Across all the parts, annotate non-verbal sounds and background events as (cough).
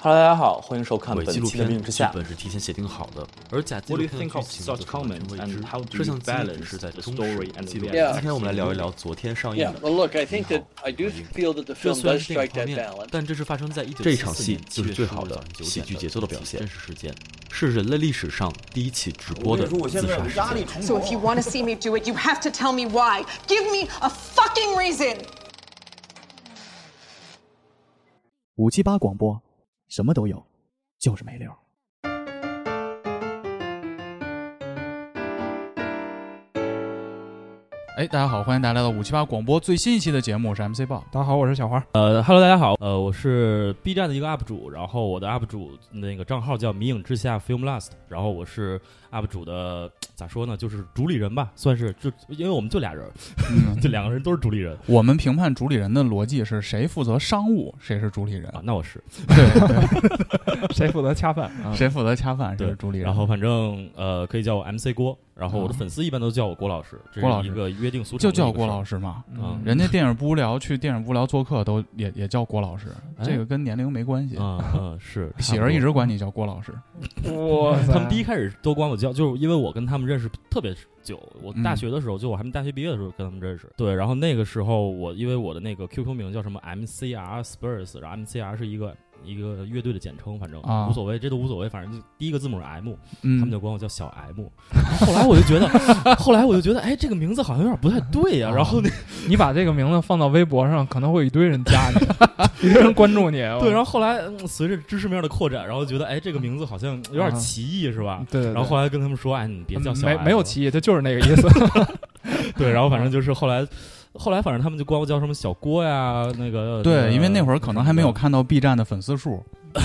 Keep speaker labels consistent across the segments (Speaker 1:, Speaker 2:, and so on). Speaker 1: Hello，大家好，欢迎收看
Speaker 2: 伪
Speaker 1: 本期
Speaker 2: 纪录
Speaker 1: 的《
Speaker 2: 片
Speaker 1: 命运之
Speaker 2: 剧
Speaker 1: 下》。
Speaker 2: 本是提前写定好的，而假纪
Speaker 1: What do
Speaker 2: 录
Speaker 1: you
Speaker 2: 片的
Speaker 1: think
Speaker 2: 剧
Speaker 1: of
Speaker 2: 情
Speaker 1: such
Speaker 2: 则是完
Speaker 1: comments
Speaker 2: 全未
Speaker 1: and
Speaker 2: 知
Speaker 1: how do。
Speaker 2: 摄像
Speaker 1: you
Speaker 2: 机
Speaker 1: balance
Speaker 2: 只是在
Speaker 1: the
Speaker 2: 中
Speaker 1: story
Speaker 2: 时
Speaker 1: and
Speaker 2: 记录。
Speaker 1: reality?
Speaker 2: 今天我们来聊一聊昨天上映
Speaker 3: Yeah,
Speaker 2: 的
Speaker 3: well, look, I think that
Speaker 2: 好
Speaker 3: I do
Speaker 2: 好影
Speaker 3: feel that
Speaker 2: 这
Speaker 3: the film
Speaker 2: 虽然
Speaker 3: does
Speaker 2: 是电影
Speaker 3: strike
Speaker 2: 画
Speaker 3: that
Speaker 2: 面，
Speaker 3: balance.
Speaker 2: 但这是发生在一九这一场戏七就是月最15好日的早上9喜剧点节奏的这表起现真实事件，是人类历史上第一起直播的自杀事 (laughs) 件。
Speaker 4: So if you want to see me do it, you have to tell me why. Give me a fucking reason.
Speaker 5: 五七八广播，什么都有，就是没溜儿。
Speaker 6: 哎，大家好，欢迎大家来到五七八广播最新一期的节目，我是 MC 豹。
Speaker 7: 大家好，我是小花。
Speaker 8: 呃，Hello，大家好，呃，我是 B 站的一个 UP 主，然后我的 UP 主那个账号叫“迷影之下 Film Last”，然后我是 UP 主的咋说呢，就是主理人吧，算是就因为我们就俩人， (laughs)
Speaker 6: 嗯，
Speaker 8: 这两个人都是主理人
Speaker 6: 我们评判主理人的逻辑是谁负责商务，谁是主理人
Speaker 8: 啊，，那我是，
Speaker 6: 对对，
Speaker 7: (laughs) 谁负责掐饭？
Speaker 8: 嗯
Speaker 7: 啊
Speaker 6: 谁负责恰饭谁是主理人。
Speaker 8: 然后反正呃可以叫我 MC 郭，然后我的
Speaker 6: 啊
Speaker 8: 粉丝一般都叫我郭老师，这
Speaker 6: 郭老
Speaker 8: 是
Speaker 6: 师
Speaker 8: 一个约定俗成
Speaker 6: 就
Speaker 8: 的一
Speaker 6: 叫
Speaker 8: 个
Speaker 6: 郭
Speaker 8: 事儿
Speaker 6: 老师嘛，
Speaker 8: 嗯
Speaker 6: 人家电影不无聊去电影不无聊做客都也也叫郭老师，
Speaker 8: 哎
Speaker 6: 这个跟年龄没关系。
Speaker 8: 嗯嗯是，
Speaker 6: (laughs) 喜
Speaker 8: 差不
Speaker 6: 儿一
Speaker 8: 多
Speaker 6: 直管你叫郭老师，
Speaker 7: 哇塞
Speaker 8: 他们第一开始都管我叫，就是因为我跟他们认识特别久。我
Speaker 6: 嗯
Speaker 8: 大学的时候，就我还没大学毕业的时候跟他们认识。对，然后那个时候我因为我的那个 QQ 名叫什么 MCR Spurs，然后 MCR 是一个一个乐队的简称，反正、
Speaker 6: 啊
Speaker 8: 无所谓，这都无所谓，反正就第一个字母是 M，、他们
Speaker 6: 嗯
Speaker 8: 就，管我叫小 M。后来我就觉得， (laughs) 后来我就觉得，哎，这个名字好像有点不太对呀、
Speaker 6: 啊
Speaker 8: 然后那
Speaker 7: 你把这个名字放到微博上，可能会有一堆人加 (laughs) 你，一堆人关注你。哦
Speaker 8: 对，然后后来、嗯随着知识面的扩展，然后觉得，哎，这个名字好像有点
Speaker 7: 啊
Speaker 8: 歧义，是吧？
Speaker 7: 对对对，嗯
Speaker 8: 然后后来跟他们说，哎，你别叫小 M
Speaker 7: 没
Speaker 8: 了
Speaker 7: 没有歧义，嗯这就是那个意 (laughs) 思。
Speaker 8: 对，然后反正就是后来，后来反正他们就管我叫什么小郭呀，那个
Speaker 6: 对，因为那会儿可能还没有，看到 B 站的粉丝数， (laughs)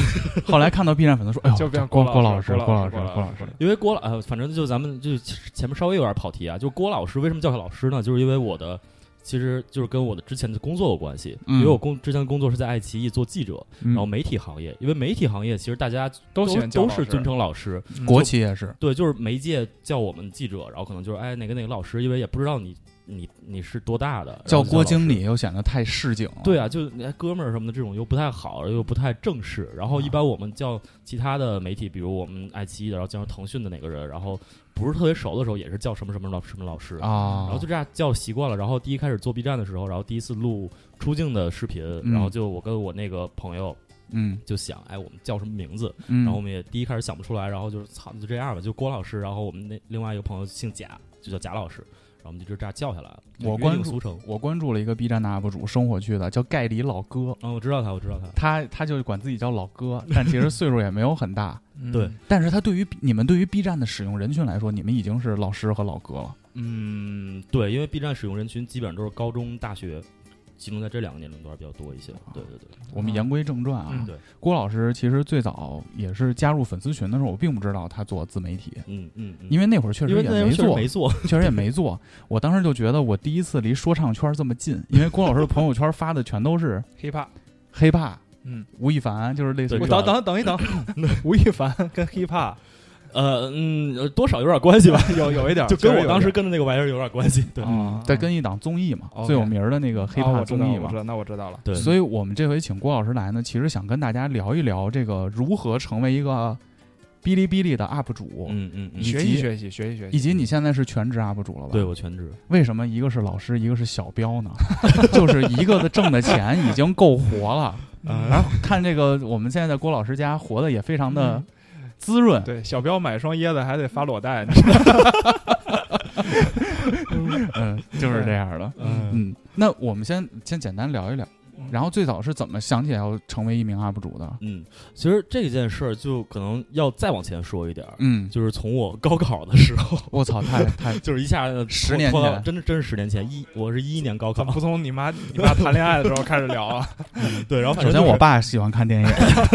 Speaker 6: 后来看到 B 站粉丝数，哎
Speaker 7: (laughs)
Speaker 6: 呦，
Speaker 7: 就变
Speaker 6: 这郭
Speaker 7: 郭
Speaker 6: 老
Speaker 7: 老
Speaker 6: 师，
Speaker 7: 师
Speaker 6: 郭
Speaker 7: 郭老
Speaker 6: 师，
Speaker 7: 师
Speaker 6: 郭
Speaker 7: 郭老
Speaker 6: 老
Speaker 7: 师
Speaker 6: 师，
Speaker 8: 因为郭老，呃，反正就咱们就前面稍微有点跑题啊，就郭老师为什么叫他老师呢？就是因为我的。其实就是跟我的之前的工作有关系，
Speaker 6: 嗯
Speaker 8: 因为我工之前的工作是在爱奇艺做记者，
Speaker 6: 然
Speaker 8: 然后媒体行业，因为媒体行业其实大家
Speaker 7: 都喜欢叫
Speaker 8: 都
Speaker 7: 老师嗯
Speaker 8: 是尊称老师，
Speaker 6: 国企也是，
Speaker 8: 对，就是媒介叫我们记者，然后可能就是哎哪个哪个老师，因为也不知道你你你是多大的，然后
Speaker 6: 叫
Speaker 8: 就
Speaker 6: 郭
Speaker 8: 老
Speaker 6: 经
Speaker 8: 师
Speaker 6: 理又显得太市井了。
Speaker 8: 对啊，就是哎哥们儿什么的这种又不太好，又不太正式。然
Speaker 6: 啊
Speaker 8: 后一般我们叫其他的媒体，比如我们爱奇艺的，然后叫腾讯的哪个人，然后不是特别熟的时候，也是叫什么什么老什么老师。
Speaker 6: 啊，
Speaker 8: 然后就这样叫习惯了。然后第一开始做 B 站的时候，然后第一次录出镜的视频，
Speaker 6: 嗯
Speaker 8: 然后就我跟我那个朋友
Speaker 6: 嗯
Speaker 8: 就想，哎，我们叫什么名字？
Speaker 6: 嗯，
Speaker 8: 然后我们也第一开始想不出来，然后就是操，就这样吧，就郭老师。然后我们那另外一个朋友姓贾，就叫贾老师。然后我们就就这样叫下来了，就
Speaker 6: 我
Speaker 8: 约
Speaker 6: 关
Speaker 8: 定
Speaker 6: 注
Speaker 8: 俗成。
Speaker 6: 我关注了一个 B 站的 UP 主，生活区的，叫盖里老哥，
Speaker 8: 嗯，我知道他，我知道他。
Speaker 6: 他他就管自己叫老哥，但其实岁数也没有很大， (laughs)
Speaker 7: 嗯
Speaker 8: 对，
Speaker 6: 但是他对于你们对于 B 站的使用人群来说，你们已经是老师和老哥了。
Speaker 8: 嗯，对，因为 B 站使用人群基本上都是高中、大学，集中在这两个年龄段比较多一些。对对对，
Speaker 6: 我们言归正传啊，
Speaker 7: 嗯
Speaker 8: 对，
Speaker 6: 郭老师其实最早也是加入粉丝群的时候，我并不知道他做自媒体。
Speaker 8: 嗯嗯嗯，
Speaker 6: 因
Speaker 8: 为
Speaker 6: 为那会儿确实
Speaker 8: 因为
Speaker 6: 也
Speaker 8: 那时候
Speaker 6: 没
Speaker 8: 确实
Speaker 6: 做，
Speaker 8: 没做，
Speaker 6: 确实也没做。我当时就觉得我第一次离说唱圈这么近，因为郭老师的朋友圈发的全都是
Speaker 7: (laughs) hiphop，
Speaker 6: hiphop，
Speaker 7: 嗯，
Speaker 6: 吴亦凡就是类似于
Speaker 8: 对
Speaker 7: 我
Speaker 8: 知道
Speaker 7: 等等等一等，吴亦凡跟 hiphop
Speaker 8: (laughs) 呃嗯，呃多少有点关
Speaker 6: (laughs)
Speaker 8: 系吧，
Speaker 7: 有有一点，
Speaker 8: 就跟我当时
Speaker 7: 跟
Speaker 8: 跟的那个玩意儿有点关系。对，
Speaker 6: 嗯，
Speaker 7: 啊
Speaker 6: 再跟一档综艺嘛，
Speaker 7: 哦 OK
Speaker 6: 最有名儿的那个 hiphop 综
Speaker 7: 啊
Speaker 6: 艺
Speaker 7: 我
Speaker 6: 嘛
Speaker 7: 知。道，那我知道了。
Speaker 8: 对，
Speaker 6: 所以我们这回请郭老师来呢，其实想跟大家聊一聊这个如何成为一个哔哩哔哩的 UP 主，
Speaker 8: 嗯嗯嗯，
Speaker 7: 学习学习学习学习
Speaker 6: 以，及你现在是全职 UP 主了吧？
Speaker 8: 对我全职，
Speaker 6: 为什么一个是老师，一个是小标呢？就是一个的挣的钱已经够活了，然后看这个我们现在在郭老师家活的也非常的滋润。
Speaker 7: 对小彪买双椰子还得发裸 (laughs) 贷，
Speaker 6: 嗯，就是这样的。
Speaker 8: 嗯
Speaker 6: 嗯，那我们先先简单聊一聊，然后最早是怎么想起来要成为一名 UP 主的？
Speaker 8: 嗯，其实这件事儿就可能要再往前说一点儿，
Speaker 6: 嗯，
Speaker 8: 就是从我高考的时候， (laughs)
Speaker 6: 我操，太太
Speaker 8: 就是一下子
Speaker 6: 十
Speaker 8: 拖
Speaker 6: 年
Speaker 8: 拖到
Speaker 6: 前
Speaker 8: 真的真是十年前，一我是一一年高
Speaker 7: 咱
Speaker 8: 考
Speaker 7: 们，不从你妈你妈谈恋爱的时候开始聊 (laughs) 啊？
Speaker 8: 对，然后反
Speaker 6: 首
Speaker 8: 正
Speaker 6: 先，
Speaker 8: 就是
Speaker 6: 我爸喜欢看电影。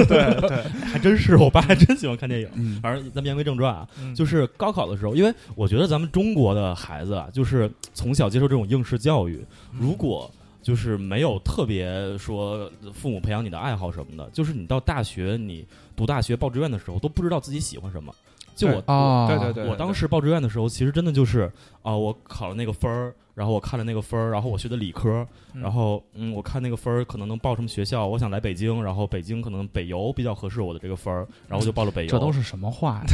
Speaker 7: 对对，
Speaker 8: 还真是我爸还真喜欢看电影。
Speaker 6: 嗯
Speaker 8: 反正咱们言归正传啊，
Speaker 7: 嗯
Speaker 8: 就是高考的时候，因为我觉得咱们中国的孩子啊，就是从小接受这种应试教育，如果就是没有特别说父母培养你的爱好什么的，就是你到大学你读大学报志愿的时候都不知道自己喜欢什么。就我
Speaker 6: 啊，
Speaker 7: 对对对，
Speaker 8: 我当时报志愿的时候，其实真的就是啊、我考了那个分儿，然后我看了那个分儿，然后我学的理科，然后嗯，我看那个分儿可能能报什么学校，我想来北京，然后北京可能北邮比较合适我的这个分儿，然后我就报了北邮。
Speaker 6: 这都是什么话呀？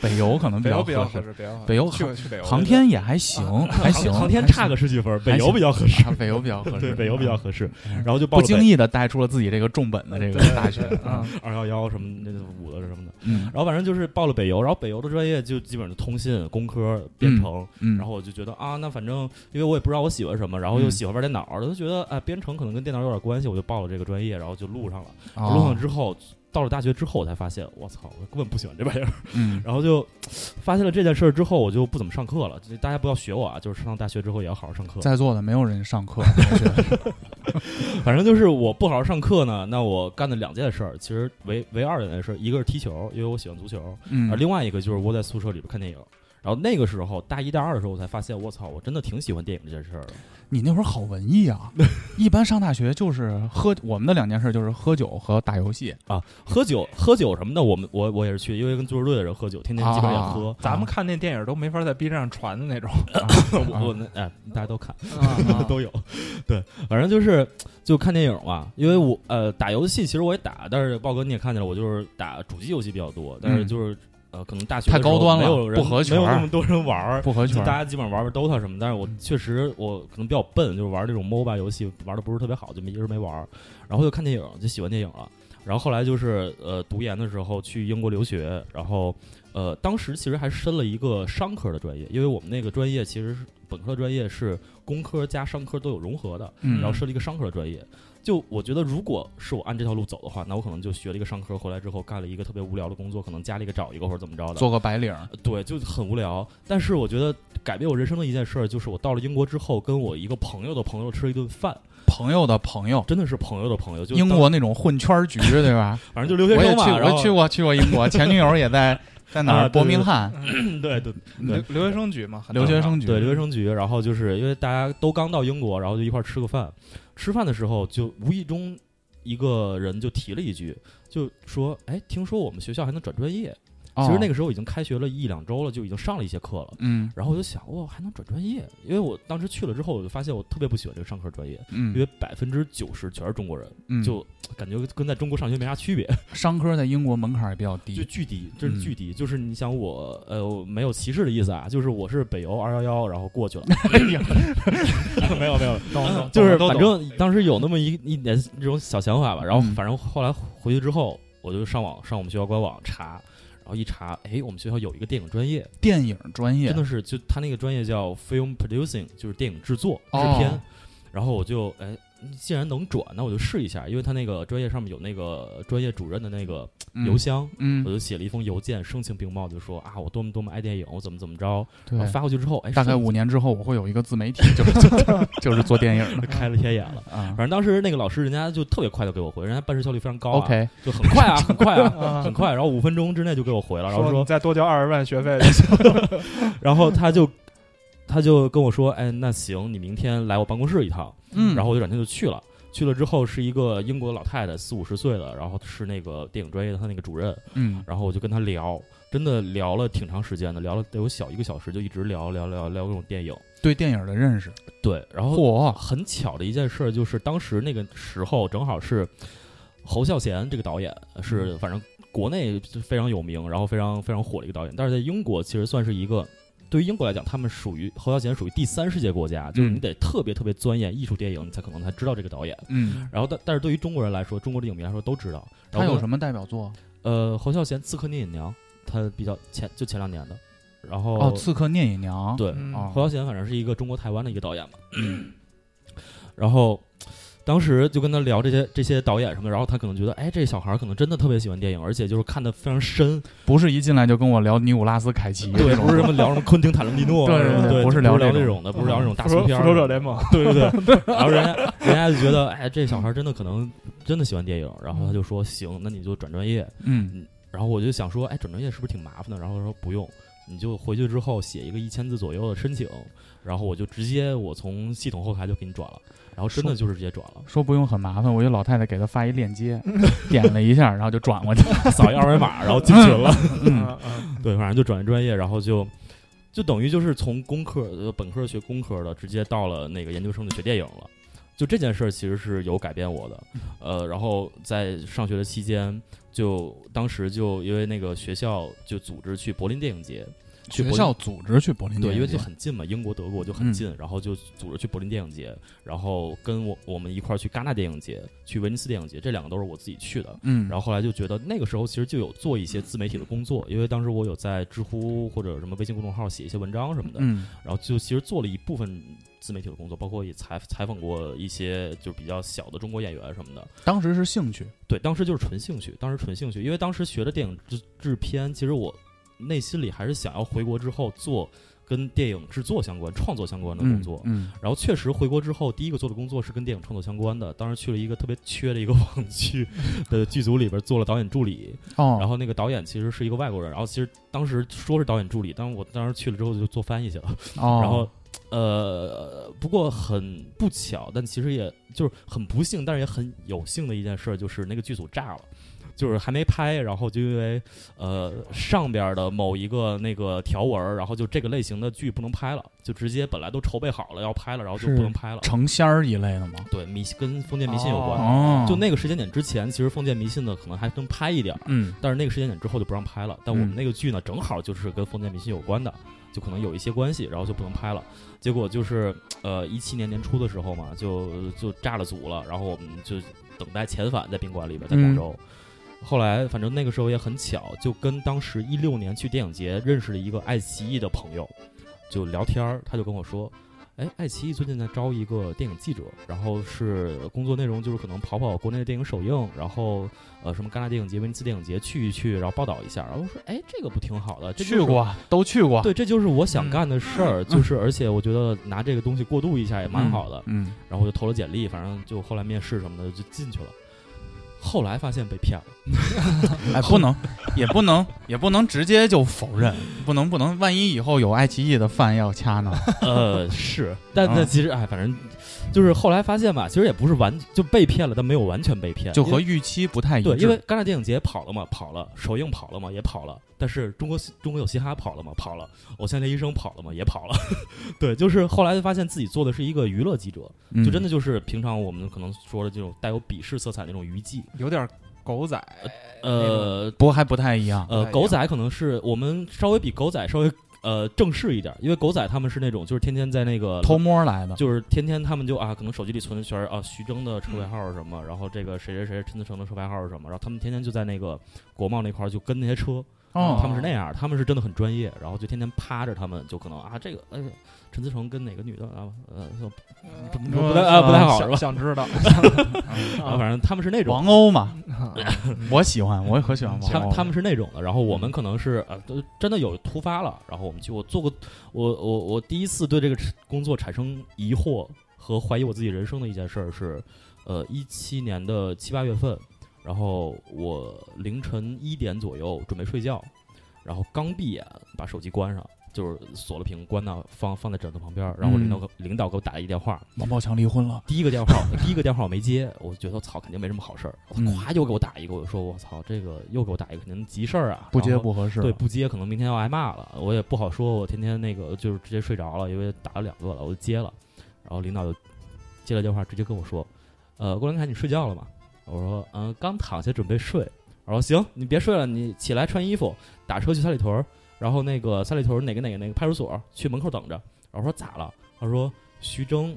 Speaker 6: 北邮可能比
Speaker 3: 北
Speaker 6: 较
Speaker 3: 邮比较
Speaker 6: 合
Speaker 3: 合
Speaker 6: 适，
Speaker 3: 适，北邮合适
Speaker 6: 北邮
Speaker 3: 去去北邮
Speaker 6: 航天也还行，还行，
Speaker 8: 航天
Speaker 6: 还
Speaker 8: 差
Speaker 6: 行
Speaker 8: 个十几分儿，北
Speaker 6: 还
Speaker 8: 邮
Speaker 6: 行
Speaker 8: 比较合适，
Speaker 6: 啊北邮比较合适，
Speaker 8: (laughs)
Speaker 6: 嗯
Speaker 8: 对，北邮比较合适。然后就报
Speaker 6: 不
Speaker 8: 了
Speaker 6: 经意的带出了自己这个重本的这个大学啊，
Speaker 8: 二幺幺什么那个五的什么的，
Speaker 6: 嗯
Speaker 8: 然后反正就是报了北邮，然后北邮的专业就基本上就通信、工科、编程。
Speaker 6: 嗯，
Speaker 8: 然后我就觉得啊，那反正因为我也不知道我喜欢什么，然后又
Speaker 6: 嗯
Speaker 8: 喜欢玩电脑，我就觉得啊，编程可能跟电脑有点关系，我就报了这个专业，然后就录上了。
Speaker 6: 哦
Speaker 8: 录上之后，到了大学之后，我才发现，我操，我根本不喜欢这玩意儿。 (laughs)
Speaker 6: 嗯
Speaker 8: 然后就发现了这件事儿之后，我就不怎么上课了。就大家不要学我啊，就是上大学之后也要好好上课。
Speaker 6: 在座的没有人上
Speaker 8: (laughs)
Speaker 6: 课，我觉得
Speaker 8: 反正就是我不好好上课呢，那我干的两件事儿，其实唯唯二的两件事儿，一个是踢球，因为我喜欢足球，
Speaker 6: 嗯
Speaker 8: 而啊另外一个就是窝在宿舍里边看电影。然后那个时候，大一大二的时候，我才发现，我操，我真的挺喜欢电影这件事儿的。
Speaker 6: 你那会儿好文艺啊！一般上大学就是喝，我们的两件事就是喝酒和打游戏。
Speaker 8: 啊，喝酒喝酒什么的，我们我我也是去，因为跟足球队的人喝酒，天
Speaker 6: 啊
Speaker 8: 天基本上也喝。
Speaker 3: 咱们看那电影都没法在 B 站上传的那种，
Speaker 8: 我我那哎，大家都看、
Speaker 3: 啊
Speaker 8: (laughs) 都有，对，反正就是就看电影嘛。因为我呃打游戏，其实我也打，但是豹哥你也看见了，我就是打主机游戏比较多，但是
Speaker 6: 嗯
Speaker 8: 就是、呃可能大学
Speaker 6: 太
Speaker 8: 的时候
Speaker 6: 高端了
Speaker 8: 没有人
Speaker 6: 不合群
Speaker 8: 没有
Speaker 6: 儿
Speaker 8: 那么多人玩儿。
Speaker 6: 不合
Speaker 8: 就
Speaker 6: 群儿，
Speaker 8: 大家基本上玩玩 DOTA 什么，但是我确实我可能比较笨，就是玩这种 MOBA 游戏玩的不是特别好，就没一直没玩儿。然后就看电影，就喜欢电影了。然后后来就是呃读研的时候去英国留学，然后呃当时其实还申了一个商科的专业，因为我们那个专业其实是本科专业是工科加商科都有融合的，
Speaker 6: 嗯
Speaker 8: 然后设了一个商科的专业。就我觉得，如果是我按这条路走的话，那我可能就学了一个商科，回来之后干了一个特别无聊的工作，可能家里给找一个或者怎么着的，
Speaker 6: 做个白领
Speaker 8: (laughs)
Speaker 6: 儿。
Speaker 8: 对，就很无聊。但是我觉得改变我人生的一件事儿，就是我到了英国之后，跟我一个朋友的朋友吃了一顿饭，
Speaker 6: 朋友的朋友，
Speaker 8: 真的是朋友的朋友。就
Speaker 6: 英
Speaker 8: 当，
Speaker 6: 国那种混圈儿局，对
Speaker 8: (laughs)
Speaker 6: 吧？
Speaker 8: 反正就留
Speaker 6: 我
Speaker 8: 学
Speaker 6: 也
Speaker 8: 生嘛，
Speaker 6: 去，我
Speaker 8: 然后
Speaker 6: 也去过，去过英国，前女友也在
Speaker 8: (laughs)
Speaker 6: 在哪
Speaker 8: 啊
Speaker 6: 儿？
Speaker 8: 对
Speaker 6: 伯
Speaker 8: 对
Speaker 6: 明翰
Speaker 8: 嗯对对
Speaker 3: 留留学生局嘛，很
Speaker 6: 留学生局。
Speaker 8: 啊对留学生局，然后就是因为大家都刚到英国，然后就一块儿吃个饭。吃饭的时候，就无意中一个人就提了一句，就说：“哎，听说我们学校还能转专业。”
Speaker 6: 哦，
Speaker 8: 其实那个时候已经开学了一两周了，就已经上了一些课了。
Speaker 6: 嗯
Speaker 8: 然后我就想，哇，还能转专业？因为我当时去了之后，我就发现我特别不喜欢这个商科专业，
Speaker 6: 嗯
Speaker 8: 因为百分之九十全是中国人，
Speaker 6: 嗯，
Speaker 8: 就感觉跟在中国上学没啥区别，
Speaker 6: 商科在英国门槛儿也比较
Speaker 8: 就
Speaker 6: 低。
Speaker 8: 巨低，真
Speaker 6: 嗯
Speaker 8: 是巨低。就是你想我，呃，我没有歧视的意思啊，就是我是北邮二幺幺，然后过去了，没有没有，就是 (laughs) 反正当时有那么一一点这种小想法吧。然后
Speaker 6: 嗯
Speaker 8: 反正后来回去之后，我就上网上我们学校官网查。然后一查，哎，我们学校有一个电影专业，
Speaker 6: 电影专业
Speaker 8: 真的是就他那个专业叫 film producing，就是电影制作、制
Speaker 6: 哦
Speaker 8: 片。然后我就哎，既然能转，那我就试一下，因为他那个专业上面有那个专业主任的那个邮，箱，
Speaker 6: 嗯
Speaker 8: 我
Speaker 6: 嗯，
Speaker 8: 就写了一封邮件，声情并茂就说啊，我多么多么爱电影，我怎么怎么着。然后
Speaker 6: 对。
Speaker 8: 发过去之后，哎，
Speaker 6: 大概
Speaker 8: 瞬
Speaker 6: 五年之后，我会有一个自
Speaker 8: (laughs)
Speaker 6: 媒体，就是就是做电影的
Speaker 8: 间开了天眼了。
Speaker 6: 啊
Speaker 8: 反。正当时那个老师，人家就特别快就给我回，人家办事效率非常高、啊
Speaker 6: OK，
Speaker 8: 就很
Speaker 6: (laughs)
Speaker 8: 快啊，很快啊，
Speaker 3: 啊
Speaker 8: 很快。然后五分钟之内就给我回了，然后
Speaker 3: 说
Speaker 8: 说
Speaker 3: 你哎再多交二十万学费，
Speaker 8: 然后他就他就跟我说，哎，那行，你明天来我办公室一趟。
Speaker 6: 嗯
Speaker 8: 然后我就转天就去了。去了之后是一个英国老太太，四五十岁了，然后是那个电影专业的她那个主任，
Speaker 6: 嗯，
Speaker 8: 然后我就跟她聊，真的聊了挺长时间的，聊了得有小一个小时，就一直聊聊聊聊各种电影。
Speaker 6: 对电影的认识，
Speaker 8: 对，然后
Speaker 6: 嚯，
Speaker 8: 很巧的一件事儿就是，当时那个时候正好是侯孝贤这个导演是，
Speaker 6: 嗯
Speaker 8: 反正国内是非常有名，然后非常非常火的一个导演，但是在英国其实算是一个。对于英国来讲，他们属于侯孝贤属于第三世界国家，就是你得特别特别钻研艺术电影，你才可能才知道这个导演。
Speaker 6: 嗯，
Speaker 8: 然后，但但是对于中国人来说，中国的影迷来说都知道。然
Speaker 6: 他
Speaker 8: 后
Speaker 6: 有什么代表作？
Speaker 8: 呃，侯孝贤《刺客聂隐娘》，他比较前就前两年的。然后
Speaker 6: 哦，《刺客聂隐娘》
Speaker 8: 对，
Speaker 3: 嗯
Speaker 6: 哦
Speaker 8: 侯孝贤反正是一个中国台湾的一个导演嘛， (clears throat) 然后当时就跟他聊这些这些导演什么的，然后他可能觉得，哎，这小孩儿可能真的特别喜欢电影，而且就是看的非常深，
Speaker 6: 不是一进来就跟我聊尼古拉斯凯奇这
Speaker 8: (laughs) 对，
Speaker 6: 种，
Speaker 8: 不是什么聊什么昆汀塔伦蒂诺，
Speaker 6: (laughs)
Speaker 8: 啊
Speaker 6: 对对
Speaker 8: 对
Speaker 6: 对
Speaker 8: 对，
Speaker 6: 不是
Speaker 8: 聊
Speaker 6: 聊这
Speaker 8: 这
Speaker 6: 种嗯
Speaker 8: 种的，不是聊这种大
Speaker 3: 复
Speaker 8: 俗
Speaker 3: 仇
Speaker 8: 片儿
Speaker 3: 复
Speaker 8: 什么
Speaker 3: 仇
Speaker 8: 的，
Speaker 3: 者联盟，
Speaker 8: 对
Speaker 6: (laughs)
Speaker 8: 对对，然后人家人家就觉得，哎，这小孩儿真的可能真的喜欢电影，然后他就说，行，那你就转专业，
Speaker 6: 嗯
Speaker 8: 然后我就想说，哎，转专业是不是挺麻烦的？然后他说不用，你就回去之后写一个一千字左右的申请，然后我就直接我从系统后台就给你转了，然后真的就是直接转了，
Speaker 6: 说不用很麻烦，我一老太太给他发一链
Speaker 8: (laughs)
Speaker 6: 接，点了一下，然后就转过去了。
Speaker 8: 扫一二维码，然后进群了。
Speaker 6: 嗯
Speaker 3: 嗯嗯
Speaker 8: 对，反正就转专业，然后就就等于就是从工科呃本科学工科的，直接到了那个研究生就学电影了。就这件事儿其实是有改变我的，
Speaker 6: 嗯
Speaker 8: 呃，然后在上学的期间，就当时就因为那个学校就组织去柏林电影节，去
Speaker 6: 学
Speaker 8: 柏林
Speaker 6: 校组织去柏林电
Speaker 8: 对，
Speaker 6: 影
Speaker 8: 因为就
Speaker 6: 节
Speaker 8: 很近嘛，英国、德国就
Speaker 6: 嗯
Speaker 8: 很近，然后就组织去柏林电影节，然后跟我我们一块儿去戛纳电影节、去威尼斯电影节，这两个都是我自己去的。
Speaker 6: 嗯，
Speaker 8: 然后后来就觉得那个时候其实就有做一些自媒体的工作，因为当时我有在知乎或者什么微信公众号写一些文章什么的，
Speaker 6: 嗯
Speaker 8: 然后就其实做了一部分自媒体的工作，包括也采采访过一些就是比较小的中国演员什么的。
Speaker 6: 当时是兴趣，
Speaker 8: 对，当时就是纯兴趣，当时纯兴趣，因为当时学的电影制制片，其实我内心里还是想要回国之后做跟电影制作相关、创作相关的工作。
Speaker 6: 嗯
Speaker 8: 然后确实回国之后，第一个做的工作是跟电影创作相关的。当时去了一个特别缺的一个 (laughs) 网剧的剧组里边做了导演助理，
Speaker 6: 嗯哦，
Speaker 8: 然后那个导演其实是一个外国人，然后其实当时说是导演助理，但是我当时去了之后就做翻译去了。
Speaker 6: 哦，
Speaker 8: 然后呃，不过很不巧，但其实也就是很不幸，但是也很有幸的一件事，就是那个剧组炸了。就是还没拍，然后就因为呃上边的某一个那个条文儿，然后就这个类型的剧不能拍了，就直接本来都筹备好了要拍了，然后就是不能拍了。
Speaker 6: 成仙儿一类的嘛，
Speaker 8: 对迷信跟封建迷信有关，
Speaker 6: 哦，
Speaker 8: 啊就那个时间点之前，其实封建迷信的可能还能拍一点儿，
Speaker 6: 嗯
Speaker 8: 但是那个时间点之后就不让拍了。但我们
Speaker 6: 嗯
Speaker 8: 那个剧呢，正好就是跟封建迷信有关的，就可能有一些关系，然后就不能拍了。结果就是呃，一七年年初的时候嘛，就就炸了组了，然后我们就等待遣返在宾馆里边，在
Speaker 6: 嗯
Speaker 8: 广州。后来，反正那个时候也很巧，就跟当时一六年去电影节认识了一个爱奇艺的朋友，就聊天儿，他就跟我说。哎，爱奇艺最近在招一个电影记者，然后是工作内容就是可能跑跑国内的电影首映，然后呃什么戛纳电影节、威尼斯电影节去一去，然后报道一下。然后我说，哎，这个不挺好的？这就是
Speaker 6: 去过都去过，
Speaker 8: 对，这就是我想干的事
Speaker 6: (laughs)
Speaker 8: 儿，就是而且我觉得拿这个东西过渡一下也蛮好的，
Speaker 6: 嗯，
Speaker 8: 然后我就投了简历，反正就后来面试什么的就进去了。后来发现被
Speaker 6: (laughs)
Speaker 8: 骗了，
Speaker 6: 嗯，哎，不能，也不能，也不能直接就否认，不能不能，万一以后有爱奇艺的饭要掐呢？
Speaker 8: 呃，是，但
Speaker 6: 啊
Speaker 8: 但其实哎，反正就是后来发现吧，其实也不是完就被骗了，但没有完全被骗，
Speaker 6: 就
Speaker 8: 因为
Speaker 6: 和预期不太一致，
Speaker 8: 对，因为戛纳电影节跑了嘛，跑了，首映跑了嘛，也跑了。但是中国中国有嘻哈跑了嘛，跑了。偶像练习生跑了嘛，也跑了。 (laughs) 对，就是后来就发现自己做的是一个娱乐记者，
Speaker 6: 嗯
Speaker 8: 就真的就是平常我们可能说的这种带有鄙视色彩那种娱记。
Speaker 3: 有点狗仔，
Speaker 8: 呃
Speaker 6: 不过哎还不太一样，
Speaker 8: 呃，狗仔可能是我们稍微比狗仔稍微呃正式一点，因为狗仔他们是那种就是天天在那个
Speaker 6: 偷摸来的，
Speaker 8: 就是天天他们就啊，可能手机里存的全是啊徐峥的车牌号是什
Speaker 6: 嗯
Speaker 8: 么，然后这个谁谁谁陈思诚的车牌号是什么，然后他们天天就在那个国贸那块儿就跟那些车，
Speaker 3: 啊
Speaker 6: 哦，
Speaker 8: 他们是那样，他们是真的很专业，然后就天天趴着他们，就可能啊这个哎陈思诚跟哪个女的啊呃不不不太啊不太好是吧？
Speaker 3: 嗯想知
Speaker 8: (laughs)
Speaker 3: 道，
Speaker 8: 啊反正他们是那种
Speaker 6: 哦王。鸥
Speaker 8: (laughs)
Speaker 6: 嘛，我喜欢，我也可喜欢王
Speaker 8: 他
Speaker 6: 鸥
Speaker 8: 们
Speaker 6: 了，
Speaker 8: 他们是那种的，然后我们可能是呃，都真的有突发了，然后我们去我做过，我我我第一次对这个工作产生疑惑和怀疑我自己人生的一件事儿是，呃，一七年的七八月份，然后我凌晨一点左右准备睡觉，然后刚闭眼把手机关上，就是锁了屏，关到放放在枕头旁边儿，然后领导给、领导给我打了一电话，
Speaker 6: 王宝强离婚了，
Speaker 8: 第一个电话， (laughs) 第一个电话我没接，我觉得我操，肯定没什么好事儿。他
Speaker 6: 嗯
Speaker 8: 咵又给我打一个，我说我操，这个又给我打一个，肯定急事儿啊，
Speaker 6: 不接
Speaker 8: 然后
Speaker 6: 不合适，
Speaker 8: 对，不接，可能明天要挨骂了。我也不好说，我天天那个就是直接睡着了，因为打了两个了，我就接了。然后领导就接了电话，直接跟我说：“呃，郭连凯，你睡觉了吗？”我说：“嗯、刚躺下准备睡。”我说：“行，你别睡了，你起来穿衣服，打车去三里屯儿，然后那个三里屯儿哪个哪个哪个派出所，去门口等着。”然后我说：“咋了？”他说：“徐峥。”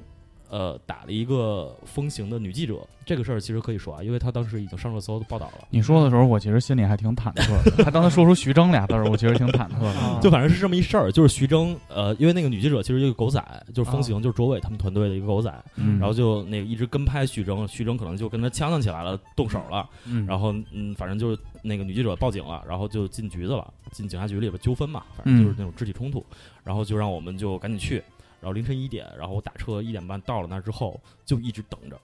Speaker 8: 呃，打了一个风行的女记者，这个事儿其实可以说啊，因为他当时已经上热搜报道了。
Speaker 6: 你说的时候，我其实心里还挺忐忑的。他刚才说出“徐峥”俩字儿，我其实挺忐忑
Speaker 8: (laughs)
Speaker 3: 啊
Speaker 6: 的。
Speaker 8: 嗯就反正是这么一事儿，就是徐峥，呃，因为那个女记者其实就是狗仔，就是风行，就是卓伟他们团队的一个狗仔，
Speaker 6: 啊嗯，
Speaker 8: 然后就那个一直跟拍徐峥，徐峥可能就跟他呛呛起来了，动手了，
Speaker 6: 嗯，
Speaker 8: 然后嗯，反正就是那个女记者报警了，然后就进局子了，进警察局里边纠纷嘛，反正
Speaker 6: 嗯
Speaker 8: 就是那种肢体冲突，然后就让我们就赶紧去，然后凌晨一点，然后我打车一点半到了那儿之后，就一直等着，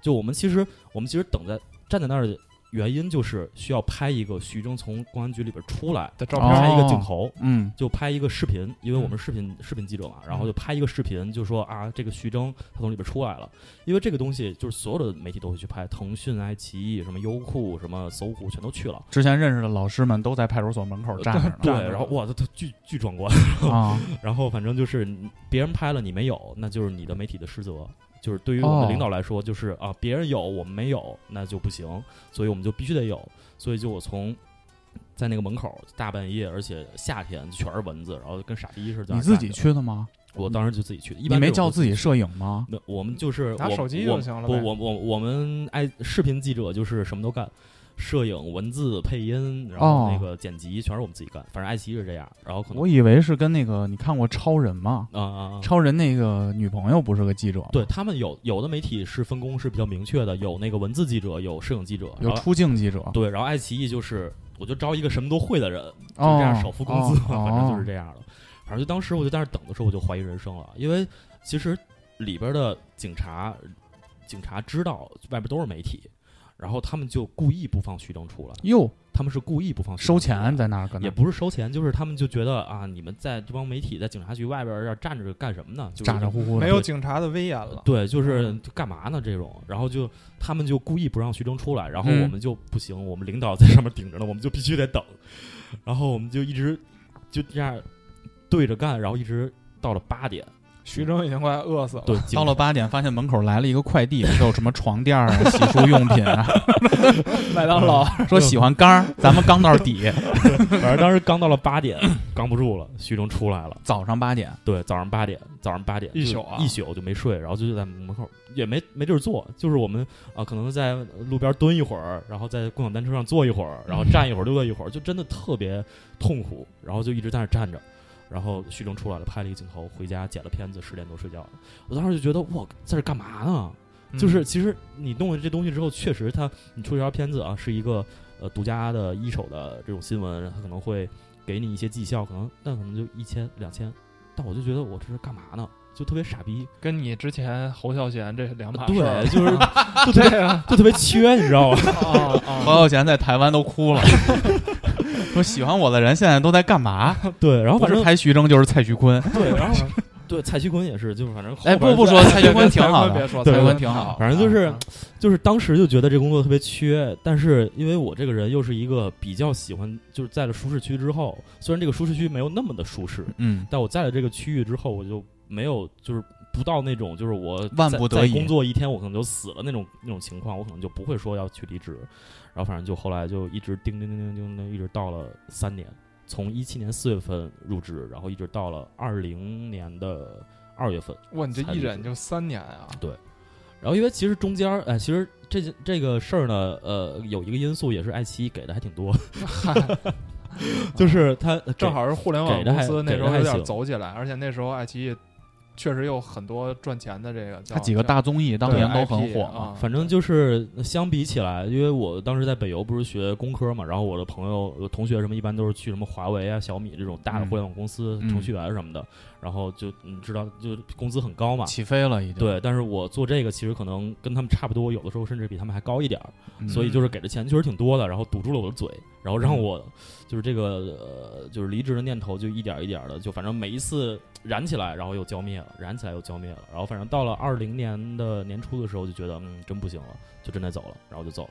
Speaker 8: 就我们其实我们其实等在站在那儿原因就是需要拍一个徐峥从公安局里边出来，
Speaker 3: 的照片
Speaker 6: 哦
Speaker 8: 拍一个镜头，
Speaker 6: 嗯
Speaker 8: 就拍一个视频，因为我们是视频视频记者嘛，然后就拍一个视频，就说啊，这个徐峥他从里边出来了，因为这个东西就是所有的媒体都会去拍，腾讯、爱奇艺、什么优酷、什么搜狐全都去了，
Speaker 6: 之前认识的老师们都在派出所门口站着呢，
Speaker 8: (laughs) 对，然后哇，他他巨巨壮观， (laughs)
Speaker 6: 啊，
Speaker 8: 然后反正就是你别人拍了你没有，那就是你的媒体的失责。就是对于
Speaker 6: 哦
Speaker 8: 我们的领导来说，就是啊，别人有我们没有，那就不行，所以我们就必须得有。所以就我从在那个门口大半夜，而且夏天全是蚊子，然后跟傻逼似的。
Speaker 6: 你自己？去的吗？
Speaker 8: 我当时就自己去的。一
Speaker 6: 你
Speaker 8: 般
Speaker 6: 没
Speaker 8: 这
Speaker 6: 叫
Speaker 8: 种都
Speaker 6: 自己摄影吗？
Speaker 8: 没有，我们就是
Speaker 3: 拿
Speaker 8: 我
Speaker 3: 手机
Speaker 8: 我
Speaker 3: 就行了
Speaker 8: 不，
Speaker 3: 呗
Speaker 8: 我我我们爱视频记者就是什么都干，摄影、文字、配音，然后
Speaker 6: 哦
Speaker 8: 那个剪辑全是我们自己干。反正爱奇艺是这样，然后可能
Speaker 6: 我以为是跟那个你看过超人吗？
Speaker 8: 啊啊啊
Speaker 6: 超人那个女朋友不是个记者吗，
Speaker 8: 对他们有有的媒体是分工是比较明确的，有那个文字记者，有摄影记者，然
Speaker 6: 有
Speaker 8: 后
Speaker 6: 出镜记者，
Speaker 8: 对，然后爱奇艺就是我就招一个什么都会的人，就
Speaker 6: 哦
Speaker 8: 这样少付工资嘛，
Speaker 6: 哦
Speaker 8: (laughs) 反正就是这样的。反正就当时我就在那儿等的时候，我就怀疑人生了，因为其实里边的警察，警察知道外边都是媒体，然后他们就故意不放徐峥出来，
Speaker 6: 哟，
Speaker 8: 他们是故意不放徐峥
Speaker 6: 收
Speaker 8: 出来
Speaker 6: 钱在那儿搁那
Speaker 8: 也
Speaker 6: 儿
Speaker 8: 不是收钱，就是他们就觉得啊，你们在这帮媒体在警察局外边儿这儿站着干什么呢？就是
Speaker 6: 咋咋呼呼的，
Speaker 3: 没有警察的威严了。
Speaker 8: 对，
Speaker 6: 嗯
Speaker 8: 就是就干嘛呢这种，然后就他们就故意不让徐峥出来，然后
Speaker 6: 嗯
Speaker 8: 我们就不行，我们领导在上面顶着呢，我们就必须得等，然后我们就一直就这样对着干，然后一直到了八点，
Speaker 3: 徐峥已经快饿死了。
Speaker 6: (laughs)
Speaker 8: 对，
Speaker 6: 到了八点，发现门口来了一个快递，说有什么床垫儿 (laughs) 啊、洗漱用品啊，
Speaker 3: 麦当
Speaker 6: (laughs)
Speaker 3: 劳，
Speaker 6: 说喜欢缸儿，咱们缸到底。
Speaker 8: 警察，反正当时刚到了八点， (coughs) 刚不住了，徐峥出来了，
Speaker 6: 早上八点，
Speaker 8: 对，早上八点，早上八点
Speaker 3: 一
Speaker 8: 就
Speaker 3: 宿啊
Speaker 8: 一宿就没睡，然后就在门口也没没地儿坐，就是我们啊，可能在路边蹲一会儿，然后在共享单车上坐一会儿，然后站一会儿溜达一会儿，就真的特别痛苦，然后就一直在那儿站着。然后徐峥出来了，拍了一个镜头，回家剪了片子，十点多睡觉了。我当时就觉得，哇，在这干嘛呢？
Speaker 6: 嗯
Speaker 3: 嗯
Speaker 8: 就是其实你弄了这东西之后，确实它你出一条片子啊，是一个呃独家的一手的这种新闻，它可能会给你一些绩效，可能但可能就一千两千，但我就觉得我这是干嘛呢？就特别傻逼，
Speaker 7: 跟你之前侯孝贤这两码事儿
Speaker 8: (laughs) 对，就是就特别
Speaker 7: 对
Speaker 3: 啊
Speaker 7: 呀，
Speaker 8: 就特别缺，你知道吗？ (laughs)
Speaker 7: 啊
Speaker 6: 侯
Speaker 7: 啊，
Speaker 6: 孝贤在台湾都哭了， (laughs) 说喜欢我的人现在都在干嘛？
Speaker 8: 对，然后
Speaker 6: 不
Speaker 8: 反
Speaker 6: 是
Speaker 8: 正
Speaker 6: 拍徐峥就是蔡徐坤。
Speaker 8: 对，然后 (laughs) 对蔡徐坤也是，就是反正后
Speaker 6: 哎，
Speaker 8: 边
Speaker 6: 不不说蔡徐坤挺好
Speaker 7: 别
Speaker 6: 的，
Speaker 7: 说，
Speaker 6: 蔡
Speaker 7: 蔡
Speaker 6: 徐
Speaker 7: 徐
Speaker 6: 坤
Speaker 7: 坤
Speaker 6: 挺好。
Speaker 8: 反正就是、
Speaker 7: 啊
Speaker 8: 就是当时就觉得这工作特别缺，但是因为我这个人又是一个比较喜欢就是在了舒适区之后，虽然这个舒适区没有那么的舒适，
Speaker 6: 嗯，
Speaker 8: 但我在了这个区域之后，我就没有就是不到那种就是我
Speaker 6: 万
Speaker 8: 在
Speaker 6: 不得已
Speaker 8: 在工作一天我可能就死了那种那种情况，我可能就不会说要去离职。然后反正就后来就一直叮叮叮叮叮叮，一直到了三年，从一七年四月份入职，然后一直到了二零年的二月份。
Speaker 3: 哇，你这一忍就三年啊！
Speaker 8: 然后因为其实中间儿，哎，其实这件这个事儿呢，呃，有一个因素也是爱奇艺给的还挺
Speaker 6: (laughs)
Speaker 8: 多， (laughs) 就是他
Speaker 3: 正好是互联网
Speaker 8: 给的
Speaker 3: 公
Speaker 8: 还
Speaker 3: 司那
Speaker 8: 给
Speaker 3: 时
Speaker 8: 的
Speaker 3: 候
Speaker 8: 还
Speaker 3: 有点
Speaker 8: 行
Speaker 3: 走起来，而且那时候爱奇艺确实有很多赚钱的这个叫
Speaker 6: 他几个大综艺当年都很火嘛。
Speaker 3: 啊，
Speaker 8: 反正就是相比起来，因为我当时在北邮不是学工科嘛，然后我的朋友、呃同学什么一般都是去什么华为啊、小米这种大的
Speaker 6: 嗯
Speaker 8: 互联网公司、
Speaker 6: 嗯
Speaker 8: 程序员什么的，然后就你知道，就工资很高嘛。
Speaker 6: 起飞了
Speaker 7: 嗯
Speaker 6: 已经，
Speaker 8: 对，但是我做这个其实可能跟他们差不多，有的时候甚至比他们还高一点儿，
Speaker 6: 嗯
Speaker 8: 所以就是给的钱确实挺多的，然后堵住了我的嘴，然后让我就是这个呃就是离职的念头就一点儿一点的，就反正每一次燃起来，然后又浇灭了，燃起来又浇灭了，然后反正到了二零年的年初的时候，就觉得嗯真不行了，就真得走了，然后就走了。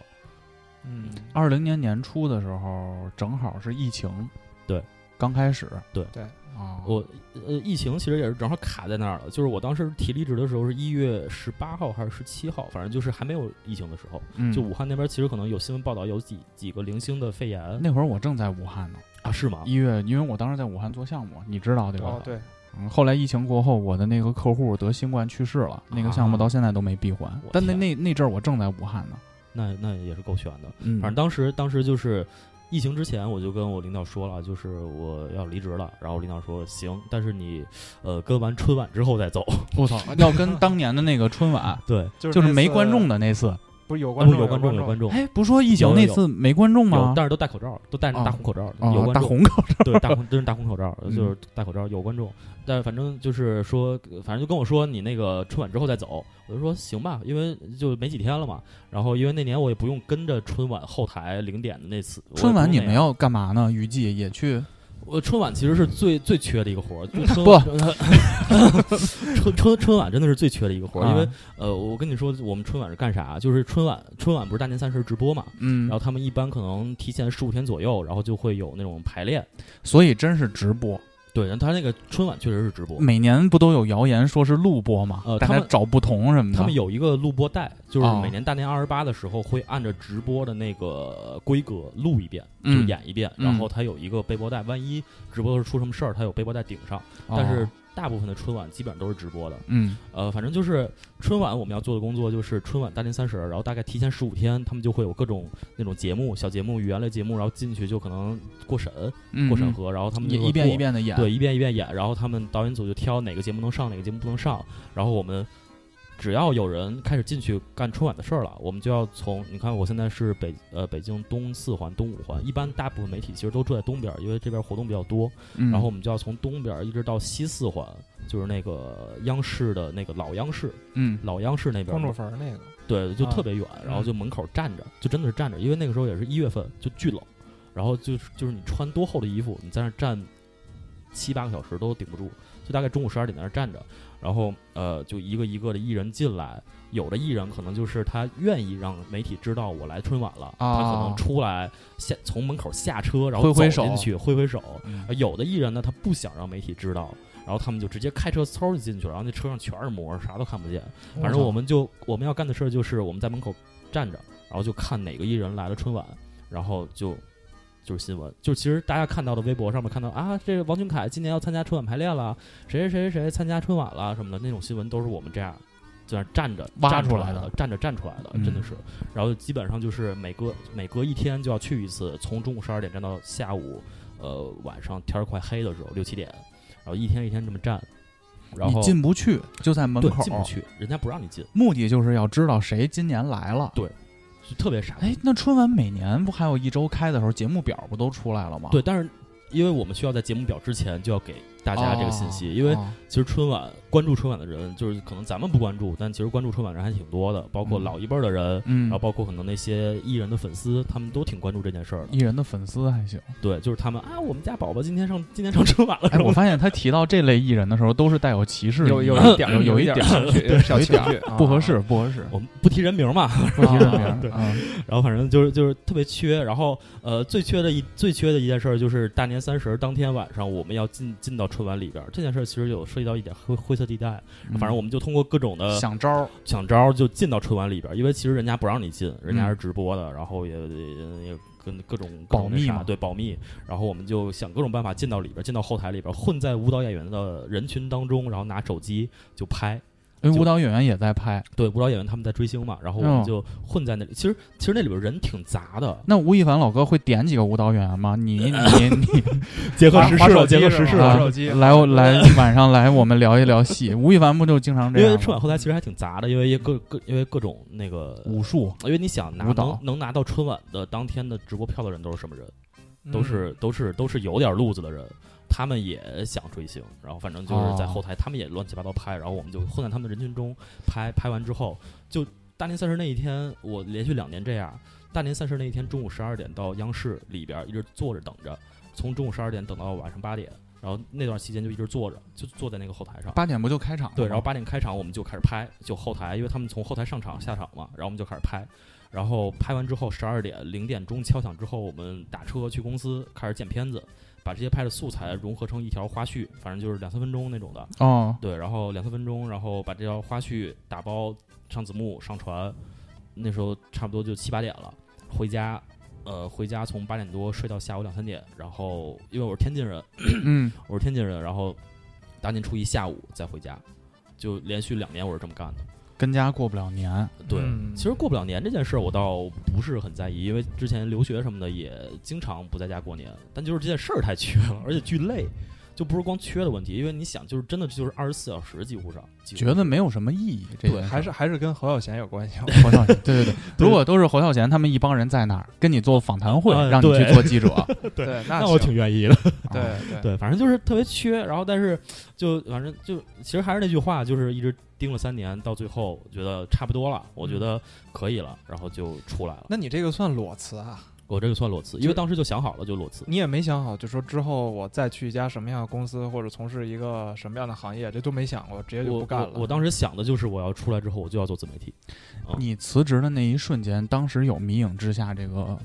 Speaker 3: 嗯，
Speaker 6: 二零年年初的时候，正好是疫情，
Speaker 8: 对，
Speaker 6: 刚开始，
Speaker 8: 对
Speaker 3: 对
Speaker 6: 啊，
Speaker 8: 我呃疫情其实也是正好卡在那儿了，就是我当时提离职的时候是一月十八号还是十七号，反正就是还没有疫情的时候，
Speaker 6: 嗯
Speaker 8: 就武汉那边其实可能有新闻报道有几几个零星的肺炎
Speaker 6: 那会儿我正在武汉呢，
Speaker 8: 啊是吗？
Speaker 6: 一月，因为我当时在武汉做项目，你知道对吧？
Speaker 3: 哦对，
Speaker 6: 嗯后来疫情过后，我的那个客户得新冠去世了，那个项目到现在都没闭环。
Speaker 8: 我
Speaker 6: 但那
Speaker 8: 天
Speaker 6: 那那阵儿我正在武汉呢，
Speaker 8: 那那也是够悬的。
Speaker 6: 嗯
Speaker 8: 反正当时当时就是疫情之前，我就跟我领导说了，就是我要离职了。然后领导说行，但是你呃跟完春晚之后再走。 (laughs)
Speaker 6: (laughs) 我操，要跟当年的那个春晚，
Speaker 8: 对
Speaker 3: 就
Speaker 6: 就是
Speaker 3: 那
Speaker 6: 没
Speaker 3: 次
Speaker 6: 观众的那次，
Speaker 7: 不是有
Speaker 8: 啊
Speaker 7: 观
Speaker 8: 不
Speaker 7: 众
Speaker 8: 有
Speaker 7: 观
Speaker 8: 观众有观众，
Speaker 6: 哎，不说一
Speaker 8: 有
Speaker 6: 宿
Speaker 8: 有
Speaker 6: 那
Speaker 8: 有
Speaker 6: 次没观众
Speaker 8: 有
Speaker 6: 吗？
Speaker 8: 但是都戴口罩，都戴
Speaker 6: 哦
Speaker 8: 大红口罩，有
Speaker 6: 哦，
Speaker 8: 观
Speaker 6: 大
Speaker 8: 众
Speaker 6: 红口罩，
Speaker 8: 对，大红真是大红
Speaker 6: (laughs)
Speaker 8: 口罩，呃
Speaker 6: 嗯
Speaker 8: 就是戴口罩有观众，但是反正就是说，反正就跟我说你那个春晚之后再走，我就说行吧，因为就没几天了嘛。然后因为那年我也不用跟着春晚后台零点的啊那次，我也
Speaker 6: 春
Speaker 8: 不
Speaker 6: 晚
Speaker 8: 用
Speaker 6: 你
Speaker 8: 那
Speaker 6: 们
Speaker 8: 样，
Speaker 6: 要干嘛呢？雨季也去
Speaker 8: 我春晚其实是最最缺的一个活
Speaker 6: (laughs)
Speaker 8: 儿，就春
Speaker 6: 不
Speaker 8: 春春春晚真的是最缺的一个活儿，因为
Speaker 6: 啊
Speaker 8: 呃，我跟你说，我们春晚是干啥？就是春晚春晚不是大年三十直播嘛，
Speaker 6: 嗯
Speaker 8: 然后，他们一般可能提前十五天左右，然后就会有那种排练。
Speaker 6: 嗯所以真是直播。
Speaker 8: 对，然后他那个春晚确实是直播，
Speaker 6: 每年不都有谣言说是录播吗？
Speaker 8: 呃
Speaker 6: 大
Speaker 8: 他
Speaker 6: 家
Speaker 8: 们
Speaker 6: 找不同什么的。
Speaker 8: 他们有一个录播带，就是
Speaker 6: 啊哦
Speaker 8: 每年大年二十八的时候会按照直播的那个规格录一遍，就
Speaker 6: 嗯
Speaker 8: 演一遍，
Speaker 6: 嗯
Speaker 8: 然后他有一个备播带，万一直播时候出什么事儿，他有备播带顶上。但是
Speaker 6: 哦
Speaker 8: 大部分的春晚基本上都是直播的，
Speaker 6: 嗯
Speaker 8: 呃，反正就是春晚我们要做的工作就是春晚大年三十儿，然后大概提前十五天，他们就会有各种那种节目、小节目、语言类节目，然后进去就可能过审、
Speaker 6: 嗯，
Speaker 8: 过审
Speaker 6: 嗯
Speaker 8: 核，然后他们就
Speaker 6: 也
Speaker 8: 会
Speaker 6: 一遍
Speaker 8: 过
Speaker 6: 一遍的演。
Speaker 8: 对，一遍一遍演，然后他们导演组就挑哪个节目能上，哪个节目不能上，然后我们只要有人开始进去干春晚的事儿了，我们就要从你看我现在是北呃北京东四环、东五环，一般大部分媒体其实都住在东边儿，因为这边儿活动比较多，
Speaker 6: 嗯，
Speaker 8: 然后我们就要从东边儿一直到西四环，就是那个央视的那个老央视，
Speaker 6: 嗯
Speaker 8: 老央视那边
Speaker 7: 公主
Speaker 8: 儿，
Speaker 7: 坟那个，
Speaker 8: 对，就
Speaker 7: 啊
Speaker 8: 特别远，然后就门口站着，就真的是站着，因为那个时候也是一月份，就巨冷，然后就是就是你穿多厚的衣服，你在那儿站七八个小时都顶不住，就大概中午十二点在那儿站着，然后呃，就一个一个的艺人进来，有的艺人可能就是他愿意让媒体知道我来春晚了，他可
Speaker 6: 啊
Speaker 8: 能出来下从门口下车，然
Speaker 6: 挥
Speaker 8: 后走
Speaker 6: 挥
Speaker 8: 进
Speaker 6: 手
Speaker 8: 去挥挥手，
Speaker 6: 嗯
Speaker 8: 呃有的艺人呢，他不想让媒体知道，然后他们就直接开车嗖就进去了，然后那车上全是膜，啥都看不见。嗯反正我们就我们要干的事儿就是我们在门口站着，然后就看哪个艺人来了春晚，然后就就是新闻，就其实大家看到的微博上面看到啊，这个王俊凯今年要参加春晚排练了，谁谁谁谁谁参加春晚了什么的那种新闻，都是我们这样。在那站着
Speaker 6: 挖
Speaker 8: 站
Speaker 6: 出
Speaker 8: 出
Speaker 6: 来
Speaker 8: 的
Speaker 6: 的，
Speaker 8: 站着站出来的，真的
Speaker 6: 嗯
Speaker 8: 是。然后基本上就是每隔每隔一天就要去一次，从中午十二点站到下午，呃，晚上天儿快黑的时候六七点，然后一天一天这么站，然后
Speaker 6: 你进不去，就在门
Speaker 8: 对
Speaker 6: 口
Speaker 8: 进不去，人家不让你进，
Speaker 6: 目的就是要知道谁今年来了。
Speaker 8: 就特别傻。
Speaker 6: 哎，那春晚每年不还有一周开的时候节目表不都出来了吗？
Speaker 8: 对，但是因为我们需要在节目表之前就要给大
Speaker 6: 哦，
Speaker 8: 家这个信息，因为
Speaker 6: 哦
Speaker 8: 其实春晚关注春晚的人，就是可能咱们不关注，但其实关注春晚人还挺多的，包括
Speaker 6: 嗯
Speaker 8: 老一辈儿的人。
Speaker 6: 嗯
Speaker 8: 然后，包括可能那些艺人的粉丝，他们都挺关注这件事儿的。
Speaker 6: 艺人的粉丝还
Speaker 8: (laughs)
Speaker 6: 行。
Speaker 8: 对，就是他们啊，我们家宝宝今天上今天上春晚了，
Speaker 6: 哎，
Speaker 8: 然后
Speaker 6: 我发现他提到这类艺人的时候，都是带有歧视意义的，
Speaker 7: 有有
Speaker 6: 有
Speaker 7: 一点儿
Speaker 6: 有
Speaker 7: 一
Speaker 6: 一
Speaker 7: 点
Speaker 6: 儿
Speaker 7: 儿情绪，小
Speaker 6: 有一
Speaker 7: 情
Speaker 6: 点
Speaker 7: 绪啊
Speaker 6: 儿
Speaker 8: 啊
Speaker 6: 不合适，，不合适。
Speaker 8: 我们不提人名嘛，
Speaker 6: 不提这名儿，嗯
Speaker 8: 然后反正就是就是特别缺，然后呃最缺的一最缺的一件事儿就是大年三十儿当天晚上我们要进进到春晚里边儿，这件事儿其实有涉及到一点灰灰色地带，
Speaker 6: 嗯
Speaker 8: 反正我们就通过各种的
Speaker 6: 想招儿，
Speaker 8: 想招儿就进到春晚里边儿，因为其实人家不让你进，人家
Speaker 6: 嗯
Speaker 8: 是直播的，然后也也也跟各种各
Speaker 6: 保
Speaker 8: 种那
Speaker 6: 密
Speaker 8: 啥
Speaker 6: 嘛
Speaker 8: 对保密，然后我们就想各种办法进到里边儿，进到后台里边儿，混在舞蹈演员的人群当中，然后拿手机就拍，
Speaker 6: 因为
Speaker 8: 就
Speaker 6: 舞蹈演员也在拍。
Speaker 8: 对舞蹈演员他们在追星嘛，然后我们
Speaker 6: 哦
Speaker 8: 就混在那里，其实其实那里边儿人挺杂的，
Speaker 6: (laughs) 那吴亦凡老哥会点几个舞蹈演员吗？你你你
Speaker 8: 结合
Speaker 7: 划
Speaker 8: 时
Speaker 7: 划
Speaker 8: 事，
Speaker 7: 手
Speaker 8: 结
Speaker 7: 机
Speaker 8: 合
Speaker 7: 是吧
Speaker 8: 时事。
Speaker 7: 划
Speaker 6: 啊
Speaker 7: 手机，
Speaker 6: 来我来晚上来我们聊一聊戏。吴亦凡不就经常这
Speaker 8: 因
Speaker 6: 样吗？
Speaker 8: 为春晚后台其实还挺杂的，因为也各各因为各种那个，
Speaker 6: 武术
Speaker 8: 因为你想拿
Speaker 6: 舞蹈
Speaker 8: 能能拿到春晚的当天的直播票的人都是什么人？
Speaker 7: 嗯
Speaker 8: 都是都是都是有点路子的人，他们也想追星，然后反正就是在后台，他们也乱七八糟拍，然后我们就混在他们的人群中拍，拍完之后就大年三十那一天，我连续两年这样，大年三十那一天中午十二点到央视里边一直坐着等着，从中午十二点等到晚上八点，然后那段期间就一直坐着，就坐在那个后台上。
Speaker 6: 八点不就开场了吗？
Speaker 8: 对，然后八点开场我们就开始拍，就后台，因为他们从后台上场下场嘛，然后我们就开始拍，然后拍完之后十二点零点钟敲响之后，我们打车去公司开始剪片子，把这些拍的素材融合成一条花絮，反正就是两三分钟那种的，
Speaker 6: 哦，
Speaker 8: 对，然后两三分钟，然后把这条花絮打包上字幕上传，那时候差不多就七八点了，回家。呃，回家从八点多睡到下午两三点，然后因为我是天津人，
Speaker 6: 嗯，
Speaker 8: 我是天津人，然后大年初一下午再回家，就连续两年我是这么干的。
Speaker 6: 跟家过不了年，
Speaker 8: 对，
Speaker 7: 嗯
Speaker 8: 其实过不了年这件事儿我倒不是很在意，因为之前留学什么的也经常不在家过年，但就是这件事儿太缺了，而且巨累。就不是光缺的问题，因为你想，就是真的就是二十四小时几乎上，几乎
Speaker 6: 觉得没有什么意义。这
Speaker 7: 对，
Speaker 6: 件事
Speaker 7: 还是还是跟侯孝贤有关系。
Speaker 6: 侯孝贤，对对对，如果都是侯孝贤他们一帮人在那儿跟你做访谈会
Speaker 8: 啊，
Speaker 6: 让你去
Speaker 8: 对
Speaker 6: 做记者，
Speaker 8: 对
Speaker 7: 对，
Speaker 8: (laughs) 那
Speaker 7: 那
Speaker 8: 我
Speaker 7: 行
Speaker 8: 挺愿意的。
Speaker 7: 对对
Speaker 8: 对，反正就是特别缺，然后但是就反正就其实还是那句话，就是一直盯了三年，到最后我觉得差不多了，我觉
Speaker 7: 嗯
Speaker 8: 得可以了，然后就出来了。
Speaker 7: 那你这个算裸辞啊？
Speaker 8: 我这个算裸辞，因为当时就想好了就裸辞。
Speaker 7: 你也没想好，就说之后我再去一家什么样的公司，或者从事一个什么样的行业，这都没想过，直接就
Speaker 8: 我
Speaker 7: 不干了。
Speaker 8: 我我当时想的就是，我要出来之后，我就要做自媒体。
Speaker 6: 你辞职的那一瞬间，当时有迷影之下这个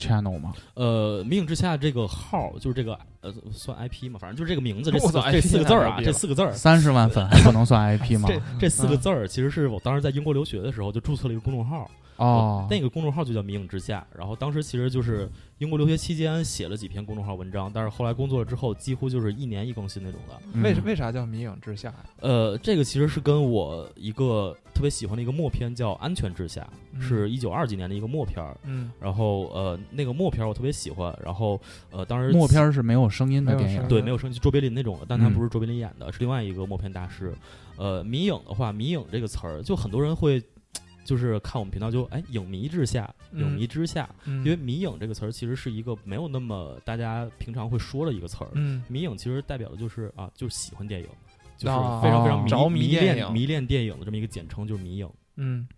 Speaker 6: channel 吗？
Speaker 8: 呃，《迷影之下》这个号就是这个呃，算 IP 嘛，反正就是这个名字这
Speaker 7: 我
Speaker 8: 四个
Speaker 7: 操
Speaker 8: 这
Speaker 7: IP
Speaker 8: 四个字儿
Speaker 7: 太牛
Speaker 8: 啊，
Speaker 7: 逼
Speaker 8: 这
Speaker 7: 了
Speaker 8: 四个
Speaker 7: (laughs)
Speaker 8: 字儿，
Speaker 6: 三十万粉还不能算 IP 吗？
Speaker 8: 这这四
Speaker 7: 嗯
Speaker 8: 个字儿其实是我当时在英国留学的时候就注册了一个公众号，
Speaker 6: 哦，
Speaker 8: 那个公众号就叫“迷影之下”。然后当时其实就是英国留学期间写了几篇公众号文章，但是后来工作了之后，几乎就是一年一更新那种的。
Speaker 6: 嗯
Speaker 7: 为为啥叫迷影之下呀？
Speaker 8: 呃，这个其实是跟我一个特别喜欢的一个默片叫《安全之下》，
Speaker 7: 嗯
Speaker 8: 是一九二几年的一个默片儿。
Speaker 7: 嗯，
Speaker 8: 然后呃，那个默片儿我特别喜欢。然后呃，当时
Speaker 6: 默片儿是没有声音的
Speaker 7: 没有
Speaker 6: 电影
Speaker 7: 声，
Speaker 8: 对，没有生气，卓别林那种的，但他
Speaker 6: 嗯
Speaker 8: 不是卓别林演的，是另外一个默片大师。呃，迷影的话，迷影这个词儿，就很多人会，就是看我们频道就哎，影迷之下，影
Speaker 6: 嗯
Speaker 8: 迷之下，
Speaker 7: 因
Speaker 8: 因为迷影这个词儿其实是一个没有那么大家平常会说的一个词儿。
Speaker 7: 嗯
Speaker 8: 迷影其实代表的就是啊，就是喜欢电影，就是
Speaker 7: 啊
Speaker 8: 非常非常迷、
Speaker 7: 着迷
Speaker 8: 迷
Speaker 7: 电
Speaker 8: 恋
Speaker 7: 影
Speaker 8: 迷恋电影的这么一个简称，就是迷影。
Speaker 7: 嗯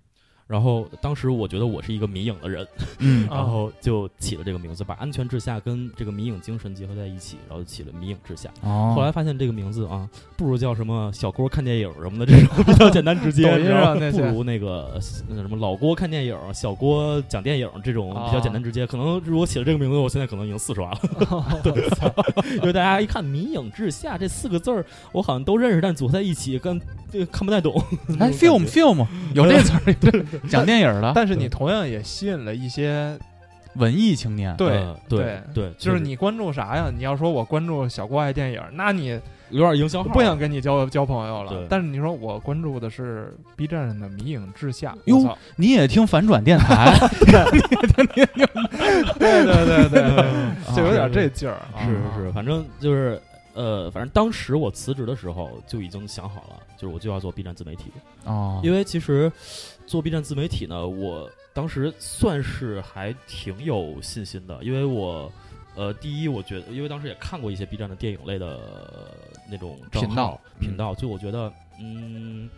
Speaker 8: 然后当时我觉得我是一个迷影的人，
Speaker 6: 嗯，
Speaker 8: (laughs)
Speaker 7: 啊
Speaker 8: 然后就起了这个名字，把安全之下跟这个迷影精神结合在一起，然后就起了迷影之下。
Speaker 7: 嗯
Speaker 6: 哦，
Speaker 8: 后来发现这个名字啊，不如叫什么小郭看电影什么的这种比较简单直接，
Speaker 7: 抖音上
Speaker 8: 然后
Speaker 7: 那
Speaker 8: 不
Speaker 7: 些
Speaker 8: 如那个那什么老郭看电影、小郭讲电影这种
Speaker 7: 哦
Speaker 8: 比较简单直接。可能如果起了这个名字，我现在可能已经四
Speaker 7: (laughs)
Speaker 8: 十万了，因为大家一看“迷影之下”这四个字儿，我好像都认识，但组合在一起跟对看不太懂。
Speaker 6: 哎，film film 有这词儿，有这讲电影的
Speaker 7: 但是你同样也吸引了一些，
Speaker 6: 文艺青年，
Speaker 7: 对
Speaker 8: 呃嗯对对，
Speaker 7: 就是
Speaker 8: 确实
Speaker 7: 你关注啥呀？你要说我关注小郭爱电影，那你
Speaker 8: 有点营销号，啊
Speaker 7: 不想跟你交交朋友了
Speaker 8: 对。
Speaker 7: 但是你说我关注的是 B 站上的迷影之下，
Speaker 6: 哟
Speaker 7: 我操
Speaker 6: 你也听反转电台，
Speaker 7: 对对对
Speaker 6: 啊
Speaker 7: 对，就有点这劲儿啊。
Speaker 8: 是嗯是是，反正就是。呃，反正当时我辞职的时候就已经想好了，就是我就要做 B 站自媒体。
Speaker 6: 哦，
Speaker 8: 因为其实做 B 站自媒体呢，我当时算是还挺有信心的，因为我呃，第一，我觉得，因为当时也看过一些 B 站的电影类的呃那种账号
Speaker 6: 频道
Speaker 8: 频道，就我觉得，嗯，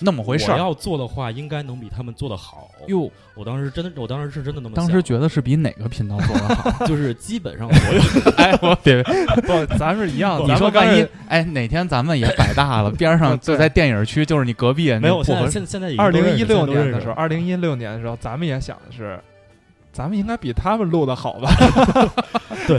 Speaker 6: 那么回事
Speaker 8: 我
Speaker 6: 儿。
Speaker 8: 要做的话，应该能比他们做的好。
Speaker 6: 哟，
Speaker 8: 我当时真的，我当时是真的那么想，
Speaker 6: 当时觉得是比哪个频道做的好？
Speaker 8: 就是基本 (laughs) 上所有
Speaker 6: 哎，我别，
Speaker 7: 不，咱是一
Speaker 6: (laughs)
Speaker 7: 样的。
Speaker 6: 你
Speaker 7: 咱
Speaker 6: 说
Speaker 7: 们刚
Speaker 6: 万一
Speaker 7: 才
Speaker 6: 哎哪天咱们也摆大了，边上就在电影区，就是你隔壁，
Speaker 8: 没有，
Speaker 6: 不
Speaker 8: 现
Speaker 6: 合
Speaker 8: 在
Speaker 6: 适。
Speaker 8: 现现在已经
Speaker 7: 二
Speaker 8: 都认
Speaker 7: 零
Speaker 8: 识
Speaker 7: 一六年的时候，，
Speaker 8: 现在都认识
Speaker 7: 二零一六年的时候，咱们也想的是，咱们应该比他们录的好吧？
Speaker 8: (laughs) 对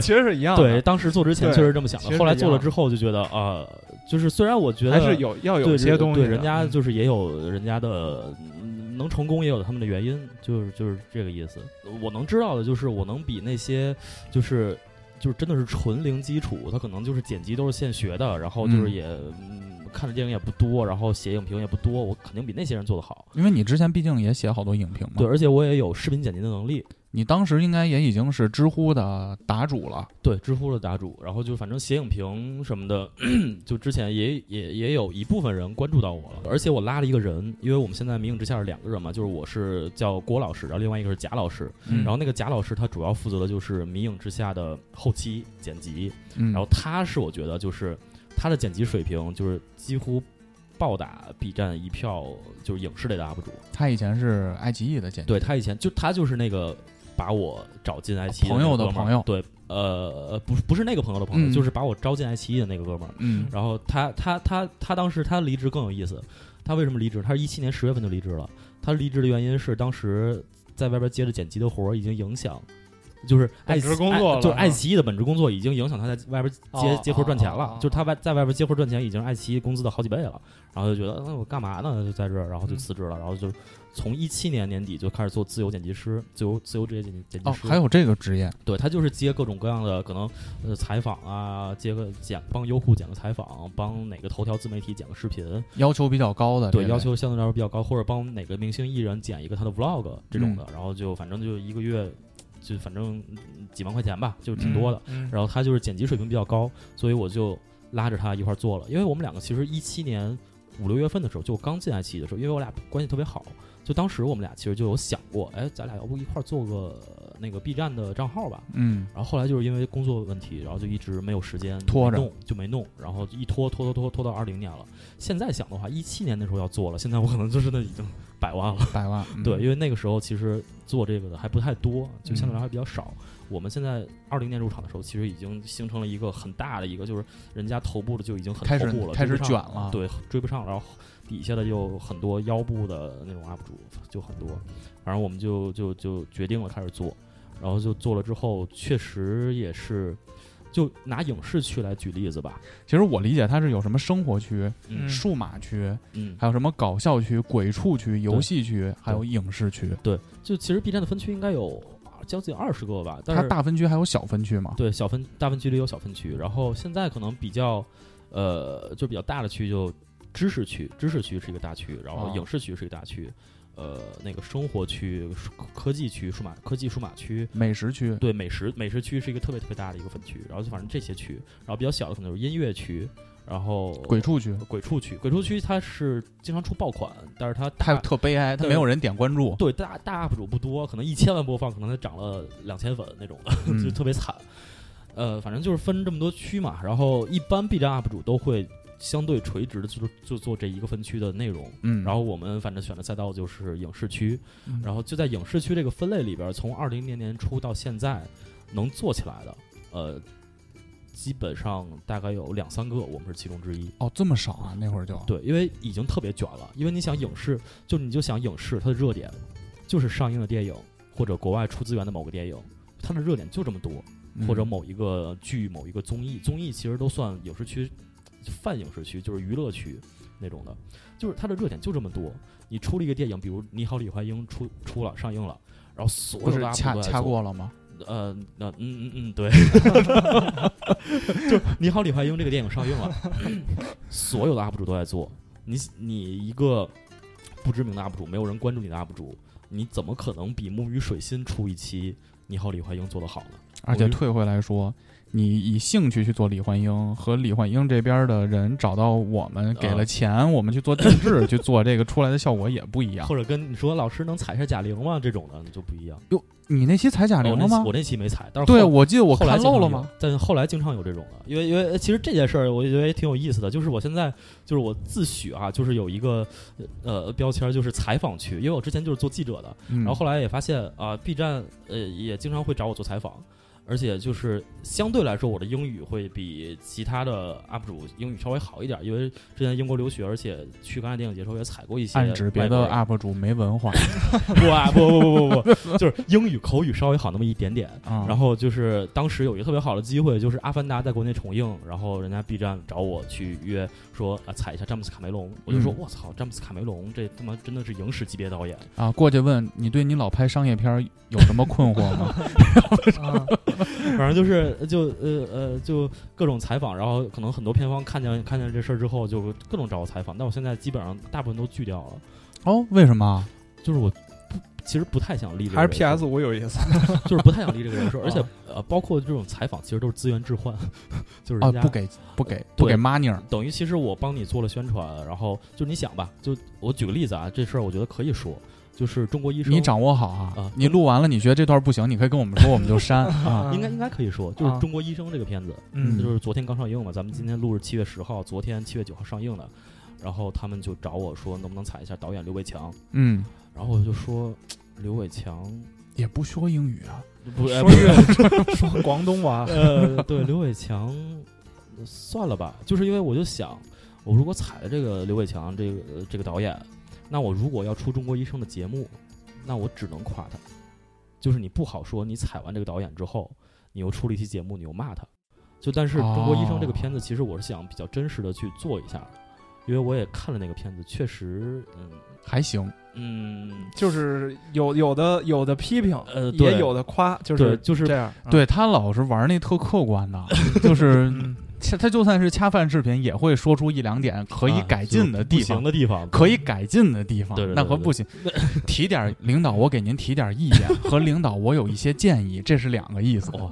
Speaker 7: (laughs) 其实是一样
Speaker 8: 对，
Speaker 7: 的。
Speaker 8: 当时做之前
Speaker 7: 对
Speaker 8: 确实这么想
Speaker 7: 其实
Speaker 8: 的，
Speaker 7: 是
Speaker 8: 后来
Speaker 7: 一
Speaker 8: 做了
Speaker 7: 样
Speaker 8: 之后就觉得啊、就是虽然我觉得
Speaker 7: 还是有要有
Speaker 8: 对
Speaker 7: 一些
Speaker 8: 人
Speaker 7: 东西
Speaker 8: 对
Speaker 7: 的，
Speaker 8: 人家
Speaker 7: 嗯
Speaker 8: 就是也有人家的嗯能成功，也有他们的原因，就是就是这个意思。我能知道的就是，我能比那些就是就是真的是纯零基础，他可能就是剪辑都是现学的，然后就是
Speaker 6: 嗯
Speaker 8: 也嗯看的电影也不多，然后写影评也不多，我肯定比那些人做的好。嗯
Speaker 6: 因为你之前毕竟也写好多影评嘛，
Speaker 8: 对，而且我也有视频剪辑的能力，
Speaker 6: 你当时应该也已经是知乎的答主了，
Speaker 8: 对，知乎的答主，然后就反正写影评什么的， (clears throat) 就之前也也也有一部分人关注到我了，而且我拉了一个人，因为我们现在迷影之下是两个人嘛，就是我是叫郭老师，然后另外一个是贾老师，
Speaker 6: 嗯
Speaker 8: 然后那个贾老师他主要负责的就是迷影之下的后期剪辑，
Speaker 6: 嗯，
Speaker 8: 然后他是我觉得就是他的剪辑水平就是几乎暴打 B 站一票就是影视类的 UP 主，
Speaker 6: 嗯他以前是爱奇艺的剪辑，
Speaker 8: 对他以前就他就是那个把我找进爱奇艺
Speaker 6: 朋友的
Speaker 8: 那个哥们儿
Speaker 6: 朋友
Speaker 8: 对，呃，不是不是那个朋友的朋友，
Speaker 6: 嗯
Speaker 8: 就是把我招进爱奇艺的那个哥们儿。
Speaker 6: 嗯，
Speaker 8: 然后他他他他当时他离职更有意思，他为什么离职？他是一七年十月份就离职了。他离职的原因是当时在外边接着剪辑的活儿已经影响，就是爱
Speaker 7: 本
Speaker 8: 奇
Speaker 7: 哎职工作
Speaker 8: 爱就是
Speaker 7: 了
Speaker 8: 爱奇艺的本职工作已经影响他在外边接、
Speaker 7: 哦
Speaker 8: 接活儿赚钱了。
Speaker 7: 哦哦哦
Speaker 8: 就是他外在外边接活儿赚钱已经是爱奇艺工资的好几倍了。然后就觉得嗯那我干嘛呢？就在这儿，然后就
Speaker 7: 嗯
Speaker 8: 辞职了。然后就从一七年年底就开始做自由剪辑师，自由自由职业剪辑剪辑
Speaker 6: 哦，
Speaker 8: 师。
Speaker 6: 还有这个职业，
Speaker 8: 对他就是接各种各样的可能，呃，采访啊，接个剪帮优酷剪个采访，帮哪个头条自媒体剪个视频，
Speaker 6: 要求比较高的这
Speaker 8: 啊对，
Speaker 6: 类，
Speaker 8: 要求相对来说比较高，或者帮哪个明星艺人剪一个他的 vlog 这种的，然后就反正就一个月，就反正嗯几万块钱吧，就挺多的。
Speaker 7: 嗯
Speaker 8: 然后他就是剪辑水平比较高，所以我就拉着他一块儿做了，因为我们两个其实一七年五六月份的时候，就刚进爱奇艺的时候，因为我俩关系特别好，就当时我们俩其实就有想过，哎，咱俩要不一块儿做个呃那个 B 站的账号吧？
Speaker 6: 嗯，
Speaker 8: 然后后来就是因为工作问题，然后就一直没有时间
Speaker 6: 拖着
Speaker 8: 就没弄就没弄，然后一拖拖拖拖拖到二零年了。现在想的话，一七年那时候要做了，现在我可能就真的已经百万了。
Speaker 6: 百万，嗯
Speaker 8: 对，因为那个时候其实做这个的还不太多，就相对来说还比较少。我们现在二零年入场的时候，其实已经形成了一个很大的一个，就是人家头部的就已经很
Speaker 6: 开
Speaker 8: 头
Speaker 6: 始
Speaker 8: 部了，
Speaker 6: 开
Speaker 8: 追
Speaker 6: 始
Speaker 8: 不上
Speaker 6: 卷了，
Speaker 8: 对，追不上，然后底下的有很多腰部的那种 UP 主，就很多。反正我们就就就决定了开始做，然后就做了之后，确实也是，就拿影视区来举例子吧，
Speaker 6: 其实我理解它是有什么生活区、
Speaker 8: 嗯
Speaker 6: 数码区，
Speaker 8: 嗯，
Speaker 6: 还有什么搞笑区、鬼畜区、游戏区，还有影视区。
Speaker 8: 对，就其实 B 站的分区应该有啊将近二十个吧，但
Speaker 6: 它
Speaker 8: 是
Speaker 6: 大分区还有小分区嘛？
Speaker 8: 对小分大分区里有小分区，然后现在可能比较，呃，就比较大的区就知识区，知识区是一个大区，然后
Speaker 6: 哦
Speaker 8: 影视区是一个大区，呃，那个生活区、数科技区、数码科技数码区，
Speaker 6: 美食区，
Speaker 8: 对美食美食区是一个特别特别大的一个分区，然后就反正这些区，然后比较小的可能就是音乐区，然后呃
Speaker 6: 鬼畜区，
Speaker 8: 鬼畜区，鬼畜区它是经常出爆款，但是它
Speaker 6: 它
Speaker 8: 大
Speaker 6: 特悲哀，它
Speaker 8: 对
Speaker 6: 没有人点关注。
Speaker 8: 对大大 UP 主不多，可能一千万播放，可能它涨了两千粉那种的，
Speaker 6: 嗯
Speaker 8: (laughs) 就特别惨。呃，反正就是分这么多区嘛，然后一般 B 站 UP 主都会相对垂直的就就做这一个分区的内容。
Speaker 6: 嗯，
Speaker 8: 然后我们反正选的赛道就是影视区，
Speaker 6: 嗯
Speaker 8: 然后就在影视区这个分类里边，从二零年年初到现在能做起来的，呃，基本上大概有两三个，我们是其中之一。
Speaker 6: 哦，这么少啊？那会儿就
Speaker 8: 对，因为已经特别卷了。因为你想影视，就你就想影视，它的热点就是上映的电影或者国外出资源的某个电影，它的热点就这么多，
Speaker 6: 嗯
Speaker 8: 或者某一个剧、某一个综艺，综艺其实都算影视区、泛影视区，就是娱乐区那种的，就是它的热点就这么多。你出了一个电影，比如《你好，李焕英》出出了上映了，然后所
Speaker 6: 不
Speaker 8: 有
Speaker 6: 是
Speaker 8: 的 UP
Speaker 6: 掐
Speaker 8: 主都在
Speaker 6: 掐
Speaker 8: 做
Speaker 6: 过了吗？
Speaker 8: 呃，那嗯嗯嗯，对， (laughs) 就《你好，李焕英》这个电影上映了，所有的 UP 主都在做。你你一个不知名的 UP 主，没有人关注你的 UP 主，你怎么可能比木鱼水心出一期《你好，李焕英》做得好呢？
Speaker 6: 而且退回来说，你以兴趣去做李焕英，和李焕英这边的人找到我们，给
Speaker 8: 啊
Speaker 6: 了钱，我们去做定制，去做这个出来的效果也不一样。
Speaker 8: 或者跟你说老师能踩下贾玲吗？这种的你就不一样。
Speaker 6: 你那期踩贾
Speaker 8: 哦
Speaker 6: 玲了
Speaker 8: 我那期
Speaker 6: 吗
Speaker 8: 我？那期没踩，但是
Speaker 6: 对，
Speaker 8: 后
Speaker 6: 我记得我
Speaker 8: 后来
Speaker 6: 看
Speaker 8: 经
Speaker 6: 漏
Speaker 8: 常
Speaker 6: 了
Speaker 8: 有
Speaker 6: 吗？？
Speaker 8: 但后来经常有这种的，因为因为呃其实这件事儿，我觉得也挺有意思的。就是我现在就是我自诩啊，就是有一个呃标签儿，就是采访区，因为我之前就是做记者的，
Speaker 6: 然
Speaker 8: 然后后来也发现啊、b 站呃也经常会找我做采访，而且就是相对来说我的英语会比其他的 UP 主英语稍微好一点，因为之前英国留学，而且去戛纳电影节的时候也踩过一些
Speaker 6: 暗指别
Speaker 8: 外国
Speaker 6: 的
Speaker 8: 人
Speaker 6: UP 主没文化，
Speaker 8: (laughs) 不啊不不不不不不，就是英语口语稍微好那么一点点。
Speaker 6: 啊
Speaker 8: 然后就是当时有一个特别好的机会，就是《阿凡达》在国内重映，然后人家 B 站找我去约说啊踩一下詹姆斯卡梅隆，我就说
Speaker 6: 嗯
Speaker 8: 我操，詹姆斯卡梅隆这他妈真的是影史级别导演，
Speaker 6: 啊过去问你对你老拍商业片儿有什么困惑
Speaker 8: (laughs)
Speaker 6: 吗？
Speaker 7: 啊，
Speaker 8: (laughs) 反正就是就呃呃就各种采访，然后可能很多片方看见看见这事儿之后就各种找我采访，但我现在基本上大部分都拒掉了，
Speaker 6: 哦，为什么？
Speaker 8: 就是我不其实不太想立这个
Speaker 7: 还是
Speaker 8: 人设
Speaker 7: PS 五有意思。
Speaker 8: 就是不太想立这个 (laughs) 人设，而且呃，包括这种采访，其实都是资源置换， (laughs) 就是
Speaker 6: 啊，
Speaker 8: 人家、
Speaker 6: 不给不给不给 money，
Speaker 8: 等于其实我帮你做了宣传，然后就你想吧，就我举个例子啊，这事儿我觉得可以说，就是中国医生，
Speaker 6: 你掌握好
Speaker 8: 啊
Speaker 6: 啊！你录完了，你觉得这段不行，你可以跟我们说，我们就
Speaker 8: (laughs)
Speaker 6: 删啊。
Speaker 8: 应该应该可以说，就是《中国医生》这个片子，
Speaker 6: 嗯
Speaker 8: 就是昨天刚上映嘛，咱们今天录是七月十号，昨天七月九号上映的，然后他们就找我说能不能采一下导演刘伟强，
Speaker 6: 嗯，
Speaker 8: 然后我就说刘伟强
Speaker 6: 也不说英语啊，
Speaker 8: 不哎
Speaker 7: 说
Speaker 8: 不是
Speaker 7: 粤语， (laughs) 说广东话，啊
Speaker 8: 呃，对，
Speaker 6: (laughs)
Speaker 8: 刘伟强，呃算了吧，就是因为我就想，我如果踩了这个刘伟强这个、呃这个导演，那我如果要出中国医生的节目，那我只能夸他。就是你不好说，你踩完这个导演之后，你又出了一期节目，你又骂他。就但是《中国医生》这个
Speaker 6: 哦
Speaker 8: 片子，其实我是想比较真实的去做一下的，因为我也看了那个片子，确实，嗯
Speaker 6: 还行。
Speaker 8: 嗯，
Speaker 7: 就是有有的有的批评，
Speaker 8: 呃对
Speaker 7: 也有的夸，就
Speaker 8: 对
Speaker 7: 是
Speaker 8: 就是
Speaker 7: 这样。
Speaker 6: (laughs) 对他老是玩那特客观的，就是
Speaker 7: 嗯，
Speaker 6: 恰他就算是恰饭视频，也会说出一两点可以
Speaker 8: 啊
Speaker 6: 改进的
Speaker 8: 不
Speaker 6: 地
Speaker 8: 行
Speaker 6: 方。
Speaker 8: 的地方，
Speaker 6: 可以改进的地方，
Speaker 8: 对对对
Speaker 6: 那可不行。提点儿领导，我给您提点儿意
Speaker 8: (laughs)
Speaker 6: 见，和领导我有一些建议，这是两个意思。
Speaker 8: 哦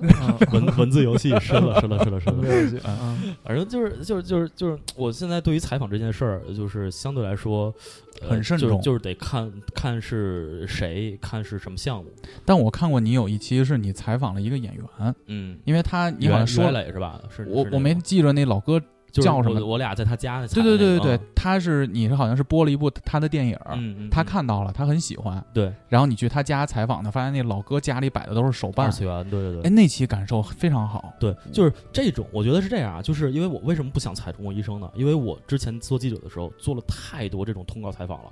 Speaker 8: 文文字游戏
Speaker 6: (laughs)
Speaker 8: 深了，深了，深了，深了。
Speaker 7: 嗯
Speaker 8: 反正就是就是就是就是，我现在对于采访这件事儿，就是相对来说、呃
Speaker 6: 很慎
Speaker 8: 就是
Speaker 6: 重
Speaker 8: 就是得看看是谁，看是什么项目。
Speaker 6: 但我看过你有一期是你采访了一个演员，
Speaker 8: 嗯，
Speaker 6: 因为他你好像说
Speaker 8: 袁
Speaker 6: 了，
Speaker 8: 袁磊是吧？是，
Speaker 6: 我
Speaker 8: 是那
Speaker 6: 我没
Speaker 8: 个
Speaker 6: 记着那老哥，
Speaker 8: 就是
Speaker 6: 叫什么
Speaker 8: 我我俩在他家采
Speaker 6: 对
Speaker 8: 的
Speaker 6: 对
Speaker 8: 那个。
Speaker 6: 对对
Speaker 8: 啊
Speaker 6: 对，，他是你是好像是播了一部他的电影儿，
Speaker 8: 嗯嗯，
Speaker 6: 他
Speaker 8: 嗯
Speaker 6: 看到了，他很喜欢，
Speaker 8: 对
Speaker 6: 然后你去他家采访他，发现那老哥家里摆的都是手
Speaker 8: 二
Speaker 6: 办，
Speaker 8: 次元，对对对。
Speaker 6: 哎，那期感受非常好，
Speaker 8: 对，就是这种，我觉得是这样啊，就是因为我为什么不想采中国医生呢？因为我之前做记者的时候做了太多这种通告采访了，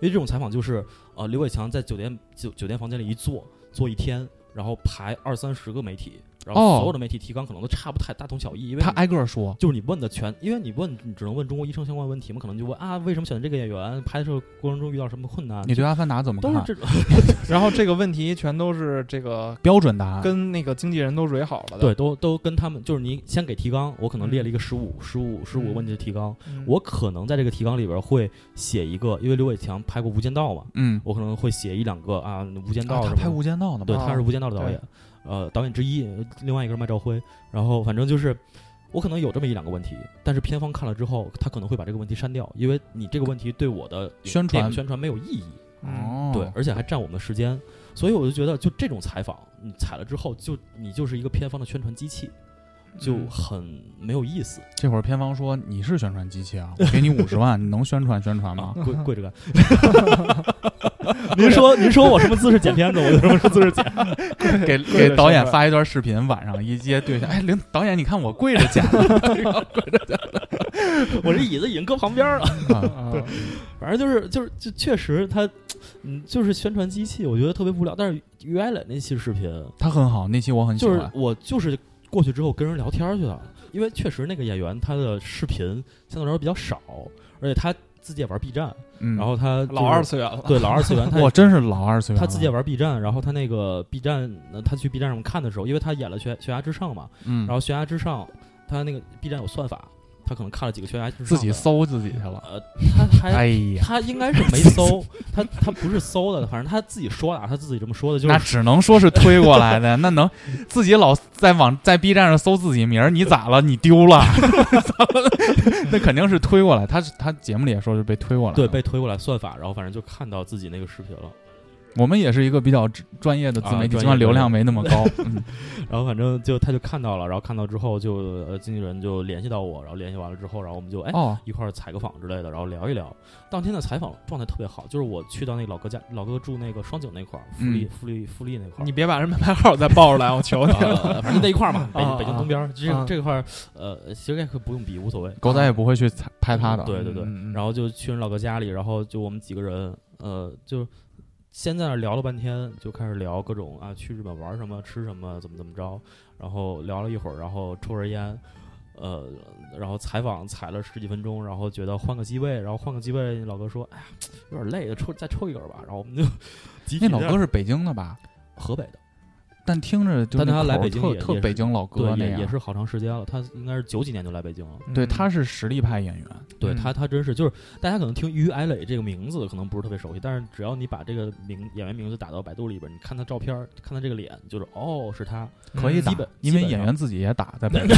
Speaker 8: 因为这种采访就是呃，刘伟强在酒店酒酒店房间里一坐坐一天，然后排二三十个媒体，然后
Speaker 6: 哦
Speaker 8: 所有的媒体提纲可能都差不太大同小异，因为
Speaker 6: 他
Speaker 8: 你
Speaker 6: 挨个儿说，
Speaker 8: 就是你问的全，因为你问你只能问中国医生相关问题嘛，可能就问啊为什么选择这个演员，拍摄过程中遇到什么困难，
Speaker 6: 你对《阿凡达》怎么
Speaker 8: 都是
Speaker 6: 看？(laughs)
Speaker 8: 这种，
Speaker 7: 然后这个问题全都是这个
Speaker 6: 标准答案，
Speaker 7: 跟那个经纪人都蕊好了的。
Speaker 8: 啊对，都都跟他们就是你先给提纲，我可能列了一个十五十五十五问题的提纲。
Speaker 7: 嗯，
Speaker 8: 我可能在这个提纲里边会写一个，因为刘伟强拍过《无间道》嘛，
Speaker 6: 嗯，
Speaker 8: 我可能会写一两个啊，《无间
Speaker 6: 啊
Speaker 8: 道》
Speaker 6: 他
Speaker 8: 什
Speaker 6: 拍啊《
Speaker 8: 么
Speaker 6: 无
Speaker 8: 的。
Speaker 6: 间道》呢
Speaker 8: 对，
Speaker 6: 嘛，
Speaker 8: 他是《无间道》的导演，呃，导演之一，另外一个是麦兆辉。然后反正就是，我可能有这么一两个问题，但是片方看了之后，他可能会把这个问题删掉，因为你这个问题对我的
Speaker 6: 宣传
Speaker 8: 电影宣传没有意义，
Speaker 7: 嗯，
Speaker 6: 哦，
Speaker 8: 对，而且还占我们的时间，所以我就觉得，就这种采访，你采了之后，就你就是一个片方的宣传机器，就
Speaker 7: 嗯
Speaker 8: 很没有意思。
Speaker 6: 这会儿片方说你是宣传机器啊，我给你五十万，你能宣传宣传
Speaker 8: 啊
Speaker 6: 吗？，
Speaker 8: (laughs) 跪跪着干。您说您说我什么姿势剪片子，我就什 (laughs) 么姿势剪。
Speaker 6: 给给导演发一段视频，晚上一接对象，哎，领导演，你看我跪着
Speaker 8: (laughs)
Speaker 6: 讲
Speaker 8: 我这椅子已经搁旁边了。
Speaker 6: 的
Speaker 7: 啊
Speaker 8: 反正就是就是就确实他，嗯，就是宣传机器，我觉得特别无聊。但是于爱磊那期视频，
Speaker 6: 他很好，那期我很喜
Speaker 8: 就是
Speaker 6: 欢。
Speaker 8: 我就是过去之后跟人聊天去了，因为确实那个演员他的视频相对来说比较少，而且他自己也玩 B 站，
Speaker 6: 嗯，
Speaker 8: 然后他、就是、哦
Speaker 7: 老二次元了。
Speaker 8: 对老二次元， (laughs) 啊他也
Speaker 6: 我真是老二次元了，
Speaker 8: 他自己也玩 B 站，然后他那个 B 站，呃他去 B 站上看的时候，因为他演了悬《悬崖之上》嘛，
Speaker 6: 嗯，
Speaker 8: 然后悬崖之上，他那个 B 站有算法，他可能看了几个悬崖之上的
Speaker 6: 自己，搜自己去了。
Speaker 8: 呃，他还、
Speaker 6: 哎呀，
Speaker 8: 他应该是没搜，他他不是搜的，反正他自己说的啊，他自己这么说的，就
Speaker 6: 那
Speaker 8: 是
Speaker 6: 只能说是推过来
Speaker 8: (laughs)
Speaker 6: 的，那能自己老在网在 B 站上搜自己名儿，你咋了？你丢
Speaker 8: (laughs)
Speaker 6: 了？那肯定是推过来。他是他节目里也说是被推过来的。
Speaker 8: 对被推过来算法，然后反正就看到自己那个视频了，
Speaker 6: 我们也是一个比较专业的自媒体，
Speaker 8: 啊专业
Speaker 6: 尽管流量没那么
Speaker 8: (laughs)
Speaker 6: 高。嗯，
Speaker 8: 然后反正就他就看到了，然后看到之后就呃经纪人就联系到我，然后联系完了之后，然后我们就哎。
Speaker 6: 哦，
Speaker 8: 一块儿采个访之类的，然后聊一聊。当天的采访状态特别好，就是我去到那个老哥家，老哥住那个双井那块儿，富力、
Speaker 6: 嗯
Speaker 8: 富力富力那块儿，
Speaker 7: 你别把人门牌号再报出来，我
Speaker 8: (laughs)
Speaker 7: 求你了。
Speaker 8: 呃反正就那一块儿嘛，北
Speaker 7: 啊
Speaker 8: 北京东边儿，这
Speaker 7: 啊
Speaker 8: 这块儿呃，其实这个不用比，无所谓。啊
Speaker 6: 狗仔也不会去踩拍他的。
Speaker 8: 嗯
Speaker 6: 嗯
Speaker 8: 对对对，
Speaker 7: 嗯
Speaker 8: 然后就去人老哥家里，然后就我们几个人，呃，就先在那儿聊了半天，就开始聊各种啊，去日本玩什么，吃什么，怎么怎么着，然后聊了一会儿，然后抽根烟，呃，然后采访采了十几分钟，然后觉得换个机位，然后换个机位，老哥说，哎呀，有点累，抽再抽一根吧，然后我们就 (laughs) 集体
Speaker 6: 那老
Speaker 8: 在
Speaker 6: 哥是北京的吧？
Speaker 8: 河北的，
Speaker 6: 但听着就
Speaker 8: 但他
Speaker 6: 那口
Speaker 8: 来
Speaker 6: 儿
Speaker 8: 北京
Speaker 6: 特
Speaker 8: 也也
Speaker 6: 特
Speaker 8: 是
Speaker 6: 北京老哥
Speaker 8: 对，
Speaker 6: 那
Speaker 8: 也
Speaker 6: 样，
Speaker 8: 也是嗯好长时间了，他应该是九几年就来北京了。
Speaker 6: 对，他是实力派演员。
Speaker 8: 对
Speaker 7: 嗯
Speaker 8: 他，他真是就是大家可能听于艾磊这个名字可能不是特别熟悉，但是只要你把这个名演员名字打到百度里边，你看他照片，看他这个脸，就是哦是他， (laughs)
Speaker 7: 嗯
Speaker 6: 可以打
Speaker 8: 基本，
Speaker 6: 因为
Speaker 8: 基本上
Speaker 6: 演员自己也打在
Speaker 8: (laughs)
Speaker 6: 北京。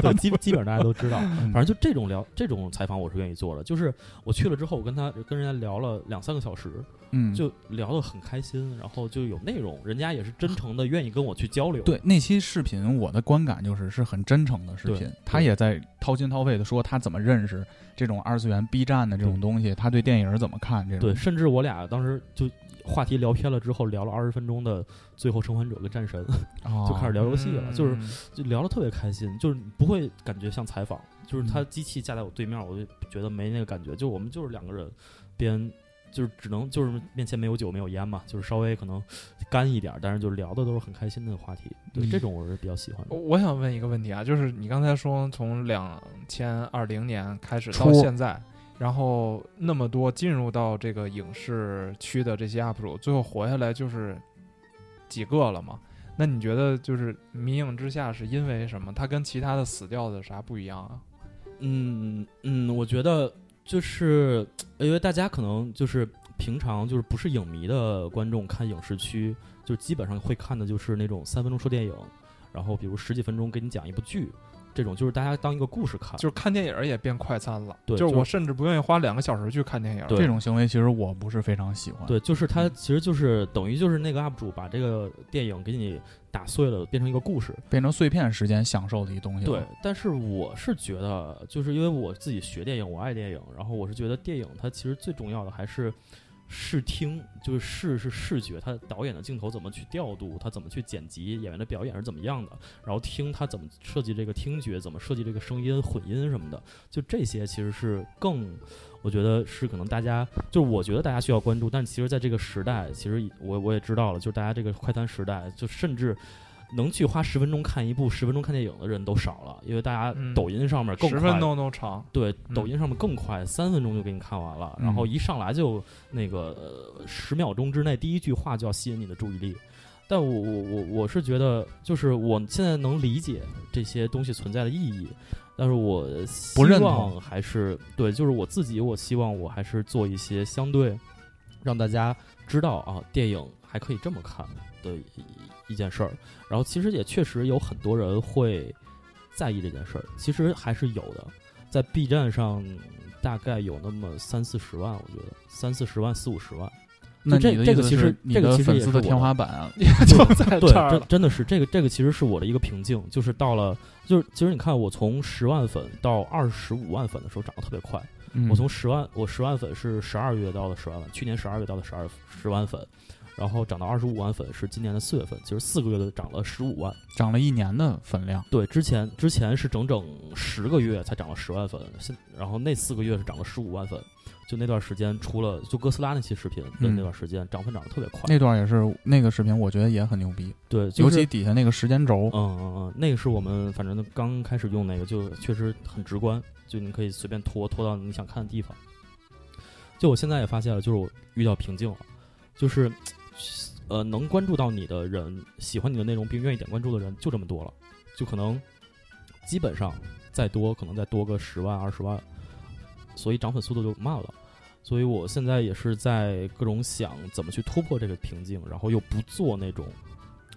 Speaker 8: 对，基本基本上大家都知道。
Speaker 6: 嗯
Speaker 8: 反正就这种聊这种采访我是愿意做的，就是我去了之后，我跟他跟人家聊了两三个小时，
Speaker 6: 嗯，
Speaker 8: 就聊得很开心，然后就有内容，人家也是真诚的愿意跟我去交流。
Speaker 6: 对那期视频，我的观感就是是很真诚的视
Speaker 8: 对
Speaker 6: 频，他也在掏心掏肺的说他怎么认识这种二次元 B 站的这种东西，他对电影怎么看这种。
Speaker 8: 对，甚至我俩当时就话题聊偏了之后，聊了二十分钟的《最后生还者》跟《战神》，
Speaker 6: 哦，
Speaker 8: 就开始聊游戏了，就是
Speaker 7: 嗯
Speaker 8: 就聊得特别开心，就是你不会感觉像采访，就是他机器架在我对面，我就觉得没那个感觉，就我们就是两个人边。就是只能就是面前没有酒没有烟嘛，就是稍微可能干一点儿，但是就聊的都是很开心的话题。对，
Speaker 6: 嗯
Speaker 8: 这种我是比较喜欢的。
Speaker 7: 我想问一个问题啊，就是你刚才说从两千二零年开始到
Speaker 6: 初
Speaker 7: 现在，然后那么多进入到这个影视区的这些 UP 主，最后活下来就是几个了嘛？那你觉得就是迷影之下是因为什么？它跟其他的死掉的啥不一样啊？
Speaker 8: 嗯嗯，我觉得就是因为大家可能就是平常就是不是影迷的观众看影视区，就基本上会看的就是那种三分钟说电影，然后比如十几分钟给你讲一部剧，这种就是大家当一个故事看。
Speaker 7: 就是看电影儿也变快餐了，
Speaker 8: 对
Speaker 7: 就是
Speaker 8: 就
Speaker 7: 我甚至不愿意花两个小时去看电影儿。
Speaker 8: 对
Speaker 6: 这种行为其实我不是非常喜欢。
Speaker 8: 对，就是它其实就是等于就是那个 UP 主把这个电影给你打碎了，变成一个故事。
Speaker 6: 变成碎片时间享受的一东西了。
Speaker 8: 对，但是我是觉得，就是因为我自己学电影，我爱电影，然后我是觉得电影它其实最重要的还是视听，就是视是视觉，它导演的镜头怎么去调度，它怎么去剪辑，演员的表演是怎么样的，然后听它怎么设计这个听觉，怎么设计这个声音、混音什么的，就这些其实是更。我觉得是可能大家就是我觉得大家需要关注，但其实在这个时代，其实我我也知道了，就是大家这个快餐时代，就甚至能去花十分钟看一部十分钟看电影的人都少了，因为大家
Speaker 7: 嗯
Speaker 8: 抖音上面更
Speaker 7: 十
Speaker 8: 快
Speaker 7: 分钟都长，
Speaker 8: 对，
Speaker 7: 嗯
Speaker 8: 抖音上面更快，三分钟就给你看完了，然后一上来就那个十、10秒呃钟之内，第一句话就要吸引你的注意力。但我我我我是觉得，就是我现在能理解这些东西存在的意义，但是我希
Speaker 6: 不认
Speaker 8: 望
Speaker 6: 同
Speaker 8: 还是对，就是我自己，我希望我还是做一些相对让大家知道啊，电影还可以这么看的一一件事儿。然后其实也确实有很多人会在意这件事儿，其实还是有的，在 B 站上大概有那么三四十万，我觉得三四十万、四五十万，
Speaker 6: 那
Speaker 8: 这
Speaker 6: 你的
Speaker 8: 这
Speaker 6: 意
Speaker 8: 个
Speaker 6: 思
Speaker 8: 其实
Speaker 6: 是你
Speaker 8: 这个
Speaker 6: 的
Speaker 8: 其实
Speaker 6: 粉
Speaker 8: 也
Speaker 6: 丝
Speaker 8: 是
Speaker 6: 的
Speaker 8: 我
Speaker 6: 天
Speaker 8: 的
Speaker 6: 花板
Speaker 8: (laughs)
Speaker 6: 啊？
Speaker 7: 就
Speaker 6: (laughs)
Speaker 7: 在
Speaker 8: 对，
Speaker 7: 这儿
Speaker 8: 真
Speaker 7: 了。
Speaker 8: 真的是这个这个其实是我的一个瓶颈，就是到了就是其实你看我从十万粉到二十五万粉的时候涨得特别快，
Speaker 6: 嗯
Speaker 8: 我从十万，我十万粉是十二月到的十万粉，去年十二月到的十二十万粉，然后涨到二十五万粉是今年的四月份，其实四个月的涨了十五万。
Speaker 6: 涨了一年的粉量，
Speaker 8: 对，之前之前是整整十个月才涨了十万粉，现然后那四个月是涨了十五万粉，就那段时间出了就哥斯拉那期视频的
Speaker 6: 嗯
Speaker 8: 那段时间，涨粉涨得特别快。
Speaker 6: 那段也是那个视频，我觉得也很牛逼，
Speaker 8: 对，就
Speaker 6: 尤
Speaker 8: 是
Speaker 6: 其底下那个时间轴
Speaker 8: 嗯，嗯嗯，那个是我们反正刚开始用那个，就确实很直观，就你可以随便拖拖到你想看的地方。就我现在也发现了，就是我遇到瓶颈了，就是呃，能关注到你的人，喜欢你的内容并愿意点关注的人就这么多了，就可能基本上再多可能再多个十万二十万，所以涨粉速度就慢了。所以我现在也是在各种想怎么去突破这个瓶颈，然后又不做那种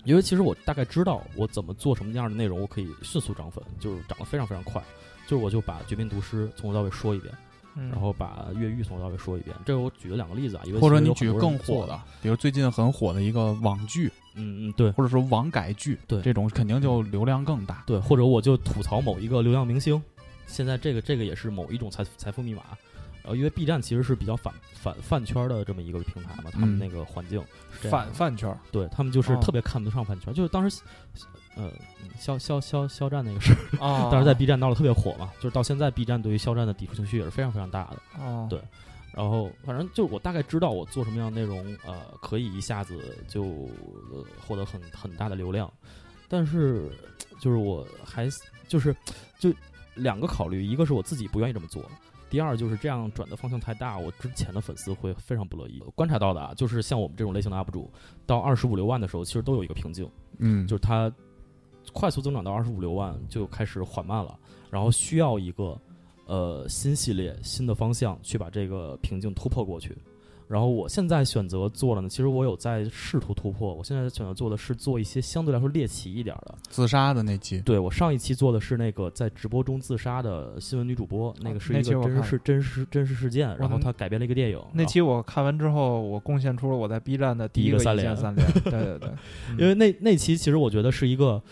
Speaker 8: 因为其实我大概知道我怎么做什么样的内容，我可以迅速涨粉，就是涨得非常非常快。就是我就把《绝命毒师》从头到尾说一遍，
Speaker 7: 嗯
Speaker 8: 然后把《越狱》从头到尾说一遍。这个我举了两个例子啊，因为
Speaker 6: 或者
Speaker 8: 其实
Speaker 6: 你
Speaker 8: 有很
Speaker 6: 举
Speaker 8: 多人
Speaker 6: 更
Speaker 8: 做
Speaker 6: 火，的，比如最近很火的一个网剧，
Speaker 8: 嗯嗯，对
Speaker 6: 或者说网改剧，
Speaker 8: 对
Speaker 6: 这种肯定就流量更大。
Speaker 8: 对，或者我就吐槽某一个流量明星。现在这个这个也是某一种财财富密码，然后因为 B 站其实是比较反反饭圈的这么一个平台嘛，他们
Speaker 6: 嗯
Speaker 8: 那个环境是这样
Speaker 7: 反
Speaker 8: 的
Speaker 7: 饭
Speaker 8: (laughs)
Speaker 7: 圈儿，
Speaker 8: 对他们就是
Speaker 7: 哦
Speaker 8: 特别看不上饭圈，就是当时呃嗯肖肖肖肖战那个事儿。
Speaker 7: 啊，
Speaker 8: 当时在 B 站闹得特别火嘛，就是到现在 B 站对于肖战的抵触情绪也是非常非常大的。
Speaker 7: 哦
Speaker 8: 对然后反正就我大概知道我做什么样的内容，呃，可以一下子就、呃获得很很大的流量，但是就是我还就是就两个考虑，一个是我自己不愿意这么做。第二就是这样转的方向太大，我之前的粉丝会非常不乐意。我观察到的啊，就是像我们这种类型的 UP 主，到二十五六万的时候，其实都有一个瓶颈，
Speaker 6: 嗯，
Speaker 8: 就是它快速增长到二十五六万就开始缓慢了，然后需要一个呃新系列、新的方向去把这个瓶颈突破过去。然后我现在选择做的呢，其实我有在试图突破。我现在选择做的是做一些相对来说猎奇一点的。
Speaker 6: 自杀的那期，
Speaker 8: 对我上一期做的是那个在直播中自杀的新闻女主播，那个是一
Speaker 7: 啊那期
Speaker 8: 个
Speaker 7: 我
Speaker 8: 真
Speaker 7: 看
Speaker 8: 实真实真实事件，然后
Speaker 7: 能
Speaker 8: 她改编了一个电影。
Speaker 7: 那
Speaker 8: 然后
Speaker 7: 期我看完之后，我贡献出了我在 B 站的第
Speaker 8: 第一
Speaker 7: 一
Speaker 8: 个
Speaker 7: 个
Speaker 8: 三
Speaker 7: 一键
Speaker 8: 连
Speaker 7: 三
Speaker 8: (laughs)
Speaker 7: 连。对对对，嗯
Speaker 8: 因为那那期其实我觉得是一个，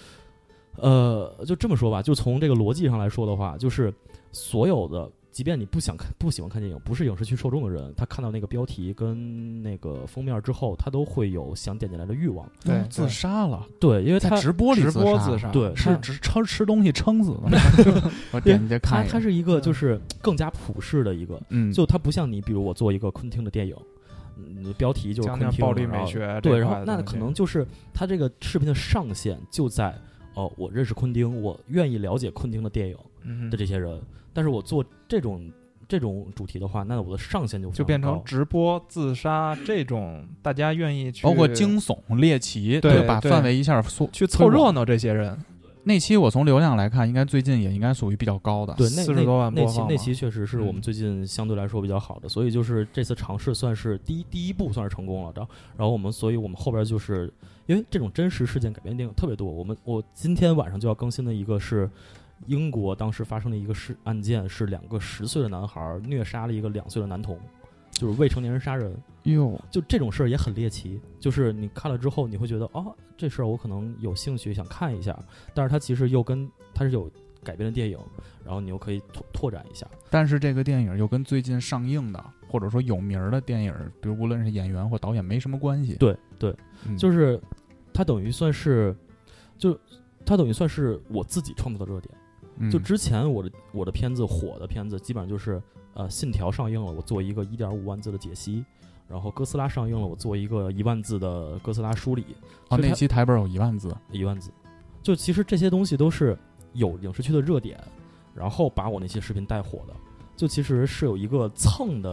Speaker 8: 呃，就这么说吧，就从这个逻辑上来说的话，就是所有的，即便你不想看、不喜欢看电影，不是影视剧受众的人，他看到那个标题跟那个封面之后，他都会有想点进来的欲望。
Speaker 7: 对
Speaker 6: 哦
Speaker 7: 对
Speaker 6: 自杀了，
Speaker 8: 对，因为
Speaker 6: 在
Speaker 8: 他
Speaker 6: 直播里
Speaker 7: 直播
Speaker 6: 自
Speaker 7: 自
Speaker 6: 杀，
Speaker 7: 杀，
Speaker 8: 对
Speaker 6: 是
Speaker 7: 嗯
Speaker 6: 只吃吃东西撑死的。 (laughs) 我点进去
Speaker 8: 他
Speaker 6: 看一
Speaker 8: 他
Speaker 6: 眼，
Speaker 8: 是一个
Speaker 7: 嗯
Speaker 8: 就是更加普世的一个，
Speaker 6: 嗯，
Speaker 8: 就它不像你，比如我做一个昆汀的电影，嗯，标题就是
Speaker 7: 讲
Speaker 8: 昆
Speaker 7: 点
Speaker 8: 汀
Speaker 7: 暴力
Speaker 8: 然后
Speaker 7: 美学
Speaker 8: 对，
Speaker 7: 啊这
Speaker 8: 然
Speaker 7: 块的
Speaker 8: 后那
Speaker 7: 东
Speaker 8: 可
Speaker 7: 西
Speaker 8: 能就是它这个视频的上限就在哦，我认识昆汀，我愿意了解昆汀的电影
Speaker 7: 嗯哼
Speaker 8: 的这些人，但是我做这种这种主题的话，那我的上限就非
Speaker 7: 就
Speaker 8: 常
Speaker 7: 变成
Speaker 8: 高
Speaker 7: 直播自杀这种，大家愿意去
Speaker 6: 包括惊悚、猎奇，
Speaker 7: 对
Speaker 6: 把
Speaker 7: 对
Speaker 6: 范围一下缩
Speaker 7: 去
Speaker 6: 推
Speaker 7: 凑热
Speaker 6: 广。
Speaker 7: 闹这些人，
Speaker 6: 那期我从流量来看，应该最近也应该属于比较高的。
Speaker 8: 对，那
Speaker 7: 40多万
Speaker 8: 那那
Speaker 7: 播
Speaker 8: 期
Speaker 7: 放
Speaker 8: 那
Speaker 7: 嘛嗯
Speaker 8: 期确实是我们最近相对来说比较好的，所以就是这次尝试算是第一第一步算是成功了。然后然后我们，所以我们后边就是因为这种真实事件改编的电影特别多。我们我今天晚上就要更新的一个是英国当时发生的一个事案件，是两个十岁的男孩虐杀了一个两岁的男童，就是未成年人杀人。
Speaker 6: 哟，
Speaker 8: 就这种事儿也很猎奇，就是你看了之后，你会觉得哦，这事儿我可能有兴趣想看一下，但是它其实又跟它是有改编的电影，然后你又可以拓拓展一下。
Speaker 6: 但是这个电影又跟最近上映的或者说有名儿的电影，比如无论是演员或导演没什么关系。
Speaker 8: 对对，
Speaker 6: 嗯
Speaker 8: 就是它等于算是，就它等于算是我自己创造的热点。
Speaker 6: 嗯
Speaker 8: 就之前我的我的片子火的片子，基本上就是呃，《信条》上映了，我做一个一点五万字的解析。然后哥斯拉上映了，我做一个一万字的哥斯拉梳理，
Speaker 6: 啊，
Speaker 8: 就
Speaker 6: 那
Speaker 8: 它
Speaker 6: 期台本有一万字，
Speaker 8: 一万字。就其实这些东西都是有影视剧的热点，然后把我那些视频带火的。就其实是有一个蹭的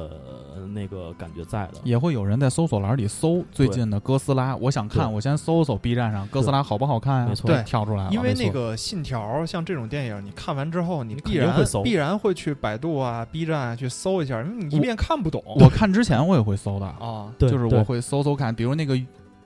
Speaker 8: 呃那个感觉在的，
Speaker 6: 也会有人在搜索栏里搜最近的哥斯拉，我想看，
Speaker 8: 对
Speaker 6: 我先搜搜 B 站上哥斯拉好不好看啊？
Speaker 8: 没错
Speaker 7: 对
Speaker 6: 跳出来了，
Speaker 7: 因为
Speaker 6: 没错
Speaker 7: 那个《信条》像这种电影，你看完之后，你
Speaker 8: 你
Speaker 7: 必
Speaker 8: 肯定
Speaker 7: 然
Speaker 8: 会搜
Speaker 7: 必然会去百度啊、B 站啊去搜一下，因为你一
Speaker 6: 我
Speaker 7: 遍看不懂。
Speaker 6: 我看之前我也会搜的，
Speaker 7: 啊，
Speaker 8: 对
Speaker 6: 就是
Speaker 8: 对
Speaker 6: 我会搜搜看，比如那个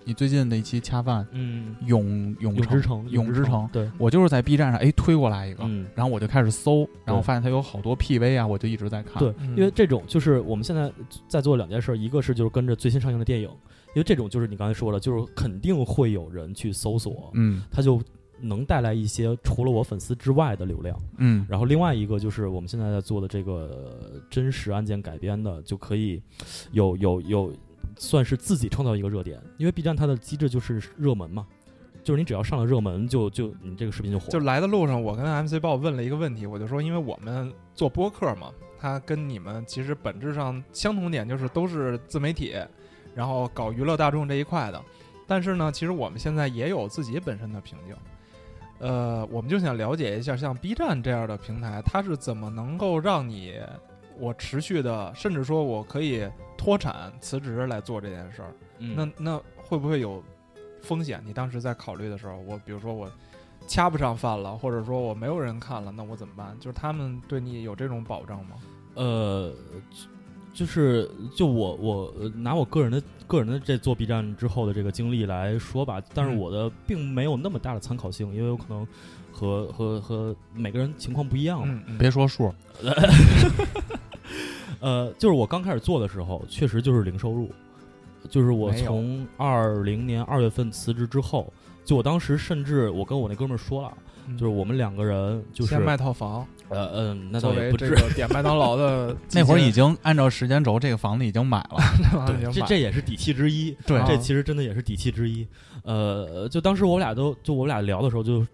Speaker 6: 你最近那期恰饭
Speaker 8: 嗯，
Speaker 6: 永永
Speaker 8: 永之城，
Speaker 6: 永之城，啊
Speaker 8: 对，
Speaker 6: 我就是在 B 站上哎推过来一个，
Speaker 8: 嗯，
Speaker 6: 然后我就开始搜，然后
Speaker 8: 对
Speaker 6: 发现它有好多 PV 啊，我就一直在看。
Speaker 8: 对，
Speaker 7: 嗯
Speaker 8: 因为这种就是我们现在在做两件事，一个是就是跟着最新上映的电影，因为这种就是你刚才说的，就是肯定会有人去搜索，
Speaker 6: 嗯
Speaker 8: 它就能带来一些除了我粉丝之外的流量。
Speaker 6: 嗯，
Speaker 8: 然后另外一个就是我们现在在做的这个呃真实案件改编的，就可以有有有算是自己创造一个热点，因为 B 站它的机制就是热门嘛，就是你只要上了热门就，就你这个视频就火了。
Speaker 7: 就来的路上，我跟 MC 豹问了一个问题，我就说，因为我们做播客嘛，它跟你们其实本质上相同点就是都是自媒体，然后搞娱乐大众这一块的。但是呢，其实我们现在也有自己本身的瓶颈。呃，我们就想了解一下，像 B 站这样的平台，它是怎么能够让你我持续的，甚至说我可以脱产辞职来做这件事儿？那那会不会有风险？你当时在考虑的时候，我比如说我掐不上饭了，或者说我没有人看了，那我怎么办？就是他们对你有这种保障吗？
Speaker 8: 呃，就就是就我我呃拿我个人的个人的这做 B 站之后的这个经历来说吧，但是
Speaker 7: 嗯
Speaker 8: 我的并没有那么大的参考性，因为我可能和和和每个人情况不一样嘛。啊
Speaker 7: 嗯，嗯
Speaker 6: 别说数，
Speaker 8: 呃，就是我刚开始做的时候，确实就是零收入，就是我
Speaker 7: 没有
Speaker 8: 从二零年二月份辞职之后，就我当时甚至我跟我那哥们儿说了，
Speaker 7: 嗯
Speaker 8: 就是我们两个人就是
Speaker 7: 先卖套房，
Speaker 8: 呃嗯、那
Speaker 7: 作
Speaker 8: 倒也
Speaker 7: 为
Speaker 8: 不
Speaker 7: 这
Speaker 8: 至于，
Speaker 7: 个点麦当劳
Speaker 8: (laughs)
Speaker 7: 的基金
Speaker 6: 那会儿已经按照时间轴，这个房子已经买了。啊
Speaker 7: 已经
Speaker 8: 这
Speaker 7: 买
Speaker 8: 这也是底气之一，
Speaker 6: 对
Speaker 7: 啊
Speaker 8: 这其实真的也是底气之一。呃，就当时我俩都就我俩聊的时候就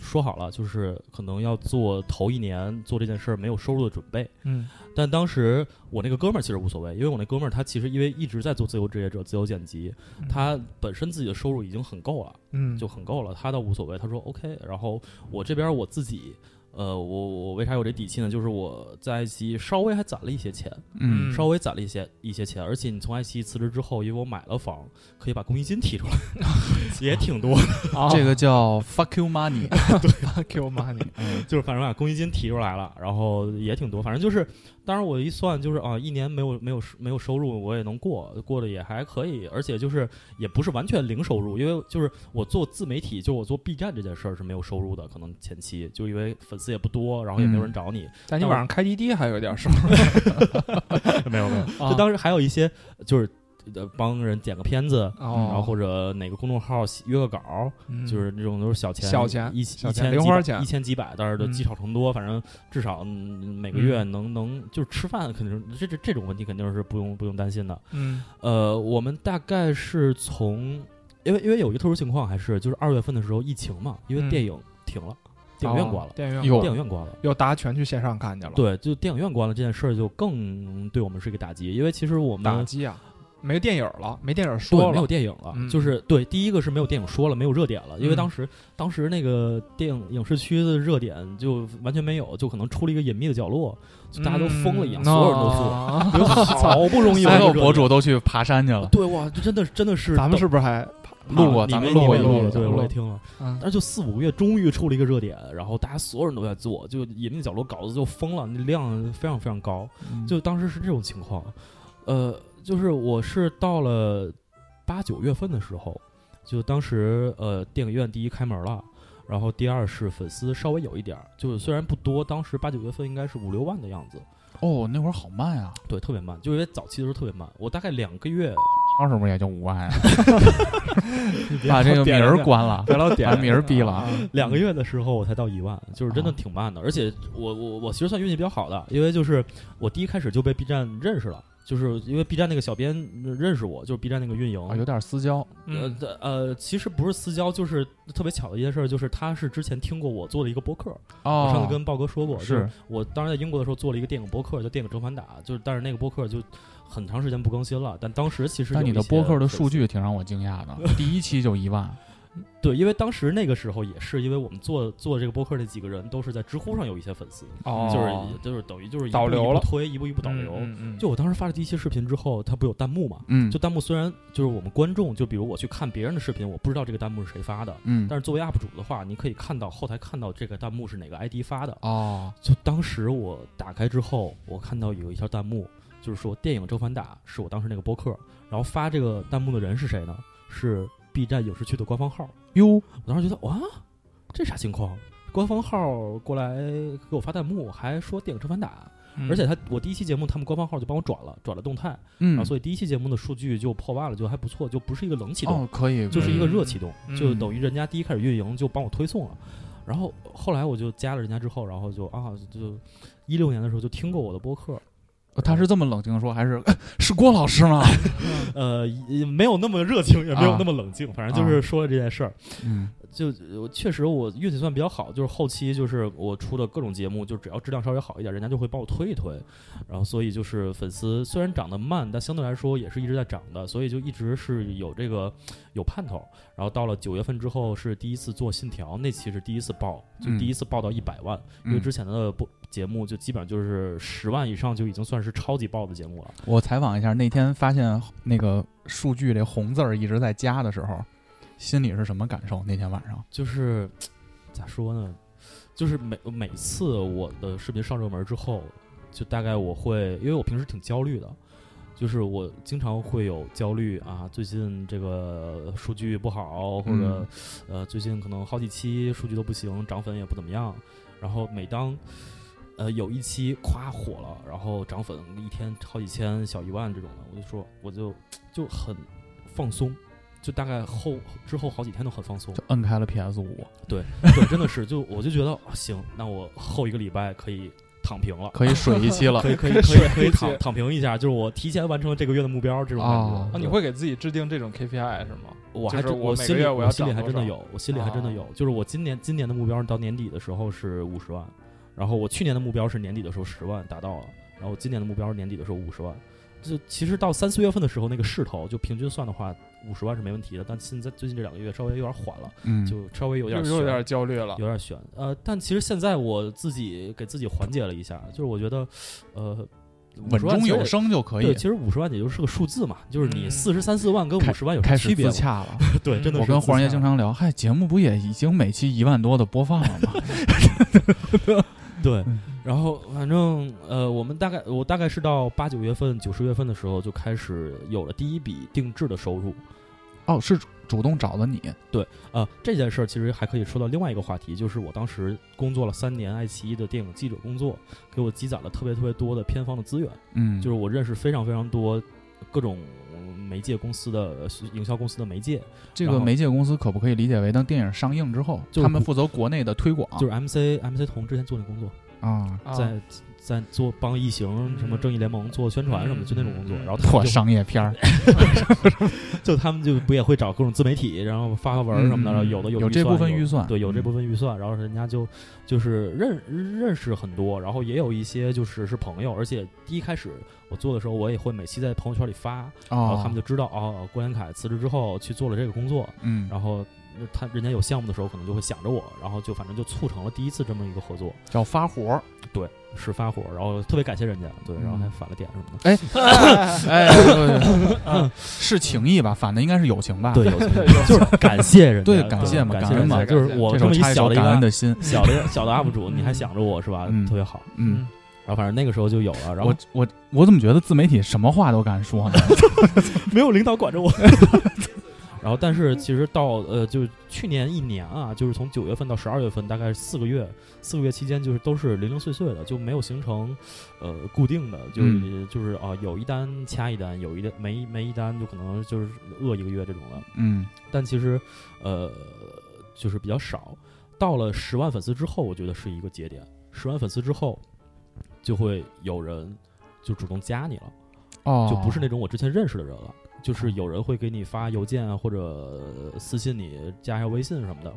Speaker 8: 说好了，就是可能要做头一年做这件事儿没有收入的准备。
Speaker 7: 嗯
Speaker 8: 但当时我那个哥们儿其实无所谓，因为我那哥们儿他其实因为一直在做自由职业者、自由剪辑，
Speaker 7: 嗯
Speaker 8: 他本身自己的收入已经很够了，
Speaker 7: 嗯
Speaker 8: 就很够了，他倒无所谓。他说 OK，然后我这边我自己，呃，我我为啥有这底气呢？就是我在爱奇艺稍微还攒了一些钱，
Speaker 6: 嗯，
Speaker 8: 稍微攒了一些一些钱，而且你从爱奇艺辞职之后，因为我买了房，可以把公积金提出来，也挺多的。
Speaker 6: 这
Speaker 8: 啊
Speaker 6: 个叫 fuck you
Speaker 8: (laughs)
Speaker 6: money。
Speaker 7: Q money，
Speaker 8: 就是反正把公积金提出来了，然后也挺多，反正就是，当然我一算就是啊，一年没有没有没有收入，我也能过，过得也还可以，而且就是也不是完全零收入，因为就是我做自媒体，就我做 B 站这件事儿是没有收入的，可能前期就因为粉丝也不多，然后也没有
Speaker 6: 嗯
Speaker 8: 人找你，
Speaker 7: 但你晚上开滴滴还有点事儿，
Speaker 6: (laughs)
Speaker 7: 啊
Speaker 6: 没有没有，
Speaker 8: (laughs) 就当时还有一些就是呃帮人剪个片子，然后
Speaker 7: 哦，
Speaker 8: 或者哪个公众号约个稿，
Speaker 7: 嗯
Speaker 8: 就是那种都是小钱，
Speaker 7: 小钱
Speaker 8: 一一
Speaker 7: 小
Speaker 8: 千
Speaker 7: 钱
Speaker 8: 几
Speaker 7: 零花
Speaker 8: 百
Speaker 7: 钱
Speaker 8: 一千几百，但是都
Speaker 7: 嗯
Speaker 8: 积少成多，反正至少嗯每个月能能就是吃饭，肯定是这这这种问题肯定是不用不用担心的。
Speaker 7: 嗯
Speaker 8: 呃，我们大概是从，因为因为有一个特殊情况，还是就是二月份的时候疫情嘛，因为
Speaker 7: 嗯
Speaker 8: 电影停了，电影院关了
Speaker 7: 哦，电影院
Speaker 6: 有
Speaker 8: 电影院关了。
Speaker 7: 又大家全去线上看去了，，
Speaker 8: 对，就电影院关了这件事儿，就更对我们是一个打击，因为其实我
Speaker 7: 打
Speaker 8: 们
Speaker 7: 击啊，没电影了，没电影
Speaker 8: 嗯对，
Speaker 7: 说
Speaker 8: 没有
Speaker 7: 了，
Speaker 8: 电影了，
Speaker 7: 嗯
Speaker 8: 就是对，第一个是没有电影说了，没有热点了，因为
Speaker 7: 嗯
Speaker 8: 当时、当时那个电影影视区的热点就完全没有，就可能出了一个隐秘的角落，就大家都疯了一样，
Speaker 7: 嗯
Speaker 8: 所有人都做， (laughs)
Speaker 7: 啊
Speaker 8: 有好
Speaker 7: (laughs)
Speaker 8: 不容易有
Speaker 6: 所
Speaker 8: 一
Speaker 6: 有
Speaker 8: 个热点
Speaker 6: 博主都去爬山去了，
Speaker 8: 对哇，这真的是真的是
Speaker 7: 咱们是不是还
Speaker 6: 录过，
Speaker 8: 你
Speaker 6: 咱们
Speaker 8: 们
Speaker 6: 录过
Speaker 8: 你
Speaker 6: 一
Speaker 8: 们
Speaker 6: 录
Speaker 8: 也
Speaker 6: 了，
Speaker 8: 对，
Speaker 6: 咱们
Speaker 8: 我也
Speaker 6: 录
Speaker 8: 听了。
Speaker 7: 嗯
Speaker 8: 但是就四五个月，终于出了一个热点，然后大家所有人都在做，就隐秘角落稿子就疯了，那量非常非常高。
Speaker 6: 嗯
Speaker 8: 就当时是这种情况，呃，就是我是到了八九月份的时候，就当时呃电影院第一开门了，然后第二是粉丝稍微有一点儿，就是虽然不多，当时八九月份应该是五六万的样子，
Speaker 6: 哦，那会儿好慢啊，
Speaker 8: 对，特别慢，就因为早期的时候特别慢，我大概两个月
Speaker 6: 当时不是也就五万啊？把这个名儿关了，
Speaker 8: 别老点
Speaker 6: 把名儿逼了啊。
Speaker 8: 两个月的时候我才到一万，就是真的挺慢的。而且我我我其实算运气比较好的，因为就是我第一开始就被 B 站认识了，就是因为 B 站那个小编认识我，就是 B 站那个运营。
Speaker 6: 啊有点私交，
Speaker 8: 呃的呃，其实不是私交，就是特别巧的一件事儿，就是他是之前听过我做的一个播客，
Speaker 6: 哦，
Speaker 8: 我上次跟豹哥说过，就是我当时在英国的时候做了一个电影播客，叫《电影正反打》，就是但是那个播客就很长时间不更新了，但当时其实
Speaker 6: 但
Speaker 8: 有
Speaker 6: 你的
Speaker 8: 一些
Speaker 6: 播客的
Speaker 8: 粉丝
Speaker 6: 数据挺让我惊讶的，第一期就一万，
Speaker 8: 对，因为当时那个时候也是，因为我们做做这个播客那几个人都是在知乎上有一些粉丝，
Speaker 7: 哦
Speaker 8: (laughs) 就是就是等于就是一步
Speaker 7: 导流了
Speaker 8: 一步推一步一步导流。
Speaker 7: 嗯嗯嗯
Speaker 8: 就我当时发了第一期视频之后，它不有弹幕嘛？
Speaker 6: 嗯
Speaker 8: 就弹幕虽然就是我们观众，就比如我去看别人的视频，我不知道这个弹幕是谁发的，
Speaker 6: 嗯
Speaker 8: 但是作为 UP 主的话，你可以看到后台看到这个弹幕是哪个 ID 发的。
Speaker 6: 哦，
Speaker 8: 就当时我打开之后，我看到有一条弹幕，就是说电影正反打是我当时那个播客，然后发这个弹幕的人是谁呢？是 B 站影视区的官方号。
Speaker 6: 哟，
Speaker 8: 我当时觉得哇，这啥情况？官方号过来给我发弹幕，还说电影正反打，
Speaker 7: 嗯
Speaker 8: 而且他我第一期节目他们官方号就帮我转了，转了动态，然
Speaker 6: 嗯
Speaker 8: 后，啊所以第一期节目的数据就破万了，就还不错，就不是一个冷启动，
Speaker 6: 哦，可以，
Speaker 8: 就是一个
Speaker 6: 可以
Speaker 8: 热启动，
Speaker 7: 嗯
Speaker 8: 就等于人家第一开始运营就帮我推送了，然后后来我就加了人家之后，然后就啊就一六年的时候就听过我的播客，
Speaker 6: 他是这么冷静地说，还是 (laughs) 是郭老师吗？
Speaker 8: 呃也没有那么热情，也没
Speaker 7: 啊
Speaker 8: 有那么冷静，反正就是说了这件事儿，
Speaker 6: 嗯，
Speaker 8: 就呃确实我运气算比较好，就是后期就是我出的各种节目，就只要质量稍微好一点，人家就会帮我推一推。然后所以就是粉丝虽然涨得慢，但相对来说也是一直在涨的，所以就一直是有这个有盼头。然后到了九月份之后是第一次做信条，那期是第一次爆， (laughs) 就
Speaker 6: 嗯
Speaker 8: 第一次爆到一百万，因为之前的播节目就基本上就是十万以上就已经算是超级爆的节目了。
Speaker 6: 嗯我采访一下，那天发现那个数据这红字儿一直在加的时候，心里是什么感受？那天晚上，
Speaker 8: 就是咋说呢？就是每每次我的视频上热门之后，就大概我会，因为我平时挺焦虑的，就是我经常会有焦虑啊，最近这个数据不好，或者、呃最近可能好几期数据都不行，涨粉也不怎么样。然后每当呃有一期夸火了，然后涨粉一天好几千、小一万这种的，我就说我就就很放松，就大概后之后好几天都很放松。
Speaker 6: 就摁开了 PS 五，
Speaker 8: 对，真的是，就我就觉得、啊行，那我后一个礼拜可以躺平了，
Speaker 6: 可以水一
Speaker 8: (laughs)
Speaker 6: 期了
Speaker 8: 可。以可以可以可以躺躺平一下，就是我提前完成了这个月的目标，这种感觉。
Speaker 6: 哦
Speaker 7: 啊，你会给自己制定这种 KPI 是吗？
Speaker 8: 我
Speaker 7: 就
Speaker 8: 还
Speaker 7: 是
Speaker 8: 真
Speaker 7: 我每个
Speaker 8: 心里
Speaker 7: 月我要
Speaker 8: 心里
Speaker 7: 涨
Speaker 8: 还
Speaker 7: 多
Speaker 8: 真的
Speaker 7: 少哦
Speaker 8: 有，我心里还真的有，就是我今年今年的目标到年底的时候是五十万，然后我去年的目标是年底的时候十万达到了，然后今年的目标是年底的时候五十万。就其实到三四月份的时候，那个势头就平均算的话，五十万是没问题的。但现在最近这两个月稍微有点缓了，
Speaker 6: 嗯，
Speaker 8: 就稍微有点
Speaker 7: 又又有
Speaker 8: 悬
Speaker 7: 点焦虑了。
Speaker 8: 有点悬。呃，但其实现在我自己给自己缓解了一下，就是我觉得，呃，
Speaker 6: 稳中有
Speaker 8: 升。
Speaker 6: 升就可
Speaker 8: 对，
Speaker 6: 以
Speaker 8: 其。实五十万也就是个数字嘛，就是你
Speaker 7: 嗯
Speaker 8: 四十三四万跟
Speaker 6: 开
Speaker 8: 五十万有什
Speaker 6: 开
Speaker 8: 么
Speaker 6: 始
Speaker 8: 区
Speaker 6: 自
Speaker 8: 别吗？
Speaker 6: 洽了，
Speaker 8: (laughs) 对，真的是
Speaker 6: 我跟
Speaker 8: 自
Speaker 6: 黄爷
Speaker 8: 洽
Speaker 6: 经常聊，嗨，节目不也已经每期一万多的播放了
Speaker 8: (laughs)
Speaker 6: 吗？
Speaker 8: 对，
Speaker 6: 嗯
Speaker 8: 然后反正呃，我们大概我大概是到八九月份、九十月份的时候就开始有了第一笔定制的收入。
Speaker 6: 哦，是主动找的你，
Speaker 8: 呃，这件事儿其实还可以说到另外一个话题，就是我当时工作了三年爱奇艺的电影记者工作，给我积攒了特别特别多的片方的资源。
Speaker 6: 嗯，
Speaker 8: 就是我认识非常非常多各种媒介公司的呃营销公司的媒介，
Speaker 6: 这个
Speaker 8: 然后
Speaker 6: 媒介公司可不可以理解为，当电影上映之后，
Speaker 8: 就
Speaker 6: 他
Speaker 8: 是
Speaker 6: 们
Speaker 8: 不
Speaker 6: 负责国内的推广？
Speaker 8: 就是 MC MC 同之前做那工作，
Speaker 6: 啊，嗯
Speaker 7: 啊
Speaker 8: 在在做帮异形什么正义联盟做宣传什么，就那种工作。然后他
Speaker 6: 破
Speaker 8: 们就
Speaker 6: 商业
Speaker 8: (laughs)
Speaker 6: 片儿，
Speaker 8: 就他们就不也会找各种自媒体，然后发发文儿什么的，
Speaker 6: 嗯
Speaker 8: 然后有的
Speaker 6: 有
Speaker 8: 预算
Speaker 6: 这部分
Speaker 8: 有
Speaker 6: 预算
Speaker 8: 对，有这
Speaker 6: 嗯
Speaker 8: 部分预算，然后人家就就是认认识很多，然后也有一些就是是朋友，而且第一开始我做的时候，我也会每期在朋友圈里发，然后
Speaker 6: 哦，
Speaker 8: 他们就知道哦，郭元凯辞职之后去做了这个工作，
Speaker 6: 嗯，
Speaker 8: 然后那他人家有项目的时候可能就会想着我，然后就反正就促成了第一次这么一个合作，
Speaker 6: 叫发活儿，
Speaker 8: 对，是发火，然后特别感谢人家，对，然后还返了点什么
Speaker 6: 哎，
Speaker 8: 的，
Speaker 6: 哎，对对
Speaker 8: (laughs)
Speaker 6: 对嗯是情谊吧？反的应该是友情吧？(laughs)
Speaker 8: 对，有就是感谢人家，
Speaker 6: 对感谢嘛
Speaker 8: 感
Speaker 6: 感
Speaker 8: 谢
Speaker 6: 恩
Speaker 8: 人
Speaker 6: 嘛
Speaker 8: 家，就是我
Speaker 6: 这
Speaker 8: 这
Speaker 6: 首
Speaker 8: 么一
Speaker 6: 插一
Speaker 8: 小
Speaker 6: 首
Speaker 8: 的一
Speaker 6: 感
Speaker 8: 个
Speaker 6: 恩的心，
Speaker 8: 小的小的 UP 主，你还想着我是吧？
Speaker 6: 嗯
Speaker 8: 特别好。
Speaker 6: 嗯，
Speaker 8: 然后反正那个时候就有了，然后
Speaker 6: 我我我怎么觉得自媒体什么话都敢说呢？
Speaker 8: 没有领导管着我。 (laughs) 然后，但是其实到呃，就是去年一年啊，就是从九月份到十二月份，大概四个月，四个月期间就是都是零零碎碎的，就没有形成呃固定的，就是、就是啊、有一单掐一单，有一单没没一单就可能就是饿一个月这种了。
Speaker 6: 嗯
Speaker 8: 但其实呃就是比较少。到了十万粉丝之后，我觉得是一个节点。十万粉丝之后，就会有人就主动加你了。
Speaker 6: 哦，
Speaker 8: (laughs) 就不是那种我之前认识的人了，就是有人会给你发邮件啊或者呃私信你加一下微信什么的。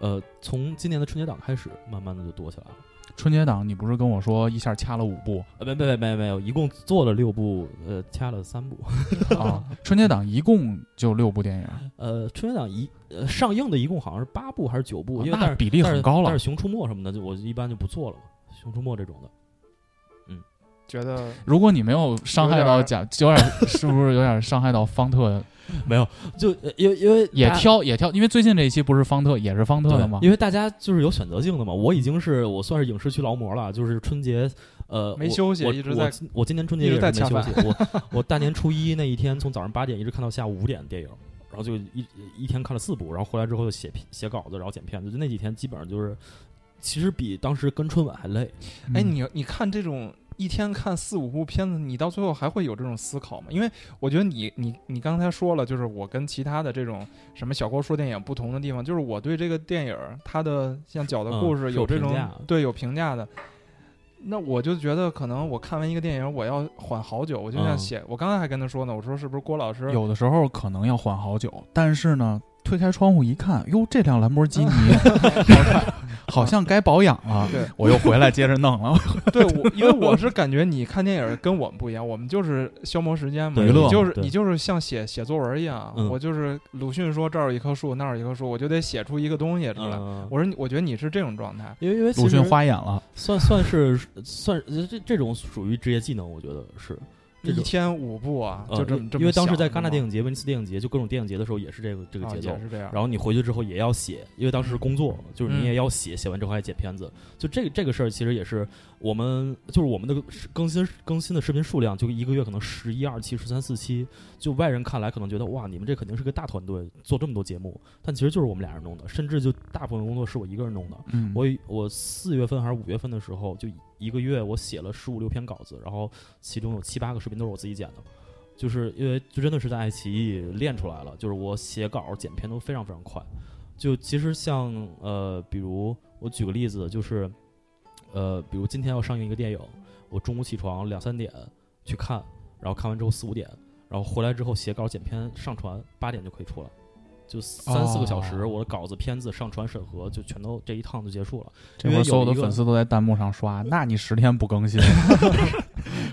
Speaker 8: 呃，从今年的春节档开始，慢慢的就多起来了。
Speaker 6: 春节档，你不是跟我说一下掐了五 (laughs) 部
Speaker 8: 呃，没没没没有，一共做了六部，呃，掐了三部。 (laughs)
Speaker 6: 啊？春节档一共就六部电影，
Speaker 8: 呃，春节档一呃上映的一共好像是八部还是九部，
Speaker 6: 哦
Speaker 8: 因为
Speaker 6: 那
Speaker 8: 但是
Speaker 6: 比例
Speaker 8: 但是
Speaker 6: 很高了
Speaker 8: 但是《熊出没》什么的，就我一般就不做了嘛，《熊出没》这种的。
Speaker 7: 觉得
Speaker 6: 如果你没有伤害到
Speaker 7: 有
Speaker 6: 贾，有点是不是有点伤害到方特？
Speaker 8: 没有，就呃因为因为
Speaker 6: 也
Speaker 8: 大家
Speaker 6: 挑也挑，因为最近这一期不是方特也是方特
Speaker 8: 对
Speaker 6: 的吗？
Speaker 8: 因为大家就是有选择性的嘛。我已经是我算是影视区劳模了，就是春节呃
Speaker 7: 没
Speaker 8: 我
Speaker 7: 休息
Speaker 8: 我
Speaker 7: 一直
Speaker 8: 我
Speaker 7: 在
Speaker 8: 今我今年春节
Speaker 7: 一
Speaker 8: 也
Speaker 7: 直
Speaker 8: 是
Speaker 7: 在
Speaker 8: 没休
Speaker 7: 恰饭
Speaker 8: 息，我我大年初一那一天从早上八点一直看到下午五点电影。然后就一一天看了四部，然后回来之后就写写稿子，然后剪片子，就那几天基本上就是，其实比当时跟春晚还累。
Speaker 6: 嗯
Speaker 7: 哎，你你看这种一天看四五部片子，你到最后还会有这种思考吗？因为我觉得你你你刚才说了，就是我跟其他的这种什么小郭说电影不同的地方，就是我对这个电影儿它的像《脚的故
Speaker 8: 嗯
Speaker 7: 事
Speaker 8: 是》有
Speaker 7: 有这
Speaker 8: 评
Speaker 7: 种、
Speaker 8: 价
Speaker 7: 对有评价的。那我就觉得，可能我看完一个电影，我要缓好久，我就想
Speaker 8: 嗯
Speaker 7: 写。我刚才还跟他说呢，我说是不是郭老师
Speaker 6: 有的时候可能要缓好久，但是呢，推开窗户一看，哟，这辆兰博基 (laughs) 尼好看，好像该保养了。
Speaker 7: 对
Speaker 6: 我又回来接着弄 (laughs) 了。
Speaker 7: (laughs) 对我，因为我是感觉你看电影跟我们不一样，我们就是消磨时间嘛，
Speaker 8: 对
Speaker 7: 你
Speaker 6: 娱乐嘛
Speaker 7: 就是
Speaker 8: 对
Speaker 7: 你就是像写写作文一样，啊
Speaker 8: 嗯
Speaker 7: 我就是鲁迅说这儿有一棵树，那儿有一棵树，我就得写出一个东西出来。
Speaker 8: 嗯
Speaker 7: 我说你，我觉得你是这种状态，
Speaker 8: 因为因为
Speaker 6: 鲁
Speaker 8: 其
Speaker 6: 迅
Speaker 8: 实
Speaker 6: 花眼了，
Speaker 8: 算算是算呃这这种属于职业技能，我觉得是这
Speaker 7: 一
Speaker 8: 种。
Speaker 7: 天五部啊，
Speaker 8: 呃
Speaker 7: 就这么、
Speaker 8: 因
Speaker 7: 这么想。
Speaker 8: 因为当时在戛纳电
Speaker 7: 影
Speaker 8: 影节、威尼斯电影节，就各种电影节的时候也是这个这个节奏
Speaker 7: 啊哦也，是这样。
Speaker 8: 然后你回去之后也要写，因为当时是工作，就是你
Speaker 7: 嗯
Speaker 8: 也要写，写完之后还剪片子。就这这个事儿，其实也是我们就是我们的更新更新的视频数量，就一个月可能十一二期、十三四期，就外人看来可能觉得哇，你们这肯定是个大团队，做这么多节目，但其实就是我们俩人弄的，甚至就大部分工作是我一个人弄的。
Speaker 6: 嗯，
Speaker 8: 我我四月份还是五月份的时候，就一个月我写了十五六篇稿子，然后其中有七八个视频都是我自己剪的，就是因为就真的是在爱奇艺练出来了，就是我写稿剪片都非常非常快。就其实像呃，比如我举个例子，就是呃，比如今天要上映一个电影，我中午起床两三点去看，然后看完之后四五点，然后回来之后写稿剪片上传，八点就可以出来。就三四个小时，
Speaker 6: 哦
Speaker 8: 我的稿子、片子上传审核，就全都这一趟就结束了。
Speaker 6: 这会儿所有
Speaker 8: 因
Speaker 6: 的
Speaker 8: 为有一个
Speaker 6: 粉丝都在弹幕上刷，那你十天不更 (laughs) 新，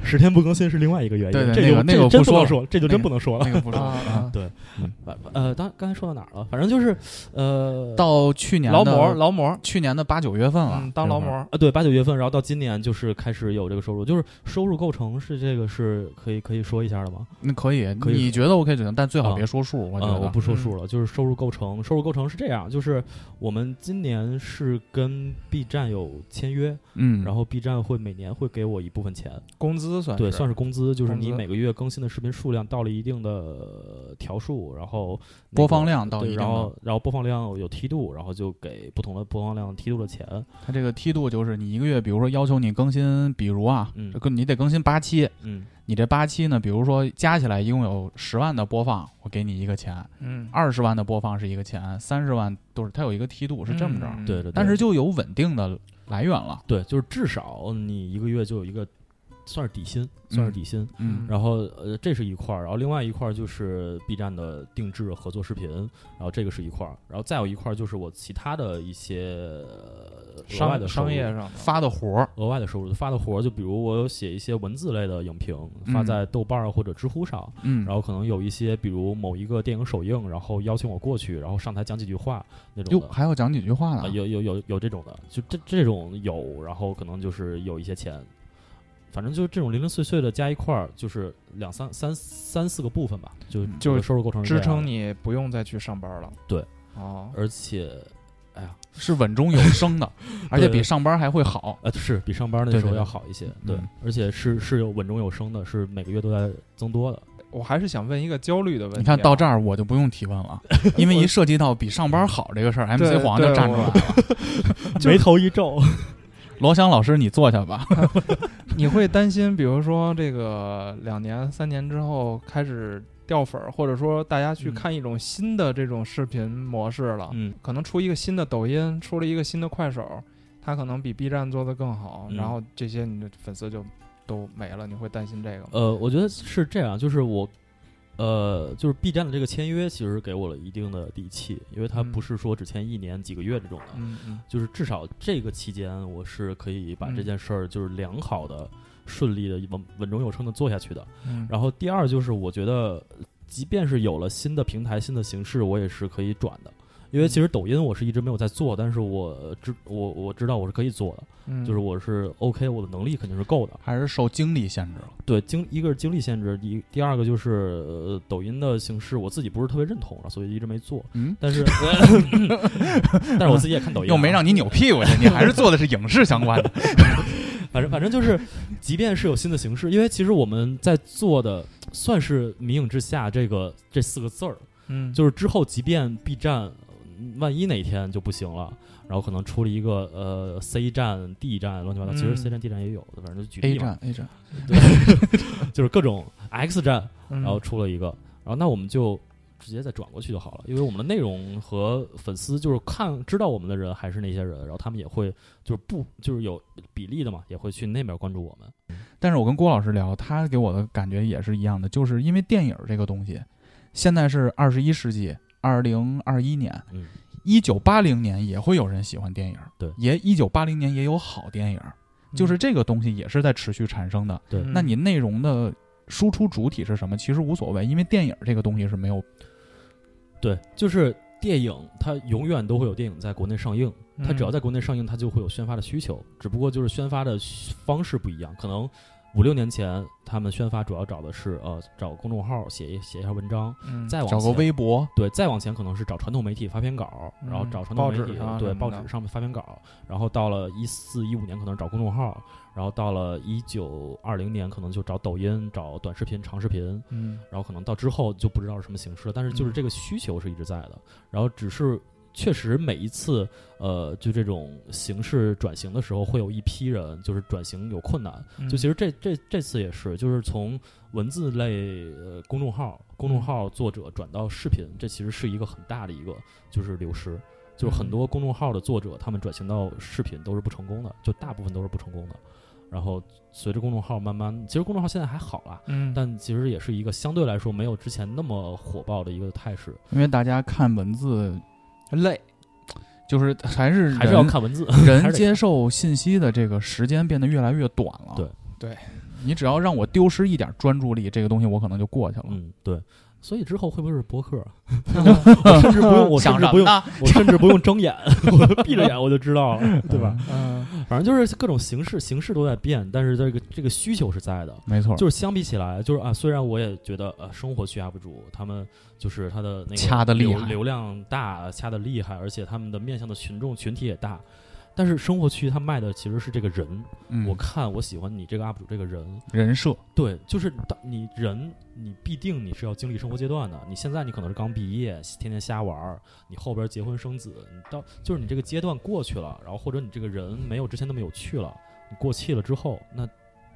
Speaker 8: 十天不更新是另外一个原因，
Speaker 6: 对对
Speaker 8: 这
Speaker 6: 那个那个
Speaker 8: 这真
Speaker 6: 不说
Speaker 8: 能
Speaker 6: 了
Speaker 8: 说，这就
Speaker 6: 那
Speaker 8: 真
Speaker 6: 个
Speaker 8: 不能说了。
Speaker 6: 那个不是。
Speaker 7: 啊
Speaker 8: (laughs)
Speaker 6: 嗯
Speaker 8: 呃，当刚才说到哪儿了？反正就是呃，
Speaker 6: 到去年的
Speaker 7: 劳模，劳模，
Speaker 6: 去年的八九月份了，
Speaker 7: 嗯，当劳
Speaker 6: 这会儿。
Speaker 7: 模，
Speaker 8: 啊，对，八九月份，然后到今年就是开始有这个收入，就是收入构成是这个是可以可以说一下的吗？
Speaker 6: 那可以，
Speaker 8: 可以
Speaker 6: 你觉得 OK 就行，但最好
Speaker 8: 啊
Speaker 6: 别说数，我觉
Speaker 8: 呃，
Speaker 6: 得。嗯
Speaker 8: 我不说数了，就是收入构成，收入构成是这样，就是我们今年是跟 B 站有签约，
Speaker 6: 嗯，
Speaker 8: 然后 B 站会每年会给我一部分钱，
Speaker 7: 工资算
Speaker 8: 对，
Speaker 7: 是
Speaker 8: 算是工资，就是
Speaker 7: 工
Speaker 8: 你
Speaker 7: 资
Speaker 8: 每个月更新的视频数量到了一定的呃条数，然后那
Speaker 6: 播
Speaker 8: 个
Speaker 6: 放量到一定
Speaker 8: 对，然
Speaker 6: 的
Speaker 8: 后，然后播放量有梯度，然后就给不同的播放量梯度的钱。
Speaker 6: 它这个梯度就是你一个月，比如说要求你更新，比如啊，
Speaker 8: 嗯
Speaker 6: 这个你得更新八期，
Speaker 8: 嗯，
Speaker 6: 你这八期呢，比如说加起来一共有十万的播放，我给你一个钱；
Speaker 7: 嗯，
Speaker 6: 二十万的播放是一个钱，三十万都是它有一个梯度，是这么着。
Speaker 7: 嗯
Speaker 8: 对对。对
Speaker 6: 但是就有稳定的来源了。
Speaker 8: 对，就是至少你一个月就有一个算是底薪，
Speaker 6: 嗯
Speaker 8: 算是底薪。
Speaker 6: 嗯
Speaker 8: 然后呃，这是一块儿，然后另外一块儿就是 B 站的定制合作视频，然后这个是一块儿，然后再有一块儿就是我其他的一些呃额外
Speaker 7: 商
Speaker 8: 的收入
Speaker 7: 商业上的
Speaker 6: 发的活儿，
Speaker 8: 额外的收入发的活儿，就比如我有写一些文字类的影评，
Speaker 6: 嗯
Speaker 8: 发在豆瓣儿或者知乎上，
Speaker 6: 嗯，
Speaker 8: 然后可能有一些比如某一个电影首映，然后邀请我过去，然后上台讲几句话那种
Speaker 6: 哟
Speaker 8: 的。
Speaker 6: 还要讲几句话
Speaker 8: 啊，
Speaker 6: 呢，
Speaker 8: 有有有有这种的，就这这种有，然后可能就是有一些钱，反正就是这种零零碎碎的加一块儿，就是两三三三四个部分吧，就
Speaker 6: 嗯
Speaker 8: 就收入构成是这
Speaker 7: 支
Speaker 8: 样
Speaker 7: 撑
Speaker 8: 的，
Speaker 7: 你不用再去上班了。
Speaker 8: 啊对，
Speaker 7: 哦，
Speaker 8: 而且哎呀，
Speaker 6: 是稳中有升
Speaker 8: (laughs)
Speaker 6: 的，而且比上班还会好。
Speaker 8: 呃，是比上班那
Speaker 6: 对
Speaker 8: 时候
Speaker 6: 对
Speaker 8: 要
Speaker 6: 对
Speaker 8: 好一些，
Speaker 6: 嗯
Speaker 8: 而且是是有稳中有升的，是每个月都在增多
Speaker 6: (laughs)
Speaker 8: 的。
Speaker 7: 我还是想问一个焦虑的问题啊。
Speaker 6: 你看到这儿我就不用提问了，因为一涉及到比上班好这个事儿
Speaker 7: 对
Speaker 6: ，MC 黄就站出来了。
Speaker 8: 眉头一皱，
Speaker 6: 罗翔老师，你坐下吧。 (laughs)
Speaker 7: 你会担心，比如说这个两年、三年之后开始掉粉儿，或者说大家去
Speaker 8: 嗯
Speaker 7: 看一种新的这种视频模式了，
Speaker 8: 嗯，
Speaker 7: 可能出一个新的抖音，出了一个新的快手，它可能比 B 站做的更好，
Speaker 8: 嗯
Speaker 7: 然后这些你的粉丝就都没了，你会担心这个吗？
Speaker 8: 呃，我觉得是这样，就是我，呃，就是 B 站的这个签约，其实给我了一定的底气，因为它
Speaker 7: 嗯
Speaker 8: 不是说只签一年、几个月这种的，
Speaker 7: 嗯嗯
Speaker 8: 就是至少这个期间，我是可以把这
Speaker 7: 嗯
Speaker 8: 件事儿就是良好的、顺利的、稳稳中有升的做下去的。
Speaker 7: 嗯，
Speaker 8: 然后第二就是，我觉得即便是有了新的平台、新的形式，我也是可以转的。因为其
Speaker 7: 嗯
Speaker 8: 实抖音我是一直没有在做，但是我知我我知道我是可以做的，
Speaker 7: 嗯
Speaker 8: 就是我是 OK，我的能力肯定是够的。
Speaker 6: 还是受经历限制了。
Speaker 8: 对，经一个是经历限制，第第二个就是、呃、抖音的形式，我自己不是特别认同了，所以一直没做。
Speaker 6: 嗯，
Speaker 8: 但是，
Speaker 6: (laughs)
Speaker 8: 但是我自己也看抖音啊、
Speaker 6: 又没让你扭屁股去，你还是做的是影视相关的。
Speaker 8: 反正反
Speaker 6: (laughs)
Speaker 8: 正就是，即便是有新的形式，因为其实我们在做的算是“迷影之下”这个这四个字儿，
Speaker 7: 嗯
Speaker 8: 就是之后即便 B 站嗯万一哪天就不行了，然后可能出了一个呃 C 站、D 站乱七八糟，其实
Speaker 7: 嗯
Speaker 8: C 站、D 站也有，反正就举
Speaker 6: A
Speaker 8: 例嘛，
Speaker 6: 站 A 站，
Speaker 8: 就是各种 X 站，
Speaker 7: 然
Speaker 8: 然后出了一个，然后那我们就直接再转过去就好了，因为我们的内容和粉丝就是看知道我们的人还是那些人，然后他们也会就是不就是有比例的嘛，也会去那边关注我们。
Speaker 6: 但是我跟郭老师聊，他给我的感觉也是一样的，就是因为电影这个东西，现在是二十一世纪，二零二一年
Speaker 8: 嗯，
Speaker 6: 一九八零年也会有人喜欢电影，
Speaker 8: 对
Speaker 6: 也一九八零年也有好电影，就是这个东西也是在持续产生的。
Speaker 8: 对
Speaker 6: 那你内容的输出主体是什么？其实无所谓，因为电影这个东西是没有
Speaker 8: 对，就是电影，它永远都会有电影在国内上映，它
Speaker 7: 嗯
Speaker 8: 只要在国内上映，它就会有宣发的需求，只不过就是宣发的需方式不一样，可能。五六年前，他们宣发主要找的是呃找公众号写一写一下文章，
Speaker 7: 嗯
Speaker 8: 再往
Speaker 6: 找个
Speaker 8: 前
Speaker 6: 微博，
Speaker 8: 对，再往前可能是找传统媒体发篇稿，然后找传统
Speaker 7: 嗯报
Speaker 8: 媒
Speaker 7: 纸
Speaker 8: 体
Speaker 7: 上
Speaker 8: 对
Speaker 7: 什么
Speaker 8: 报
Speaker 7: 的
Speaker 8: 纸上面发篇稿，然后到了一四一五年可能找公众号，然后到了一九二零年可能就找抖音、找短视频、长视频，
Speaker 7: 嗯
Speaker 8: 然后可能到之后就不知道是什么形式了，但是就是
Speaker 7: 嗯
Speaker 8: 这个需求是一直在的，然后只是确实每一次呃就这种形式转型的时候，会有一批人就是转型有困难，
Speaker 7: 嗯
Speaker 8: 就其实这这这次也是，就是从文字类呃公众号公
Speaker 7: 嗯
Speaker 8: 众号作者转到视频，这其实是一个很大的一个就是流失，就是很
Speaker 7: 嗯
Speaker 8: 多公众号的作者他们转型到视频都是不成功的，就大部分都是不成功的。然后随着公众号慢慢，其实公众号现在还好啦，
Speaker 7: 嗯
Speaker 8: 但其实也是一个相对来说没有之前那么火爆的一个态势，
Speaker 6: 因为大家看文字累，就是还是
Speaker 8: 还是要
Speaker 6: 人
Speaker 8: 看文字。还
Speaker 6: 人
Speaker 8: 是得
Speaker 6: 接受信息的这个时间变得越来越短了。
Speaker 8: 对
Speaker 7: 对，
Speaker 6: 你只要让我丢失一点专注力，这个东西我可能就过去了。
Speaker 8: 嗯，对。所以之后会不会是
Speaker 7: (laughs)
Speaker 8: 博客 (laughs) 啊？我甚至不用，我甚
Speaker 6: 想
Speaker 8: 至
Speaker 6: 什
Speaker 8: 不
Speaker 6: 么
Speaker 8: 用，
Speaker 6: 呢？
Speaker 8: 我甚至不用睁眼，我闭着眼我就知道了，对吧？
Speaker 7: 嗯
Speaker 8: 反正就是各种形式，形式都在变，但是这个这个需求是在的。
Speaker 6: 没错，
Speaker 8: 就是相比起来，就是啊，虽然我也觉得呃，生活区 UP 主他们就是他的那个
Speaker 6: 掐得厉
Speaker 8: 流
Speaker 6: 害
Speaker 8: 流量大，掐的厉害，而且他们的面向的群众群体也大，但是生活区他卖的其实是这个人。
Speaker 6: 嗯
Speaker 8: 我看我喜欢你这个 UP 主这个人，
Speaker 6: 人设，
Speaker 8: 对，就是当你人，你必定你是要经历生活阶段的。你现在你可能是刚毕业，天天瞎玩儿，你后边结婚生子，你到就是你这个阶段过去了，然后或者你这个人没有之前那么有趣了，你过气了之后，那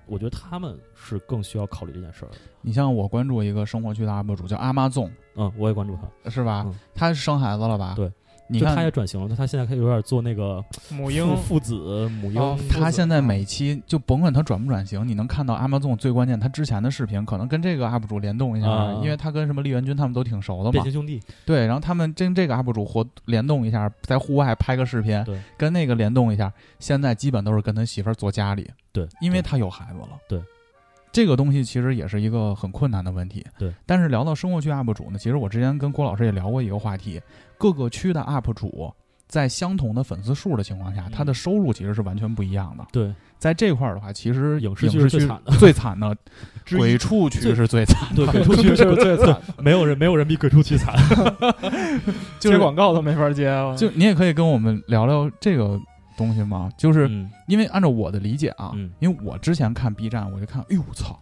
Speaker 8: 我觉得他们是更需要考虑这件事儿的。
Speaker 6: 你像我关注一个生活区的 UP 主叫阿妈纵，
Speaker 8: 嗯，我也关注他，
Speaker 6: 是吧？
Speaker 8: 嗯
Speaker 6: 他是生孩子了吧？
Speaker 8: 对。
Speaker 6: 你
Speaker 8: 就他也
Speaker 6: 看
Speaker 8: 转型了，他现在开始有点做那个
Speaker 7: 母
Speaker 8: 母
Speaker 7: 婴
Speaker 8: 父子母婴
Speaker 7: 哦
Speaker 8: 父子，
Speaker 6: 他现在每期就甭管他转不转型，你能看到阿妈纵最关键他之前的视频，可能跟这个 UP 主联动一下，
Speaker 8: 啊
Speaker 6: 因为他跟什么丽媛君他们都挺熟的
Speaker 8: 变
Speaker 6: 嘛
Speaker 8: 形。兄弟，
Speaker 6: 对，然后他们跟这个 UP 主活联动一下，在户外拍个视频
Speaker 8: 对，
Speaker 6: 跟那个联动一下，现在基本都是跟他媳妇儿坐家里，
Speaker 8: 对，
Speaker 6: 因为
Speaker 8: 对
Speaker 6: 他有孩子了。
Speaker 8: 对。
Speaker 6: 这个东西其实也是一个很困难的问题，
Speaker 8: 对。
Speaker 6: 但是聊到生活区 UP 主呢，其实我之前跟郭老师也聊过一个话题，各个区的 UP 主在相同的粉丝数的情况下，他的收入其实是完全不一样的。
Speaker 8: 嗯对，
Speaker 6: 在这块儿的话，其实
Speaker 8: 影
Speaker 6: 影
Speaker 8: 视剧是
Speaker 6: 区
Speaker 8: 最惨的
Speaker 6: 最惨的，
Speaker 8: (laughs) 之一
Speaker 6: 鬼畜区是最惨
Speaker 8: 对，鬼畜区是最惨，没有人没有人比鬼畜区惨。
Speaker 7: 接
Speaker 6: 就是
Speaker 7: 广告都没法接
Speaker 8: 嗯
Speaker 7: 了。
Speaker 6: 就你也可以跟我们聊聊这个东西吗？就是
Speaker 8: 嗯
Speaker 6: 因为按照我的理解啊，
Speaker 8: 嗯
Speaker 6: 因为我之前看 B 站，我就看，哎呦我操，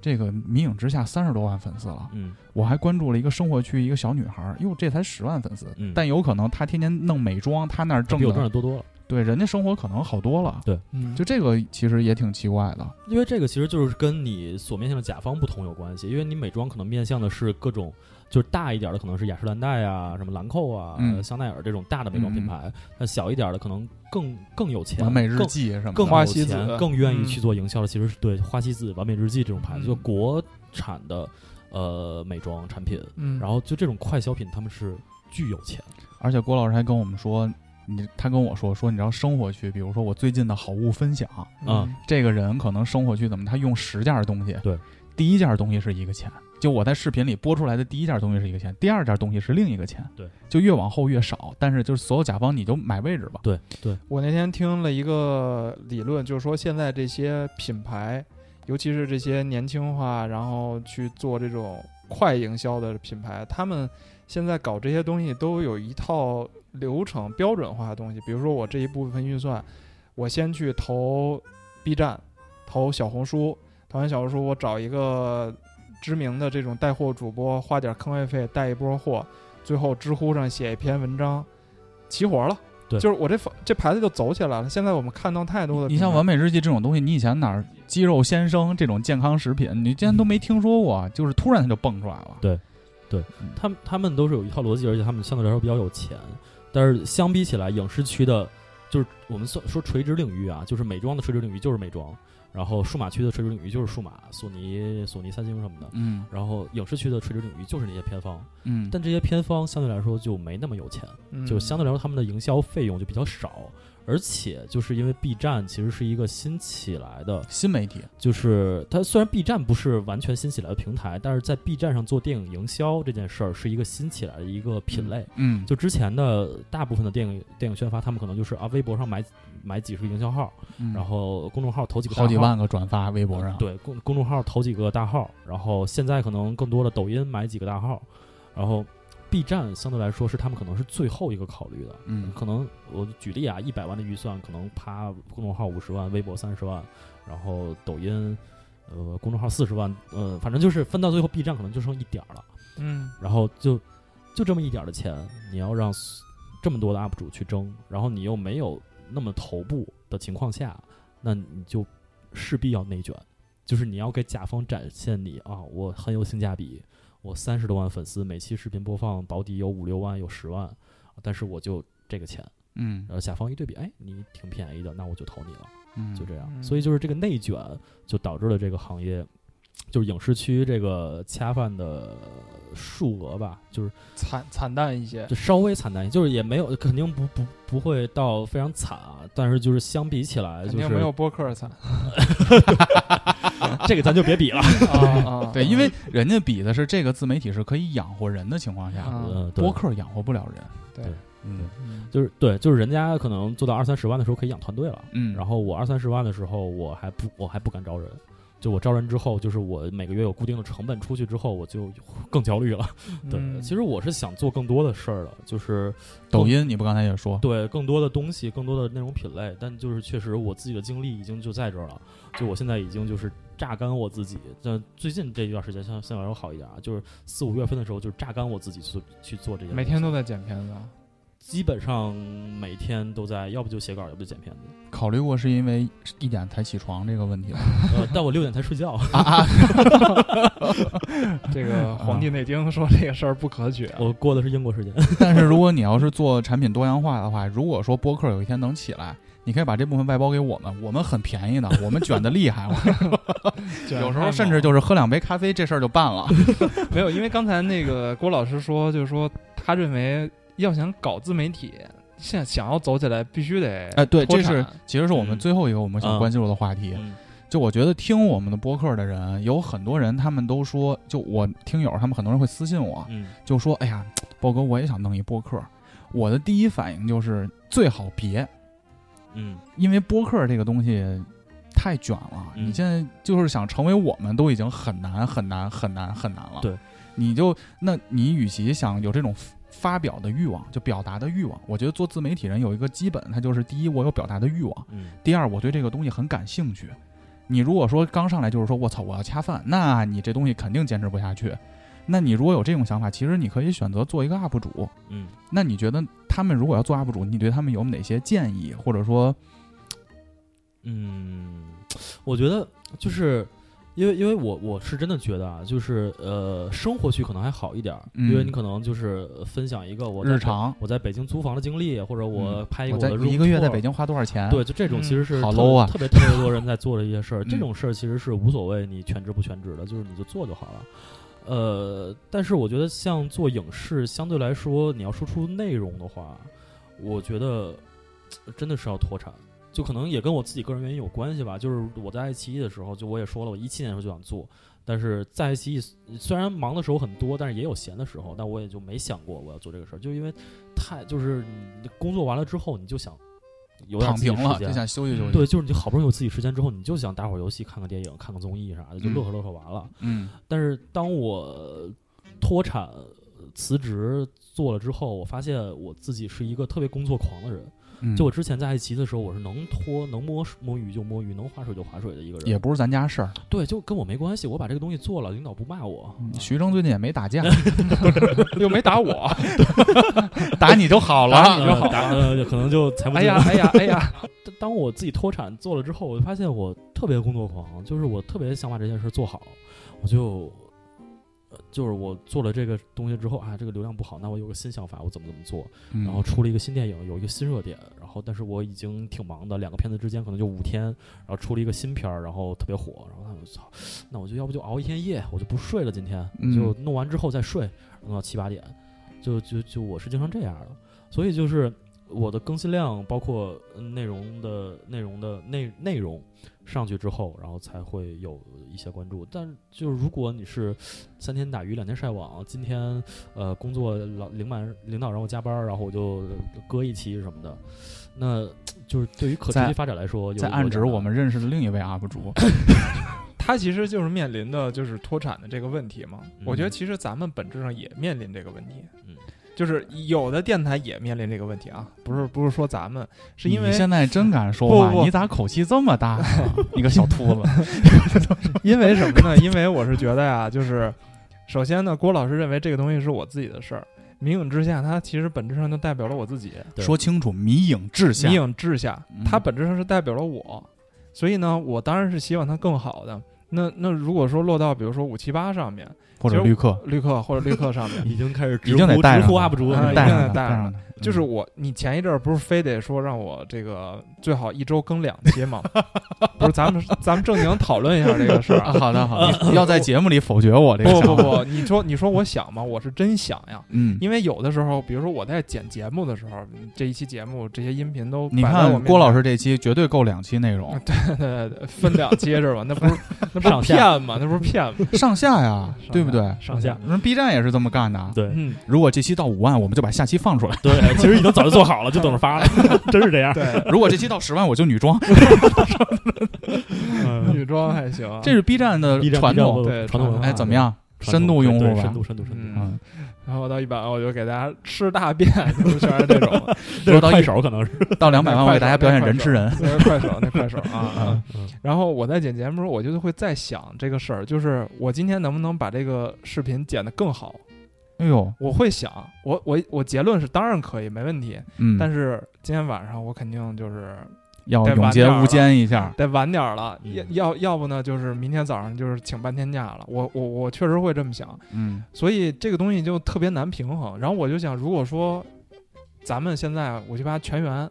Speaker 6: 这个《迷影之下》三十多万粉丝了，
Speaker 8: 嗯，
Speaker 6: 我还关注了一个生活区一个小女孩儿，哟，这才十万粉丝，
Speaker 8: 嗯
Speaker 6: 但有可能她天天弄美妆，她那儿挣
Speaker 8: 比我赚
Speaker 6: 的
Speaker 8: 的，多多了。
Speaker 6: 对，人家生活可能好多了。
Speaker 7: 嗯
Speaker 6: 就这个其实也挺奇怪的，
Speaker 8: 因为这个其实就是跟你所面向的甲方不同有关系，因为你美妆可能面向的是各种就是大一点的，可能是雅诗兰黛啊、什么兰蔻啊、
Speaker 6: 嗯
Speaker 8: 香奈儿这种大的美妆
Speaker 7: 嗯
Speaker 8: 品牌，那小一点的可能更更有钱，
Speaker 6: 完美日
Speaker 8: 更
Speaker 6: 记什么的，
Speaker 8: 更
Speaker 7: 花
Speaker 8: 有
Speaker 7: 西子
Speaker 8: 钱更愿意去
Speaker 7: 嗯
Speaker 8: 做营销的，其实是对花西子、完美日记这种牌子，
Speaker 7: 嗯
Speaker 8: 就国产的呃美妆产品，
Speaker 7: 嗯，
Speaker 8: 然后就这种快消品，他们是巨有钱，
Speaker 6: 而且郭老师还跟我们说，你他跟我说说，你知道生活区，比如说我最近的好物分享，
Speaker 8: 啊
Speaker 6: 这个人可能生活区怎么他用十件东西，
Speaker 8: 对，
Speaker 6: 第一件东西是一个钱，就我在视频里播出来的第一件东西是一个钱，第二件东西是另一个钱，
Speaker 8: 对，
Speaker 6: 就越往后越少，但是就是所有甲方你就买位置吧，
Speaker 8: 对对，
Speaker 7: 我那天听了一个理论，就是说现在这些品牌，尤其是这些年轻化，然后去做这种快营销的品牌，他们现在搞这些东西都有一套流程标准化的东西。比如说我这一部分预算，我先去投 B 站，投小红书，投完小红书我找一个知名的这种带货主播，花点坑位费带一波货，最后知乎上写一篇文章，齐活了。
Speaker 8: 对
Speaker 7: 就是我这粉这牌子就走起来了。现在我们看到太多的
Speaker 6: 你像
Speaker 7: 品牌
Speaker 6: 完美日记这种东西，你以前哪儿肌肉先生这种健康食品，你竟然
Speaker 8: 嗯
Speaker 6: 都没听说过，啊就是突然它就蹦出来了。
Speaker 8: 他们他们都是有一套逻辑，而且他们相对来说比较有钱。但是相比起来，影视区的，就是我们算说垂直领域啊，就是美妆的垂直领域就是美妆，然后数码区的垂直领域就是数码，索尼、索尼、三星什么的。
Speaker 6: 嗯
Speaker 8: 然后影视区的垂直领域就是那些片方，
Speaker 6: 嗯，
Speaker 8: 但这些片方相对来说就没那么有钱，
Speaker 7: 嗯
Speaker 8: 就相对来说他们的营销费用就比较少，而且就是因为 B 站其实是一个新起来的，
Speaker 6: 新媒体，
Speaker 8: 就是它虽然 B 站不是完全新起来的平台，但是在 B 站上做电影营销这件事儿是一个新起来的一个品类。
Speaker 6: 嗯，
Speaker 8: 就之前的大部分的电影电影宣发，他们可能就是啊，微博上买买几十个营销号，
Speaker 6: 嗯
Speaker 8: 然后公众号投几个大号
Speaker 6: 好几万个转发微博上，，
Speaker 8: 对公公众号投几个大号，然后现在可能更多的抖音买几个大号，然后 B 站相对来说是他们可能是最后一个考虑的。
Speaker 6: 嗯
Speaker 8: 可能我举例啊，一百万的预算，可能啪公众号五十万，微博三十万，然后抖音。呃，公众号四十万，呃，反正就是分到最后，B 站可能就剩一点儿了，
Speaker 7: 嗯
Speaker 8: 然后就就这么一点儿的钱，你要让 s- 这么多的 UP 主去争，然后你又没有那么头部的情况下，那你就势必要内卷，就是你要给甲方展现你啊，我很有性价比，我三十多万粉丝，每期视频播放保底有五六万，有十万，但是我就这个钱，
Speaker 6: 嗯
Speaker 8: 然后甲方一对比，哎，你挺便宜的，那我就投你了，
Speaker 6: 嗯，
Speaker 8: 就这样。
Speaker 7: 嗯
Speaker 8: 所以就是这个内卷，就导致了这个行业，就是影视区这个恰饭的数额吧，就是
Speaker 7: 惨惨淡一些
Speaker 8: 就。稍微惨淡一些，就是也没有肯定不不不会到非常惨啊，但是就是相比起来，
Speaker 7: 肯
Speaker 8: 就
Speaker 7: 定
Speaker 8: 是
Speaker 7: 没有播客惨
Speaker 8: 这个咱就别比
Speaker 7: (laughs)
Speaker 8: 了。
Speaker 7: 啊啊！
Speaker 6: 对，因为人家比的是这个自媒体是可以养活人的情况下，
Speaker 7: 啊
Speaker 8: 嗯，对
Speaker 6: 播客养活不了人。
Speaker 7: 对
Speaker 8: 对
Speaker 6: 嗯
Speaker 7: 嗯
Speaker 8: 就是对，就是人家可能做到二三十万的时候可以养团队了，
Speaker 6: 嗯，
Speaker 8: 然后我二三十万的时候我还不我还不敢招人。就我招人之后，就是我每个月有固定的成本，出去之后我就更焦虑了。对，
Speaker 7: 嗯
Speaker 8: 其实我是想做更多的事儿的，就是
Speaker 6: 抖音你不刚才也说，
Speaker 8: 对更多的东西，更多的内容品类，但就是确实我自己的精力已经就在这儿了，就我现在已经就是榨干我自己。但最近这一段时间，像像有好一点啊，就是四五月份的时候，就是榨干我自己去去做这些东西，
Speaker 7: 每天都在剪片子啊，
Speaker 8: 基本上每天都在，要不就写稿，要不就剪片子。
Speaker 6: 考虑过是因为一点才起床这个问题吗？
Speaker 8: 呃，但我六点才睡觉，
Speaker 6: (laughs)
Speaker 7: 这个《黄帝内经》说这个事儿不可取啊。
Speaker 8: 我过的是英国时间。
Speaker 6: (laughs) 但是如果你要是做产品多样化的话，如果说播客有一天能起来，你可以把这部分外包给我们，我们很便宜的，我们卷的厉害，有时候甚至就是喝两杯咖啡，这事儿就办了。
Speaker 7: 没有，因为刚才那个郭老师说，就是说他认为要想搞自媒体，现在想要走起来，必须得
Speaker 6: 哎，对，
Speaker 7: 脱
Speaker 6: (laughs) 这
Speaker 7: 产
Speaker 6: 是其实是我们
Speaker 8: 嗯
Speaker 6: 最后一个我们想关注的话题。
Speaker 8: 嗯
Speaker 6: 就我觉得听我们的播客的人，有很多人他们都说，就我听友他们很多人会私信我，
Speaker 8: 嗯，
Speaker 6: 就说：“哎呀，豹哥，我也想弄一播客。”我的第一反应就是最好别，
Speaker 8: 嗯，
Speaker 6: 因为播客这个东西太卷了。
Speaker 8: 嗯
Speaker 6: 你现在就是想成为我们，都已经很难很难很难很难了。
Speaker 8: 对，
Speaker 6: 你就那你与其想有这种发发表的欲望，就表达的欲望，我觉得做自媒体人有一个基本，它就是第一，我有表达的欲望；
Speaker 8: 嗯，
Speaker 6: 第二，我对这个东西很感兴趣。你如果说刚上来就是说我操我要恰饭，那你这东西肯定坚持不下去。那你如果有这种想法，其实你可以选择做一个 UP 主。
Speaker 8: 嗯，
Speaker 6: 那你觉得他们如果要做 UP 主，你对他们有哪些建议，或者说
Speaker 8: 嗯，我觉得就是因为因为我我是真的觉得啊，就是呃，生活区可能还好一点儿，
Speaker 6: 嗯
Speaker 8: 因为你可能就是分享一个我在
Speaker 6: 日常嗯
Speaker 8: 我在北京租房的经历，或者我拍一个
Speaker 6: 在
Speaker 8: 的 room
Speaker 6: 一个月在
Speaker 8: tour
Speaker 6: 北京花多少钱？
Speaker 8: 对，，就这种其实是
Speaker 6: 嗯好
Speaker 8: 特别
Speaker 6: low 啊
Speaker 8: 特别特别多人在做的一些事儿。
Speaker 6: (laughs)
Speaker 8: 这
Speaker 6: 嗯
Speaker 8: 种事儿其实是无所谓你全职不全职的，就是你就做就好了。呃，但是我觉得像做影视，相对来说你要输出内容的话，我觉得呃真的是要脱产。就可能也跟我自己个人原因有关系吧。就是我在爱奇艺的时候，就我也说了，我一七年的时候就想做，但是在爱奇艺虽然忙的时候很多，但是也有闲的时候，但我也就没想过我要做这个事儿，就因为太就是你工作完了之后，你就想有点
Speaker 6: 躺
Speaker 8: 自己
Speaker 6: 平了
Speaker 8: 时间
Speaker 6: 就想休息休息。
Speaker 8: 对，，就是你好不容易有自己时间之后，你就想打会儿游戏、看看电影、看看综艺啥的，就
Speaker 6: 嗯
Speaker 8: 乐呵乐呵完了。
Speaker 6: 嗯
Speaker 8: 但是当我脱产、辞职做了之后，我发现我自己是一个特别工作狂的人。
Speaker 6: 嗯，
Speaker 8: 就我之前在爱奇艺的时候，我是能拖、能摸摸鱼就摸鱼，能划水就划水的一个人。
Speaker 6: 也不是咱家事儿。
Speaker 8: 对，就跟我没关系。我把这个东西做了，领导不骂我。
Speaker 7: 嗯
Speaker 8: 啊
Speaker 6: 徐峥最近也没
Speaker 8: (laughs)
Speaker 6: 打架，
Speaker 7: 又没打我，
Speaker 6: 打你就好了。
Speaker 8: 打你就好打呃，可能就
Speaker 7: (laughs)
Speaker 8: 财务
Speaker 7: 哎
Speaker 8: 自由
Speaker 7: 呀哎呀哎呀，
Speaker 8: 当当我自己脱产做了之后，我就发现我特别工作狂，就是我特别想把这件事做好，我就，呃就是我做了这个东西之后啊，这个流量不好，那我有个新想法，我怎么怎么做，
Speaker 6: 嗯
Speaker 8: 然后出了一个新电影，有一个新热点，然后但是我已经挺忙的，两个片子之间可能就五天，然后出了一个新片儿，然后特别火，然后那我就操，那我就要不就熬一天夜，我就不睡了，今天
Speaker 6: 嗯
Speaker 8: 就弄完之后再睡，弄到七八点，就就就我是经常这样的，所以就是我的更新量包括呃内容的内容的内内容上去之后，然后才会有一些关注，但就是如果你是三天打鱼两天晒网，今天呃工作老领满领导让我加班儿，然后我就搁一期什么的，那就是对于可持
Speaker 6: 在
Speaker 8: 续发展来说，有
Speaker 6: 在
Speaker 8: 有
Speaker 6: 暗
Speaker 8: 点
Speaker 6: 指
Speaker 8: 难
Speaker 6: 我们认识的另一位 UP
Speaker 8: (laughs)
Speaker 6: 主，
Speaker 7: 他其实就是面临的就是脱产的这个问题嘛。我觉得其实咱们本质上也面临这个问题，
Speaker 8: 嗯，
Speaker 7: 就是有的电台也面临这个问题啊，不是不是说咱们，是因为
Speaker 6: 你现在真敢说
Speaker 7: 不
Speaker 6: 话，
Speaker 7: 不不
Speaker 6: 你咋口气这么大
Speaker 8: (laughs)
Speaker 6: 呀？你个小秃子，
Speaker 7: (laughs) 因为什么呢？因为我是觉得呀、就是首先呢，郭老师认为这个东西是我自己的事儿，民影之下，它其实本质上就代表了我自己，
Speaker 8: 对
Speaker 6: 说清楚，迷影志向
Speaker 7: 民。影之下
Speaker 6: 嗯，
Speaker 7: 它本质上是代表了我，所以呢，我当然是希望它更好的。那那如果说落到比如说五七八上面，
Speaker 6: 或者
Speaker 7: 其实
Speaker 6: 绿客，
Speaker 7: 绿客或者绿客上面，
Speaker 8: 已经开始
Speaker 6: 已经得带上
Speaker 8: 直呼
Speaker 6: 了嗯
Speaker 8: UP 主，
Speaker 7: 啊
Speaker 8: 了。
Speaker 6: 带
Speaker 7: 一定得
Speaker 6: 上它
Speaker 7: 带
Speaker 6: 带
Speaker 7: 上
Speaker 6: 上它，
Speaker 7: 就是我，你前一阵儿不是非得说让我这个最好一周更两期吗？不是，咱们咱们正经讨论一下这个事儿
Speaker 6: (laughs) 啊，
Speaker 7: 啊。
Speaker 6: 好的好的，要在节目里否决我这个
Speaker 7: 不不
Speaker 6: 想法，
Speaker 7: 不，你说你说我想吗？我是真想呀，
Speaker 6: 嗯，
Speaker 7: 因为有的时候，比如说我在剪节目的时候，嗯这一期节目这些音频都
Speaker 6: 你
Speaker 7: 摆在我
Speaker 6: 看
Speaker 7: 面
Speaker 6: 郭老
Speaker 7: 前
Speaker 6: 师这期绝对够两期内容，
Speaker 7: 对对对分两期是吧？那
Speaker 6: (laughs)
Speaker 7: 不是那不
Speaker 8: 上
Speaker 7: 是
Speaker 8: 下
Speaker 7: 骗吗？那不是骗吗？
Speaker 6: 上下呀，
Speaker 7: 上
Speaker 6: 对不对？嗯
Speaker 7: 下上下，
Speaker 6: 人 B 站也是这么干的。啊
Speaker 8: 对
Speaker 7: 嗯，
Speaker 6: 如果这期到五万，我们就把下期放出来；
Speaker 8: 对，其实已经早就做好了，就等
Speaker 6: (laughs)
Speaker 8: 着发了，真是这样。
Speaker 7: 对，
Speaker 6: 如果这期到十万，我就女装。
Speaker 7: (laughs)
Speaker 8: 嗯
Speaker 7: 女装还行啊，
Speaker 6: 这是 B 站的
Speaker 8: B 站
Speaker 6: 传统。
Speaker 7: 对
Speaker 8: 传统文化，
Speaker 6: 哎，怎么样？
Speaker 8: 传统？
Speaker 6: 深度用户
Speaker 8: 对
Speaker 6: 吧
Speaker 8: 深。度深度深度，
Speaker 7: 嗯
Speaker 6: 嗯，
Speaker 7: 然后到一百万我就给大家吃大便，就是全是这种，
Speaker 8: 这
Speaker 6: 说
Speaker 8: 是
Speaker 7: (laughs)
Speaker 6: 到
Speaker 8: 快
Speaker 6: 一
Speaker 8: 手可能是，
Speaker 6: 到两百万，我给大家表演人吃人。 (laughs)
Speaker 7: 那快手那快手啊。啊
Speaker 8: 嗯
Speaker 7: 然后我在剪节目的时候，我就会在想这个事儿，就是我今天能不能把这个视频剪得更好。
Speaker 6: 哎呦，
Speaker 7: 我会想，我我我结论是当然可以，没问题。
Speaker 6: 嗯，
Speaker 7: 但
Speaker 6: 是
Speaker 7: 是今天晚上我肯定就是
Speaker 6: 要
Speaker 7: 再
Speaker 6: 永
Speaker 7: 晚
Speaker 6: 劫
Speaker 7: 点儿
Speaker 6: 无
Speaker 7: 了
Speaker 6: 间一下，
Speaker 7: 得晚点儿了，
Speaker 8: 嗯
Speaker 7: 要要要不呢就是明天早上就是请半天假了。我我我确实会这么想，
Speaker 6: 嗯
Speaker 7: 所以这个东西就特别难平衡。然后我就想，如果说咱们现在五七八全员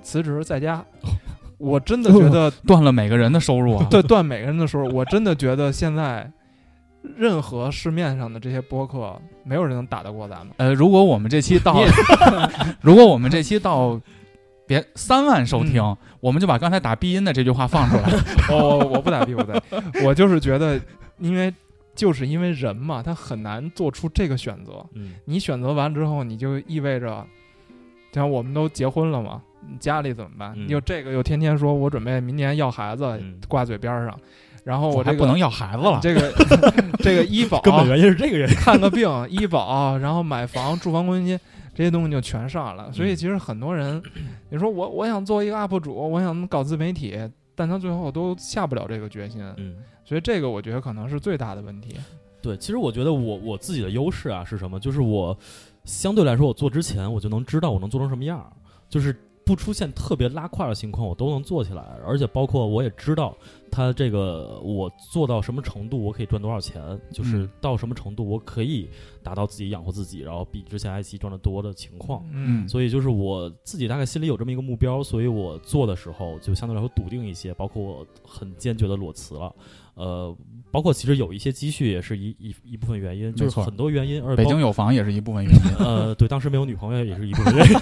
Speaker 7: 辞职在家，
Speaker 6: (laughs)
Speaker 7: 我真的觉得
Speaker 6: 断了每个人的收入啊。
Speaker 7: 对断每个人的时候，我真的觉得现在任何市面上的这些播客，没有人能打得过咱们。
Speaker 6: 呃，如果我们这期到， (laughs) 如果我们这期到，别三万收听，我们就把刚才打鼻音的这句话放出来。
Speaker 7: 我我我不打 B 不打，我就是觉得，因为就是因为人嘛，他很难做出这个选择。
Speaker 8: 嗯
Speaker 7: 你选择完之后，你就意味着，像我们都结婚了嘛，家里怎么办？
Speaker 8: 嗯
Speaker 7: 又这个又天天说我准备明年要孩子，
Speaker 8: 嗯
Speaker 7: 挂嘴边儿上，然后我这
Speaker 6: 还
Speaker 7: 个
Speaker 6: 不能要孩子了，
Speaker 7: 这个这个医保
Speaker 8: 根本原因是这个原因。
Speaker 7: 看个病、 (laughs) 医保，然后买房、住房公积金这些东西就全上
Speaker 8: 嗯
Speaker 7: 了。所以其实很多
Speaker 8: (clears throat)
Speaker 7: 人，你说我我想做一个 UP 主，我想搞自媒体，但他最后都下不了这个决心。
Speaker 8: 嗯，
Speaker 7: 所以这个我觉得可能是最大的问题。
Speaker 8: 对，其实我觉得我我自己的优势啊是什么？就是我相对来说，我做之前我就能知道我能做成什么样儿，就是不出现特别拉胯的情况，我都能做起来，而且包括我也知道它这个我做到什么程度，我可以赚多少钱，就是
Speaker 6: 嗯
Speaker 8: 到什么程度我可以达到自己养活自己，然后比之前爱奇艺赚的多的情况。
Speaker 6: 嗯
Speaker 8: 所以就是我自己大概心里有这么一个目标，所以我做的时候就相对来说笃定一些，包括我很坚决的裸辞了，呃，包括其实有一些积蓄也是一一一部分原因，就
Speaker 6: 没
Speaker 8: 是
Speaker 6: 错
Speaker 8: 很多原因，而
Speaker 6: 北
Speaker 8: 包
Speaker 6: 京有房也是一部分原因。 (laughs)
Speaker 8: (laughs) 呃，对，当时没有女朋友也是一部分原因，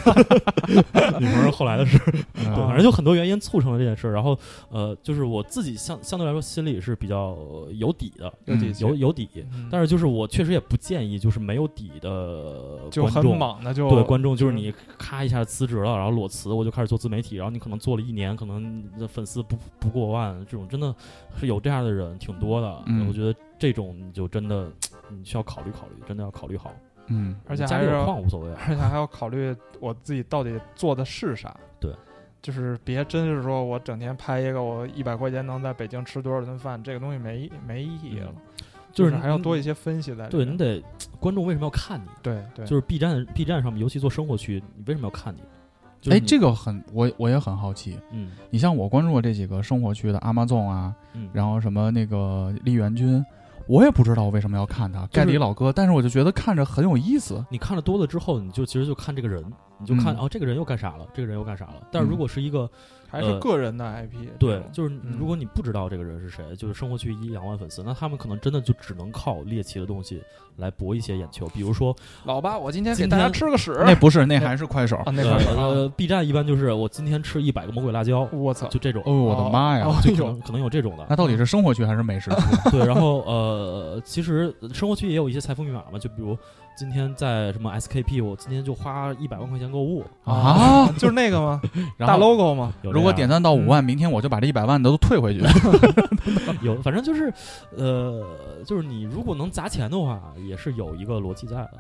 Speaker 8: 女朋友是后来的事，
Speaker 7: 嗯
Speaker 8: 嗯对，
Speaker 6: 啊
Speaker 8: 反正就很多原因促成了这件事。然后呃，就是我自己相相对来说心里是比较呃有底的，
Speaker 7: 有底气
Speaker 8: 有有底，
Speaker 7: 嗯
Speaker 8: 但是就是我确实也不建议就是没有底的
Speaker 7: 就
Speaker 8: 观
Speaker 7: 很
Speaker 8: 众
Speaker 7: 猛的就
Speaker 8: 对观众，就是
Speaker 7: 嗯
Speaker 8: 你咔一下辞职了，然后裸辞，我就开始做自媒体，然后你可能做了一年，可能你的粉丝不不过万，这种真的是有这样的人挺多的。
Speaker 6: 嗯
Speaker 8: 我觉得这种你就真的你需要考虑考虑，真的要考虑好。
Speaker 6: 嗯，
Speaker 7: 而且
Speaker 8: 家
Speaker 7: 还
Speaker 8: 里
Speaker 7: 是
Speaker 8: 有矿无所谓啊，
Speaker 7: 而且还要考虑我自己到底做的是啥。
Speaker 8: 对，
Speaker 7: 就是别真是说我整天拍一个我一百块钱能在北京吃多少顿饭，这个东西没没意义了
Speaker 8: 嗯。
Speaker 7: 就是
Speaker 8: 是
Speaker 7: 还要多一
Speaker 8: 些。
Speaker 7: 些分析在里
Speaker 8: 对
Speaker 7: 面。
Speaker 8: 你得观众为什么要看你？
Speaker 7: 对对，
Speaker 8: 就是 B 站 B 站上面，尤其做生活区，你为什么要看你？就是
Speaker 6: 哎，
Speaker 8: 你
Speaker 6: 这个很，我我也很好奇。
Speaker 8: 嗯
Speaker 6: 你像我关注的这几个生活区的阿妈纵啊，
Speaker 8: 嗯，
Speaker 6: 然后什么那个丽媛君，我也不知道我为什么要看他盖里老哥，但是我就觉得看着很有意思。
Speaker 8: 你看的多了之后，你就其实就看这个人，你就看、
Speaker 6: 嗯
Speaker 8: 哦，这个人又干啥了，这个人又干啥了。但是如
Speaker 6: 嗯
Speaker 8: 果是一个
Speaker 7: 还是个人的 IP 这种。
Speaker 8: 呃对，就是
Speaker 7: 嗯
Speaker 8: 如果你不知道这个人是谁，就是生活区一两万粉丝，那他们可能真的就只能靠猎奇的东西来博一些眼球，比如说，
Speaker 7: 老八，我今天给
Speaker 8: 今
Speaker 7: 大家
Speaker 8: 天
Speaker 7: 吃个屎
Speaker 6: 那不是，那还是快手。
Speaker 7: 啊，那
Speaker 8: 呃
Speaker 7: 块儿
Speaker 8: 呃，B 站一般就是我今天吃一百个魔鬼辣椒，
Speaker 7: 我操，
Speaker 8: 就这种，
Speaker 6: 哦，我的妈呀！
Speaker 7: 哦
Speaker 8: 就可
Speaker 7: 呦，
Speaker 8: 能可能有这种的
Speaker 6: 那。到底是生活区还是美食区？
Speaker 8: 对，然后呃，其实生活区也有一些财富密码嘛，就比如今天在什么 SKP，我今天就花一百万块钱购物，
Speaker 6: 啊，
Speaker 7: 就是那个
Speaker 8: (laughs)
Speaker 7: 吗？哦
Speaker 6: 然
Speaker 7: 大
Speaker 6: 后
Speaker 7: logo 吗？
Speaker 8: 有这
Speaker 6: 如果
Speaker 8: 样嗯
Speaker 6: 点赞到五万，明天我就把这一百万的都退回去。 (laughs)
Speaker 8: 有，反正就是呃，就是你如果能砸钱的话，也是有一个逻辑在的，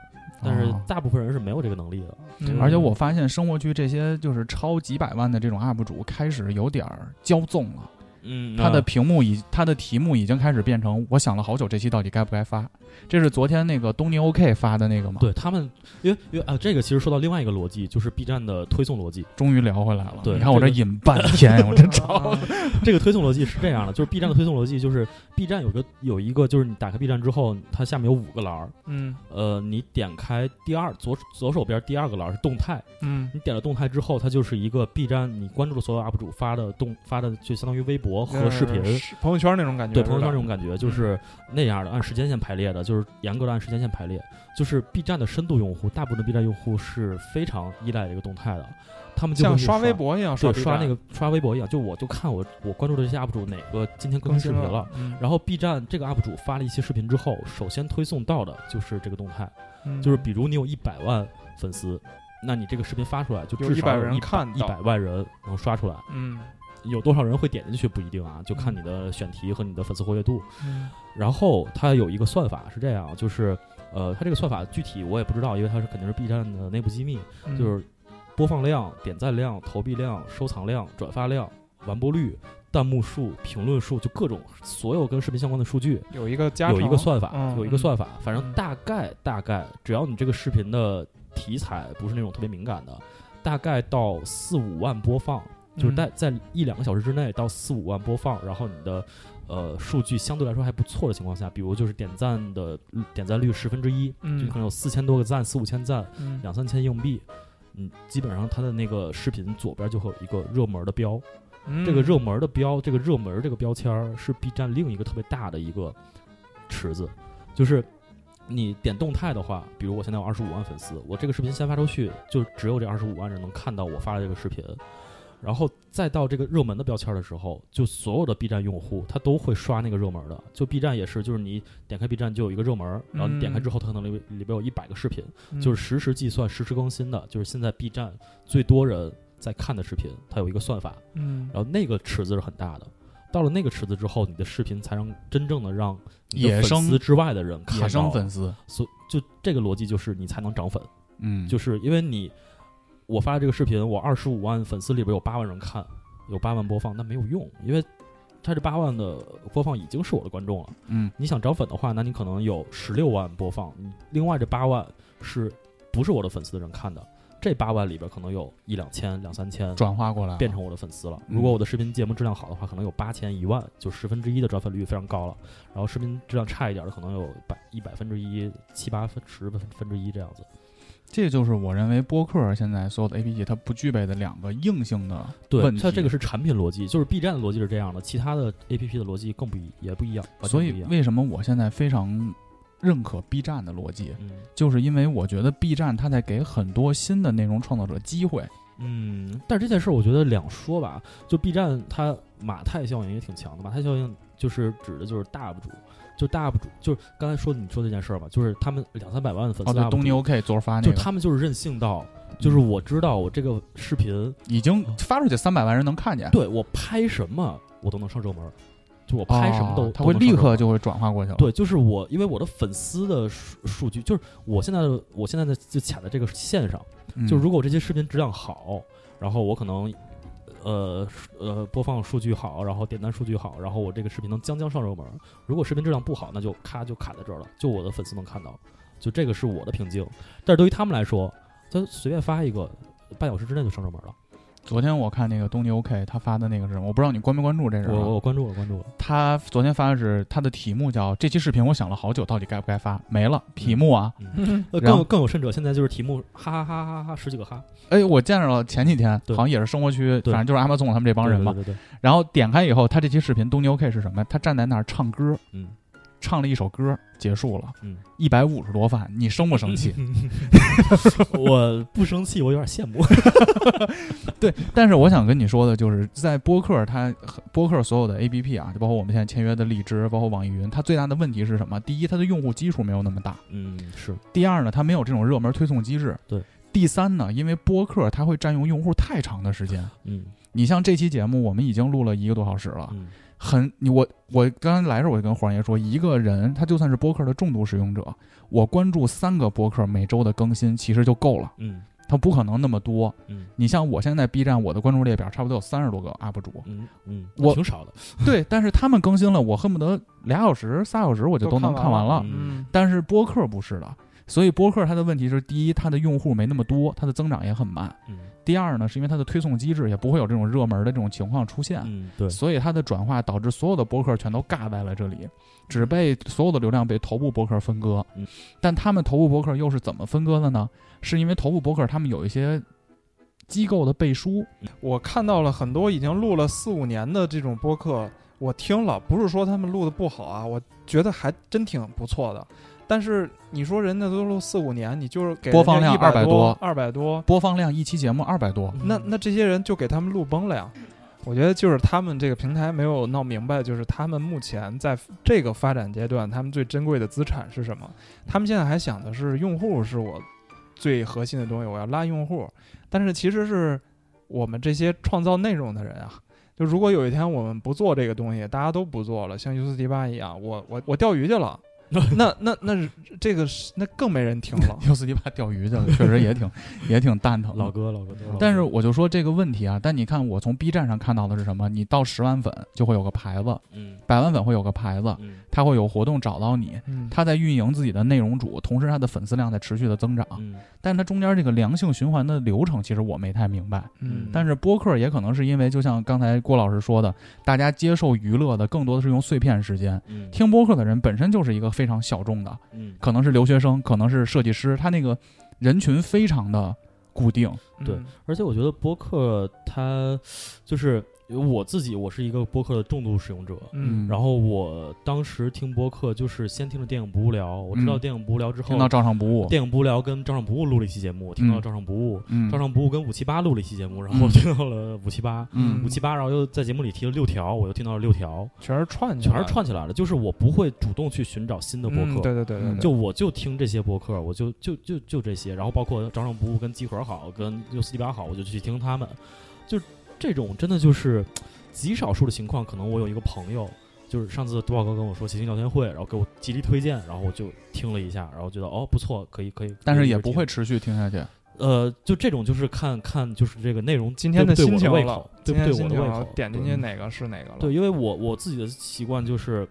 Speaker 8: 但是
Speaker 6: 哦
Speaker 8: 大部分人是没有这个能力的。
Speaker 7: 嗯
Speaker 6: 而且我发现生活区这些就是超几百万的这种 UP 主开始有点儿骄纵了，
Speaker 8: 嗯，
Speaker 6: 他的
Speaker 8: 啊
Speaker 6: 屏幕已他的题目已经开始变成我想了好久，这期到底该不该发？这是昨天那个东尼 OK 发的那个吗？，
Speaker 8: 对他们，因为因为啊，这个其实说到另外一个逻辑，就是 B 站的推送逻辑。
Speaker 6: 终于聊回来了。
Speaker 8: 对
Speaker 6: 你看我这
Speaker 8: 这个
Speaker 6: 引半天，我这
Speaker 8: (laughs)
Speaker 7: 啊
Speaker 8: 这个推送逻辑是这样的，就是 B 站的推送逻辑就是 B 站有个有一个就是你打开 B 站之后，它下面有五个栏儿，
Speaker 7: 嗯
Speaker 8: 呃，你点开第二左左手边第二个栏儿是动态，
Speaker 7: 嗯
Speaker 8: 你点了动态之后，它就是一个 B 站你关注的所有 UP 主发的动发的就相当于微博 (laughs) 和视频。
Speaker 7: 嗯就是呃朋友圈那种感觉，
Speaker 8: 对朋友圈那种
Speaker 7: 觉。
Speaker 8: 感觉就是那样的，按时间线排列的，就是严格的按时间线排列。就是 B 站的深度用户，大部分的 B 站用户是非常依赖这个动态的，他们就
Speaker 7: 像
Speaker 8: 会去
Speaker 7: 刷微博一样
Speaker 8: 对，
Speaker 7: B
Speaker 8: 刷那
Speaker 7: 站
Speaker 8: 个刷微博一样，就我就看我我关注的这些 UP 主哪个今天更
Speaker 7: 更
Speaker 8: 新视
Speaker 7: 新
Speaker 8: 频
Speaker 7: 了嗯
Speaker 8: 了。，然后 B 站这个 UP 主发了一些视频之后，首先推送到的就是这个动态，
Speaker 7: 嗯
Speaker 8: 就是比如你有一百万粉丝，那你这个视频发出来就
Speaker 7: 有
Speaker 8: 至少
Speaker 7: 100人
Speaker 8: 一
Speaker 7: 看
Speaker 8: 一
Speaker 7: 到
Speaker 8: 百万人能刷出来，
Speaker 7: 嗯
Speaker 8: 有多少人会点进去不一定啊，就看你的选题和你的粉丝活跃度。
Speaker 7: 嗯
Speaker 8: 然后它有一个算法是这样，就是呃，它这个算法具体我也不知道，因为它是肯定是 B 站的内部机密，
Speaker 7: 嗯
Speaker 8: 就是播放量、点赞量、投币量、收藏量、转发量、完播率、弹幕数、评论数，就各种所有跟视频相关的数据，
Speaker 7: 有一个加
Speaker 8: 有一个
Speaker 7: 成
Speaker 8: 算法，
Speaker 7: 嗯
Speaker 8: 有一个
Speaker 7: 嗯
Speaker 8: 算法，反正
Speaker 7: 嗯
Speaker 8: 大概大概，只要你这个视频的题材不是那种特别敏感的，大概到四五万播放，就是
Speaker 7: 嗯
Speaker 8: 在在一两个小时之内到四五万播放，然后你的呃数据相对来说还不错的情况下，比如就是点赞的点赞率十分之一，就
Speaker 7: 嗯
Speaker 8: 可能有四千多个赞、四五千赞，
Speaker 7: 嗯
Speaker 8: 两三千硬币。嗯，基本上它的那个视频左边就会有一个热门的标，
Speaker 7: 嗯
Speaker 6: (laughs)
Speaker 8: 这个热门的标，这个热门这个标签儿是 B 站另一个特别大的一个池子，就是你点动态的话，比如我现在有二十五万粉丝，我这个视频先发出去，就只有这二十五万人能看到我发的这个视频，然后再到这个热门的标签儿的时候，就所有的 B 站用户他都会刷那个热门的，就 B 站也是，就是你点开 B 站就有一个热门儿，然后你点开之后，它可能里里边有一百个视频，
Speaker 7: 嗯
Speaker 8: 就是实时计算、实时更新的，就是现在 B 站最多人在看的视频，它有一个算法。
Speaker 7: 嗯
Speaker 8: 然后那个池子是很大的。到了那个池子之后，你的视频才让真正的让你的
Speaker 6: 野
Speaker 8: 粉
Speaker 6: 生
Speaker 8: 丝之外的人看到
Speaker 6: 野生粉，丝，
Speaker 8: 所就这个逻辑就是你才能涨粉，
Speaker 6: 嗯，
Speaker 8: 就是因为你我发的这个视频，我二十五万粉丝里边有八万人看，有八万播放，那没有用，因为他这八万的播放已经是我的观众了。
Speaker 6: 嗯
Speaker 8: 你想涨粉的话，那你可能有十六万播放，你另外这八万是不是我的粉丝的人看的？这八万里边可能有一两千、两三千
Speaker 6: 转化过来了
Speaker 8: 变成我的粉丝了。
Speaker 6: 嗯
Speaker 8: 如果我的视频节目质量好的话，可能有八千、一万，就十分之一的转粉率非常高了。然后视频质量差一点的，可能有百一百分之一、七八分、十分分之一这样子。
Speaker 6: 这就是我认为播客现在所有的 APP 它不具备的两个硬性的
Speaker 8: 对
Speaker 6: 问，题。
Speaker 8: 它这个是产品逻辑，就是 B 站的逻辑是这样的，其他的 APP 的逻辑更不一也不一样，完全
Speaker 6: 所
Speaker 8: 不一
Speaker 6: 以
Speaker 8: 样
Speaker 6: 为什么我现在非常认可 B 站的逻辑，
Speaker 8: 嗯
Speaker 6: 就是因为我觉得 B 站它在给很多新的内容创造者机会。
Speaker 8: 嗯，但是这件事儿我觉得两说吧，就 B 站它马太效应也挺强的，马太效应就是指的就是大 UP 主。就大 UP 主，就是刚才说你说这件事儿吧，就是他们两三百万粉丝
Speaker 6: 哦，
Speaker 8: 的
Speaker 6: 对，
Speaker 8: UP 主、
Speaker 6: 东尼 OK 昨儿发那
Speaker 8: 就
Speaker 6: 个，嗯
Speaker 8: 他们就是任性到，就是我知道我这个视频，
Speaker 6: 已经发出去三百万人能看见，
Speaker 8: 对我拍什么我都能上热门儿，就我拍什么都、
Speaker 6: 哦
Speaker 8: 都
Speaker 6: 它会
Speaker 8: 能上
Speaker 6: 立
Speaker 8: 热门
Speaker 6: 刻
Speaker 8: 儿
Speaker 6: 就会转化过去了。
Speaker 8: 对，就是我，因为我的粉丝的数数据，就是我现在的我现在的就卡在这个线上，
Speaker 6: 嗯，
Speaker 8: 就是如果这些视频质量好，然后我可能。呃呃，播放数据好，然后点赞数据好，然后我这个视频能将将上热门儿。如果视频质量不好，那就咔就卡在这儿了，就我的粉丝能看到，就这个是我的瓶颈。但是对于他们来说，他随便发一个，半小时之内就上热门了。
Speaker 6: 昨天我看那个东尼 OK 他发的那个是，我不知道你关没关注这事儿啊。
Speaker 8: 我我关注了，关注了。
Speaker 6: 他昨天发的是他的题目叫“这期视频我想了好久，到底该不该发？”没
Speaker 8: 嗯
Speaker 6: 了题目啊，
Speaker 8: 呃，
Speaker 6: 然后
Speaker 8: 更更有甚者，现在就是题目哈哈哈哈哈十几个哈，
Speaker 6: 哎，我见着了前几天，好
Speaker 8: 对
Speaker 6: 像也是生活区，
Speaker 8: 对
Speaker 6: 反正就是阿巴总他们这帮人嘛。
Speaker 8: 对对对，对
Speaker 6: 然后点开以后，他这期视频东尼 OK 是什么？他站在那儿唱歌，
Speaker 8: 嗯，
Speaker 6: 唱了一首歌，结束了，
Speaker 8: 嗯，
Speaker 6: 一百五十多万，你生不生气？
Speaker 8: (laughs) 我不生气，我有点羡
Speaker 6: (laughs)
Speaker 8: 慕。
Speaker 6: 对，但是我想跟你说的就是，在播客它播客所有的 APP 啊，就包括我们现在签约的荔枝，包括网易云，它最大的问题是什么？第一，它的用户基数没有那么大。
Speaker 8: 嗯，是
Speaker 6: 第二呢，它没有这种热门推送机制。
Speaker 8: 对。
Speaker 6: 第三呢，因为播客它会占用用户太长的时间。
Speaker 8: 嗯
Speaker 6: 你像这期节目，我们已经录了一个多小时了，
Speaker 8: 嗯
Speaker 6: 很你我我刚才来的时候我就跟黄爷说，一个人他就算是播客的重度使用者，我关注三个播客每周的更新其实就够了，
Speaker 8: 嗯
Speaker 6: 他不可能那么多。
Speaker 8: 嗯
Speaker 6: 你像我现在 B 站我的关注列表差不多有三十多个 UP 主，
Speaker 8: 嗯嗯，
Speaker 6: 我
Speaker 8: 挺少的。
Speaker 6: 对，但是他们更新了，我恨不得俩小时、仨小时我就
Speaker 7: 都
Speaker 6: 都能
Speaker 7: 看
Speaker 6: 看
Speaker 7: 完
Speaker 6: 完了。
Speaker 7: 嗯
Speaker 6: 但是播客不是的，所以播客它的问题是：第一，它的用户没那么多，它的增长也很慢；
Speaker 8: 嗯
Speaker 6: 第二呢，是因为它的推送机制也不会有这种热门的这种情况出现，
Speaker 8: 嗯，对，
Speaker 6: 所以它的转化导致所有的播客全都尬在了这里，只被所有的流量被头部播客分割。
Speaker 8: 嗯
Speaker 6: 但他们头部播客又是怎么分割的呢？是因为头部播客他们有一些机构的背书，
Speaker 8: 嗯
Speaker 7: 我看到了很多已经录了四五年的这种播客，我听了，不是说他们录的不好啊，我觉得还真挺不错的。但是你说人家都录四五年，你就是给
Speaker 6: 播放量
Speaker 7: 二百
Speaker 6: 200多
Speaker 7: 二百多，
Speaker 6: 播放量一期节目二百多，。
Speaker 8: (laughs)
Speaker 7: 那
Speaker 8: 嗯
Speaker 7: 那这些人就给他们录崩了呀。我觉得就是他们这个平台没有闹明白，就是他们目前在这个发展阶段，他们最珍贵的资产是什么？他们现在还想的是用户是我最核心的东西，我要拉用户。但是其实是我们这些创造内容的人啊，就如果有一天我们不做这个东西，大家都不做了，像 U 四 D 八一样，我我我钓鱼去了，那那那是这个是那更没人听了
Speaker 6: 又自己把钓鱼去了，确实也挺也挺蛋疼
Speaker 8: 老
Speaker 6: 的。
Speaker 8: 哥，老哥，都老哥
Speaker 6: 嗯但是我就说这个问题啊，但你看我从 B 站上看到的是什么？你到十万粉就会有个牌子，
Speaker 8: 嗯
Speaker 6: 百万粉会有个牌子，
Speaker 8: 嗯
Speaker 6: 它会有活动找到你，
Speaker 7: 嗯，
Speaker 6: 它在运营自己的内容主，同时它的粉丝量在持续的增长。
Speaker 8: 嗯
Speaker 6: 但是它中间这个良性循环的流程，其实我没太明白。
Speaker 7: 嗯，
Speaker 6: 但
Speaker 7: 是
Speaker 6: 是播客也可能是因为，就像刚才郭老师说的，大家接受娱乐的更多的是用碎片时间。
Speaker 8: 嗯
Speaker 6: 听播客的人本身就是一个非常小众的，
Speaker 8: 嗯
Speaker 6: 可能是留学生，可能是设计师，他那个人群非常的固定。
Speaker 7: 嗯
Speaker 8: 对而且我觉得播客它就是我自己，我是一个播客的重度使用者。
Speaker 7: 嗯，
Speaker 8: 然后我当时听播客，就是先听了电影不无聊，我知道
Speaker 6: 嗯
Speaker 8: 电影不无聊之后，
Speaker 6: 听到照常不误，
Speaker 8: 电影不无聊跟照常不误录了一期节目，听到照常不误，
Speaker 6: 嗯
Speaker 8: 照常不误跟五七八录了一期节目，然后
Speaker 6: 嗯
Speaker 8: 我听到了五七八，
Speaker 6: 嗯
Speaker 8: 五七八，然后又在节目里提了六条，我又听到了六条，
Speaker 7: 全是串
Speaker 6: 嗯
Speaker 7: 起
Speaker 8: 全
Speaker 7: 来
Speaker 8: 是
Speaker 7: 的，
Speaker 8: 串起来了。就是我不会主动去寻找新的播
Speaker 7: 嗯
Speaker 8: 客，
Speaker 7: 对对对对对，
Speaker 8: 就我就听这些播客，我就就就就这些，然后包括长长不误跟集合好，跟六四七八好，我就去听他们。就这种真的就是极少数的情况，可能我有一个朋友，就是上次杜宝哥跟我说谐星聊天会，然后给我极力推荐，然后我就听了一下，然后觉得哦不错，可以可以，
Speaker 6: 但
Speaker 8: 可
Speaker 6: 是
Speaker 8: 以
Speaker 6: 也
Speaker 8: 一直
Speaker 6: 不
Speaker 8: 听
Speaker 6: 会持续听下去。
Speaker 8: 呃，就这种就是看看就是这个内容
Speaker 7: 今天的
Speaker 8: 对不
Speaker 7: 心
Speaker 8: 对
Speaker 7: 情
Speaker 8: 我的胃
Speaker 7: 了
Speaker 8: 口，，对
Speaker 7: 今天
Speaker 8: 不
Speaker 7: 的
Speaker 8: 对我
Speaker 7: 心
Speaker 8: 的
Speaker 7: 情
Speaker 8: 胃
Speaker 7: 了
Speaker 8: 口，
Speaker 7: 点进
Speaker 8: 对嗯
Speaker 7: 去哪个是哪个了。
Speaker 8: 对，因为我我自己的习惯就是，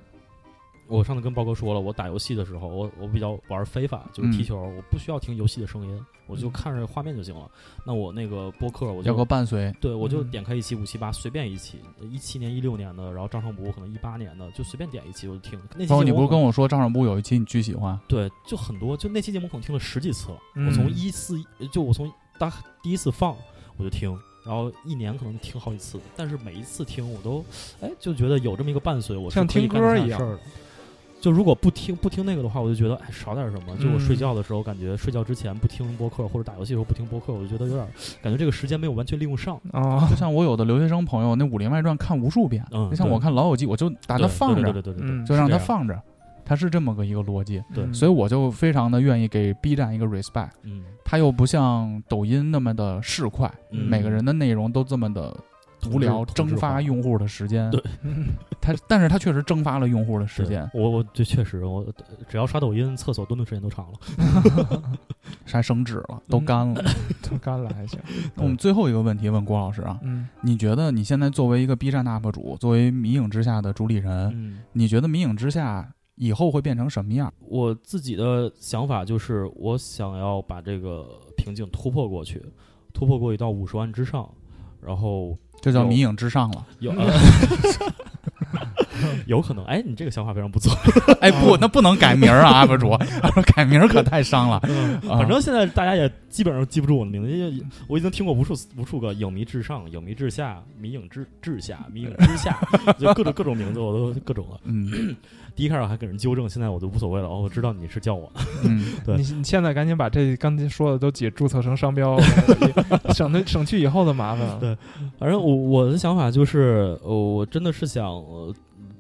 Speaker 8: 我上次跟豹哥说了，我打游戏的时候，我我比较玩非法，就是
Speaker 6: 嗯
Speaker 8: 踢球，我不需要听游戏的声音，我就看着画面就行了。那我那个播客，我
Speaker 6: 要个
Speaker 8: 就
Speaker 6: 伴随，
Speaker 8: 对我就
Speaker 7: 嗯
Speaker 8: 点开一期五七八，随便一期，一七年、一六年的，然后张胜博可能一八年的，就随便点一期我就听。那期节
Speaker 6: 包括
Speaker 8: 目
Speaker 6: 你不是
Speaker 8: 可能
Speaker 6: 跟我说照常不误有一期你巨喜欢，
Speaker 8: 对，就很多，就那期节目可能听了十几次了。
Speaker 7: 嗯
Speaker 8: 我从一四，就我从大第一次放我就听，然后一年可能听好几次，但是每一次听我都，哎，就觉得有这么一个伴随，我是
Speaker 7: 像
Speaker 8: 可以
Speaker 7: 听
Speaker 8: 干得
Speaker 7: 歌
Speaker 8: 下
Speaker 7: 一样
Speaker 8: 事儿的。就如果不听不听那个的话，我就觉得哎少点什么。就我睡
Speaker 7: 嗯
Speaker 8: 觉的时候，感觉睡觉之前不听播客或者打游戏的时候不听播客，我就觉得有点感觉这个时间没有完全利用上。
Speaker 7: (laughs) 啊
Speaker 6: 就，像我有的留学生朋友，那《武林外传》看无数遍，
Speaker 8: 嗯
Speaker 6: 就像
Speaker 8: 对
Speaker 6: 我看《老友记》，我就把它
Speaker 8: 对
Speaker 6: 放
Speaker 8: 对
Speaker 6: 着
Speaker 8: 对，对对对对
Speaker 7: 嗯
Speaker 6: 就让
Speaker 8: 是这
Speaker 6: 它
Speaker 8: 样嗯
Speaker 6: 放着，它是这么个一个逻辑。
Speaker 8: 对
Speaker 6: 所以我就非常的愿意给 B 站一个 respect，
Speaker 8: 嗯，
Speaker 6: 它又不像抖音那么的市侩，
Speaker 8: 嗯
Speaker 6: 每个人的内容都这么的无聊，
Speaker 8: 同质
Speaker 6: 蒸
Speaker 8: 化
Speaker 6: 发用户的时间。
Speaker 8: 对
Speaker 7: 嗯
Speaker 6: 它，但是它确实蒸发了用户的时
Speaker 8: 对
Speaker 6: 间，
Speaker 8: 我我这确实我呃只要刷抖音，厕所蹲的时间都长了。
Speaker 6: 还升脂了，
Speaker 8: 嗯
Speaker 6: 都干
Speaker 8: (laughs)
Speaker 6: 了。
Speaker 7: 以 (laughs) 干了还行。
Speaker 6: 那我们最后一个问题问郭老师啊，
Speaker 7: 嗯，
Speaker 6: 你觉得你现在作为一个 B 站 UP 主，作为迷影之下的主理人，
Speaker 8: 嗯。
Speaker 6: 你觉得迷影之下以后会变成什么样？
Speaker 8: 我自己的想法就是，我想要把这个瓶颈突破过去，突破过去到五十万之上，然后
Speaker 6: 这叫
Speaker 8: 有
Speaker 6: 迷影之上了。
Speaker 8: 有、呃 (laughs) 有可能，哎，你这个想法非常不错。
Speaker 6: 哎，不，那不能改名儿啊，UP 主，改名儿可太伤了。啊
Speaker 8: 反正现在大家也基本上记不住我的名字，因为我已经听过无数无数个“影迷至上”“影迷至下”“迷影之至下”“迷影之下”，就各种各种名字我都各种了。
Speaker 6: 嗯
Speaker 8: 第一开始还给人纠正，现在我都无所谓了。哦，我知道你是叫我，
Speaker 6: 嗯，
Speaker 8: 对
Speaker 7: 你你现在赶紧把这刚才说的都解注册成商标， (laughs) 省得省去以后的麻烦了。
Speaker 8: 对反正我我的想法就是，呃，我真的是想、呃、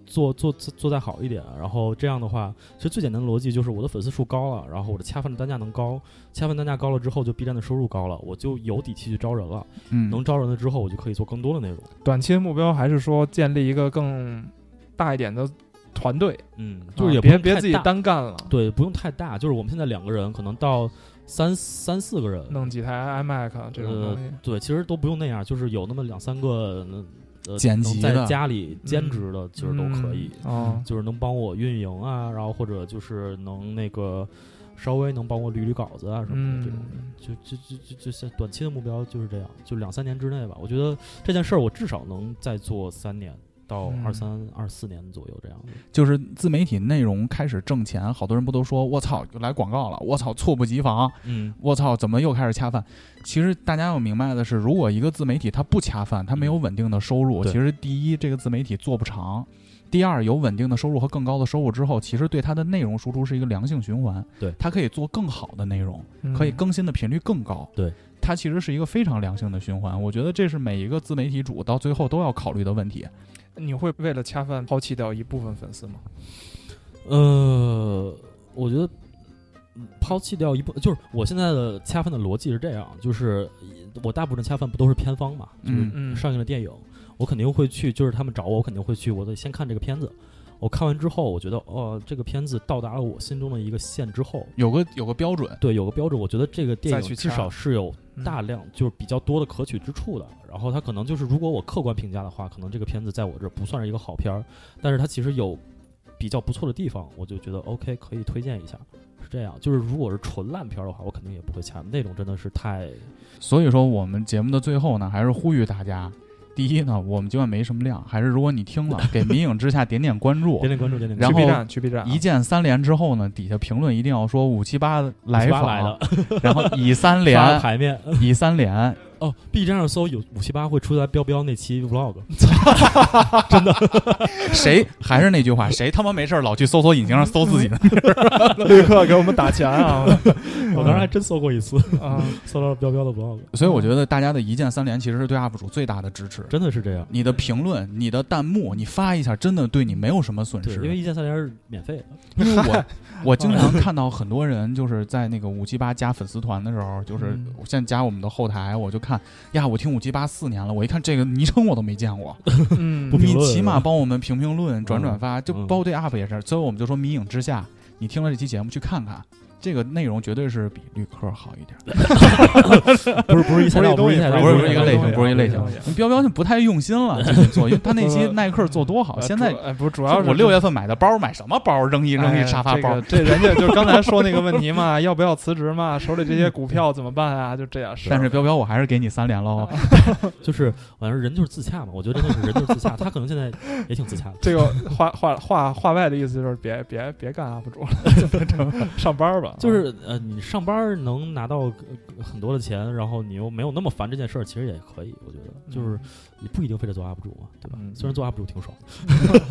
Speaker 8: 做做做做再好一点，然后这样的话，其实最简单的逻辑就是我的粉丝数高了，然后我的恰饭的单价能高，恰饭单价高了之后，就 B 站的收入高了，我就有底气去招人了。
Speaker 6: 嗯
Speaker 8: 能招人了之后，我就可以做更多的内容。
Speaker 7: 短期的目标还是说建立一个更大一点的团队，
Speaker 8: 嗯，
Speaker 7: 啊
Speaker 8: 就是也不
Speaker 7: 别
Speaker 8: 用
Speaker 7: 别
Speaker 8: 太
Speaker 7: 自己
Speaker 8: 大
Speaker 7: 单干了，
Speaker 8: 对，不用太大，就是我们现在两个人可能到三三四个人，
Speaker 7: 弄几台 iMac 啊这
Speaker 8: 呃
Speaker 7: 种东西。
Speaker 8: 对，其实都不用那样，就是有那么两三个呃，
Speaker 6: 剪
Speaker 8: 能
Speaker 6: 辑
Speaker 8: 在
Speaker 6: 的
Speaker 8: 家里兼职的，其实都可以。
Speaker 7: 嗯哦，
Speaker 8: 就是能帮我运营啊，然后或者就是能那个稍微能帮我捋捋稿子啊什么的这种的。
Speaker 7: 嗯，
Speaker 8: 就就就就就像短期的目标就是这样，就两三年之内吧。我觉得这件事儿我至少能再做三年到
Speaker 7: 嗯
Speaker 8: 二三二四年左右这样子。
Speaker 6: 就是自媒体内容开始挣钱，好多人不都说我操又来广告了，我操猝不及防，
Speaker 8: 嗯
Speaker 6: 我操怎么又开始恰饭？其实大家要明白的是，如果一个自媒体它不恰饭，它没有稳定的收入，
Speaker 8: 嗯对
Speaker 6: 其实第一这个自媒体做不长。第二，有稳定的收入和更高的收入之后，其实对它的内容输出是一个良性循环。
Speaker 8: 对
Speaker 6: 它可以做更好的内容，可以
Speaker 7: 嗯
Speaker 6: 更新的频率更高。
Speaker 8: 对，
Speaker 6: 它其实是一个非常良性的循环。我觉得这是每一个自媒体主到最后都要考虑的问题。
Speaker 7: 你会为了恰饭抛弃掉一部分粉丝吗？
Speaker 8: 呃，我觉得嗯抛弃掉一部，就是我现在的恰饭的逻辑是这样，就是我大部分恰饭不都是片方嘛，就是
Speaker 6: 嗯
Speaker 7: 嗯
Speaker 8: 上映了电影，我肯定会去，就是他们找我，我肯定会去，我得先看这个片子。我看完之后，我觉得哦，这个片子到达了我心中的一个线之后，
Speaker 6: 有个有个标准，
Speaker 8: 对，有个标准，我觉得这个电
Speaker 7: 再
Speaker 8: 影
Speaker 7: 去嗯
Speaker 8: 至
Speaker 7: 看
Speaker 8: 少是有大量、就是比较多的可取之处的。然后它可能就是，如果我客观评价的话，可能这个片子在我这儿不算是一个好片儿，但是它其实有比较不错的地方，我就觉得 OK 可以推荐一下。是这样，就是如果是纯烂片儿的话，我肯定也不会掐，那种真的是太
Speaker 6: 所以说我们节目的最后呢，还是呼吁大家，第一呢，我们今晚没什么量，还是如果你听
Speaker 8: (laughs)
Speaker 6: 了，给《迷影之下》点点关注
Speaker 8: 点。点关注，点点
Speaker 6: 然
Speaker 7: 去
Speaker 8: 关
Speaker 6: 后
Speaker 8: 注。
Speaker 7: B 站，去 B 站啊，
Speaker 6: 一键三连之后呢，底下评论一定要说五七八来
Speaker 8: 八
Speaker 6: 访，
Speaker 8: 来的
Speaker 6: (laughs) 然后以三
Speaker 8: 刷
Speaker 6: 连，
Speaker 8: 牌面
Speaker 6: 以三连，
Speaker 8: 哦，B 站上搜有五七八会出来标标那期 vlog， (laughs)
Speaker 6: 谁还是那句话，谁他妈没事儿老去搜索引擎上搜自
Speaker 8: (laughs)
Speaker 6: 己的？
Speaker 7: 绿客给我们打钱 (laughs) 啊！
Speaker 8: 我当时还真搜过一次，
Speaker 7: 啊，
Speaker 8: 搜到了标标的 vlog，
Speaker 6: 所以我觉得大家的一键三连其实是对 UP 主最大的支持。
Speaker 8: 真的是这样。
Speaker 6: 你的评论、你的弹幕，你发一下，真的对你没有什么损
Speaker 8: 对，
Speaker 6: 失。
Speaker 8: 因为一键三连是免费的，
Speaker 6: 因为我我经常看到很多人就是在那个五七八加粉丝团的时候，就是
Speaker 7: 嗯
Speaker 6: 我现在加我们的后台，我就看呀，我听五七八四年了，我一看这个昵称我都没见过，
Speaker 7: 嗯
Speaker 8: 不，
Speaker 6: 你
Speaker 8: (laughs) 评论
Speaker 6: 起码帮我们评评论、转转发，就
Speaker 8: 嗯
Speaker 6: 包括对 UP 也是，所以我们就说迷影之下，你听了这期节目去看看。这个内容绝对是比绿客好一点，
Speaker 8: (laughs)
Speaker 7: 不是一
Speaker 8: 不是不是一不是一
Speaker 7: 东西
Speaker 8: 菜单
Speaker 7: 不是不
Speaker 8: 哎不是
Speaker 7: 是
Speaker 8: 一
Speaker 7: 一
Speaker 8: 个
Speaker 7: 个
Speaker 8: 类
Speaker 7: 类
Speaker 8: 型，
Speaker 7: 型
Speaker 8: 不
Speaker 7: 不是一类
Speaker 8: 是一类型
Speaker 7: 型。
Speaker 6: 标标就不太用心了，最近做，因为他那
Speaker 8: (laughs)
Speaker 6: 期耐克做多好，
Speaker 7: 呃
Speaker 6: 啊现在
Speaker 7: 主呃不是主要是
Speaker 6: 我六月份买的包，买什么包？扔一扔一
Speaker 7: 哎
Speaker 6: 沙发包，
Speaker 7: 这个这人家就是刚才说那个问题
Speaker 6: (laughs)
Speaker 7: 嘛，要不要辞职嘛？手里这些股票怎么办啊？就这样事儿。
Speaker 6: 但是标标我还是给你三连哦喽。
Speaker 8: 就是好像是人就是自洽嘛，我觉得真的是人就是自洽，他可能现在也挺自洽的。
Speaker 7: 这个话话话话外的意思就是别别别干 UP 主了，上班吧。啊
Speaker 8: 就是呃，你上班能拿到呃很多的钱，然后你又没有那么烦这件事儿，其实也可以，我觉得就是也不一定非得做 UP 主嘛，对吧？
Speaker 7: 嗯
Speaker 8: 虽然做 UP 主挺爽，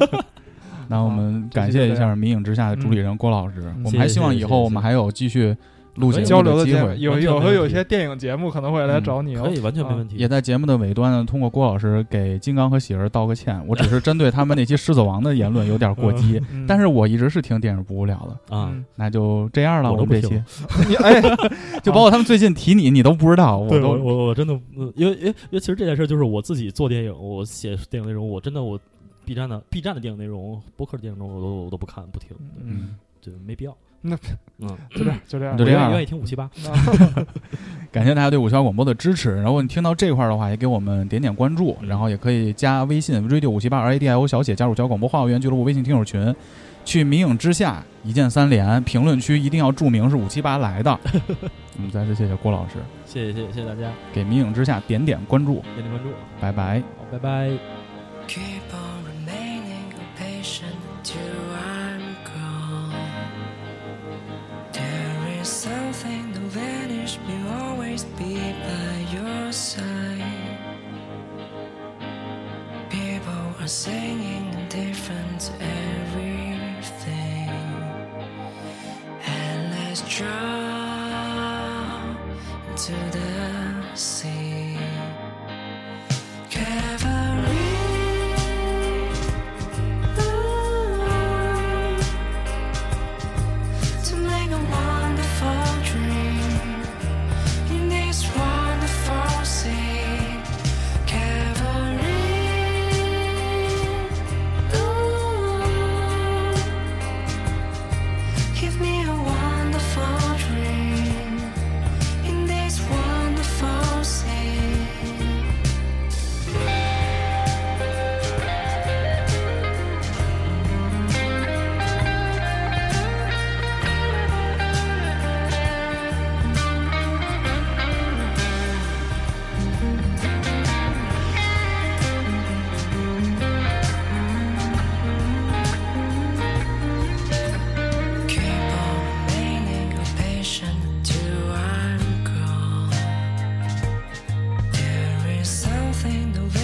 Speaker 6: (laughs) 那我们感谢
Speaker 7: 这期
Speaker 6: 一
Speaker 7: 就这
Speaker 6: 下《迷影之下》的主理人郭老师，
Speaker 7: 嗯
Speaker 6: 我们还希望以后我
Speaker 8: 谢谢谢谢
Speaker 6: 们还有继续录节
Speaker 7: 交
Speaker 6: 目
Speaker 7: 流的
Speaker 6: 机
Speaker 7: 节目，
Speaker 6: 会。
Speaker 7: 有
Speaker 8: 完全没
Speaker 7: 有和
Speaker 8: 问题嗯
Speaker 7: 有些电影节目可能会来找你哦
Speaker 8: 可。以完全没问题。
Speaker 6: 也在节目的尾端呢，通过郭老师给金刚和喜儿道个歉。我只是针对他们那期《狮子王》的言论有点过激，
Speaker 7: 嗯
Speaker 6: 但是我一直是听电影不无聊的。
Speaker 8: 啊，
Speaker 7: 嗯
Speaker 6: 那就这样了，
Speaker 8: 我
Speaker 6: 我
Speaker 8: 都
Speaker 6: 们
Speaker 8: 不
Speaker 6: 这
Speaker 8: 听
Speaker 6: 期你哎， (laughs) 就包括他们最近提你，你都不知道，我
Speaker 8: 对我
Speaker 6: 都
Speaker 8: 我我真的，呃因为因为因为其实这件事就是我自己做电影，我写电影内容，我真的我 B 站的 B 站的电影内容，播客的电影内容，我都我都不看不听，
Speaker 7: 嗯，
Speaker 6: 嗯，
Speaker 8: 就没必要。
Speaker 7: 那
Speaker 8: 嗯，
Speaker 7: 就这样，就这样
Speaker 6: 就。这样啊
Speaker 8: 我
Speaker 6: 了
Speaker 8: 愿意愿意听五七八，
Speaker 6: 感谢大家对五七八广播的支持。然后你听到这块儿的话，也给我们点点关注，然后也可以加微信 radio 五七八 r a d i o 小写加入小广播话务员俱乐部微信听友群，去迷影之下一键三连，评论区一定要注明是五七八来的。我们再次谢谢郭老师，
Speaker 8: 谢谢谢谢谢谢大家，
Speaker 6: 给迷影之下点点关注，
Speaker 8: 点点关注，
Speaker 6: 拜拜。
Speaker 8: 好，拜拜。
Speaker 9: Keep on remaining patient till I'm gone. There is something to vanish, will always be by your side. People are saying different everything. And let's drown into the sea. Cavalry, to make a wonderful dream in this wonderful sea. Cavalry, give me a wonderful dream in this wonderful sea. Keep on remaining patient till I'm gone. There is something to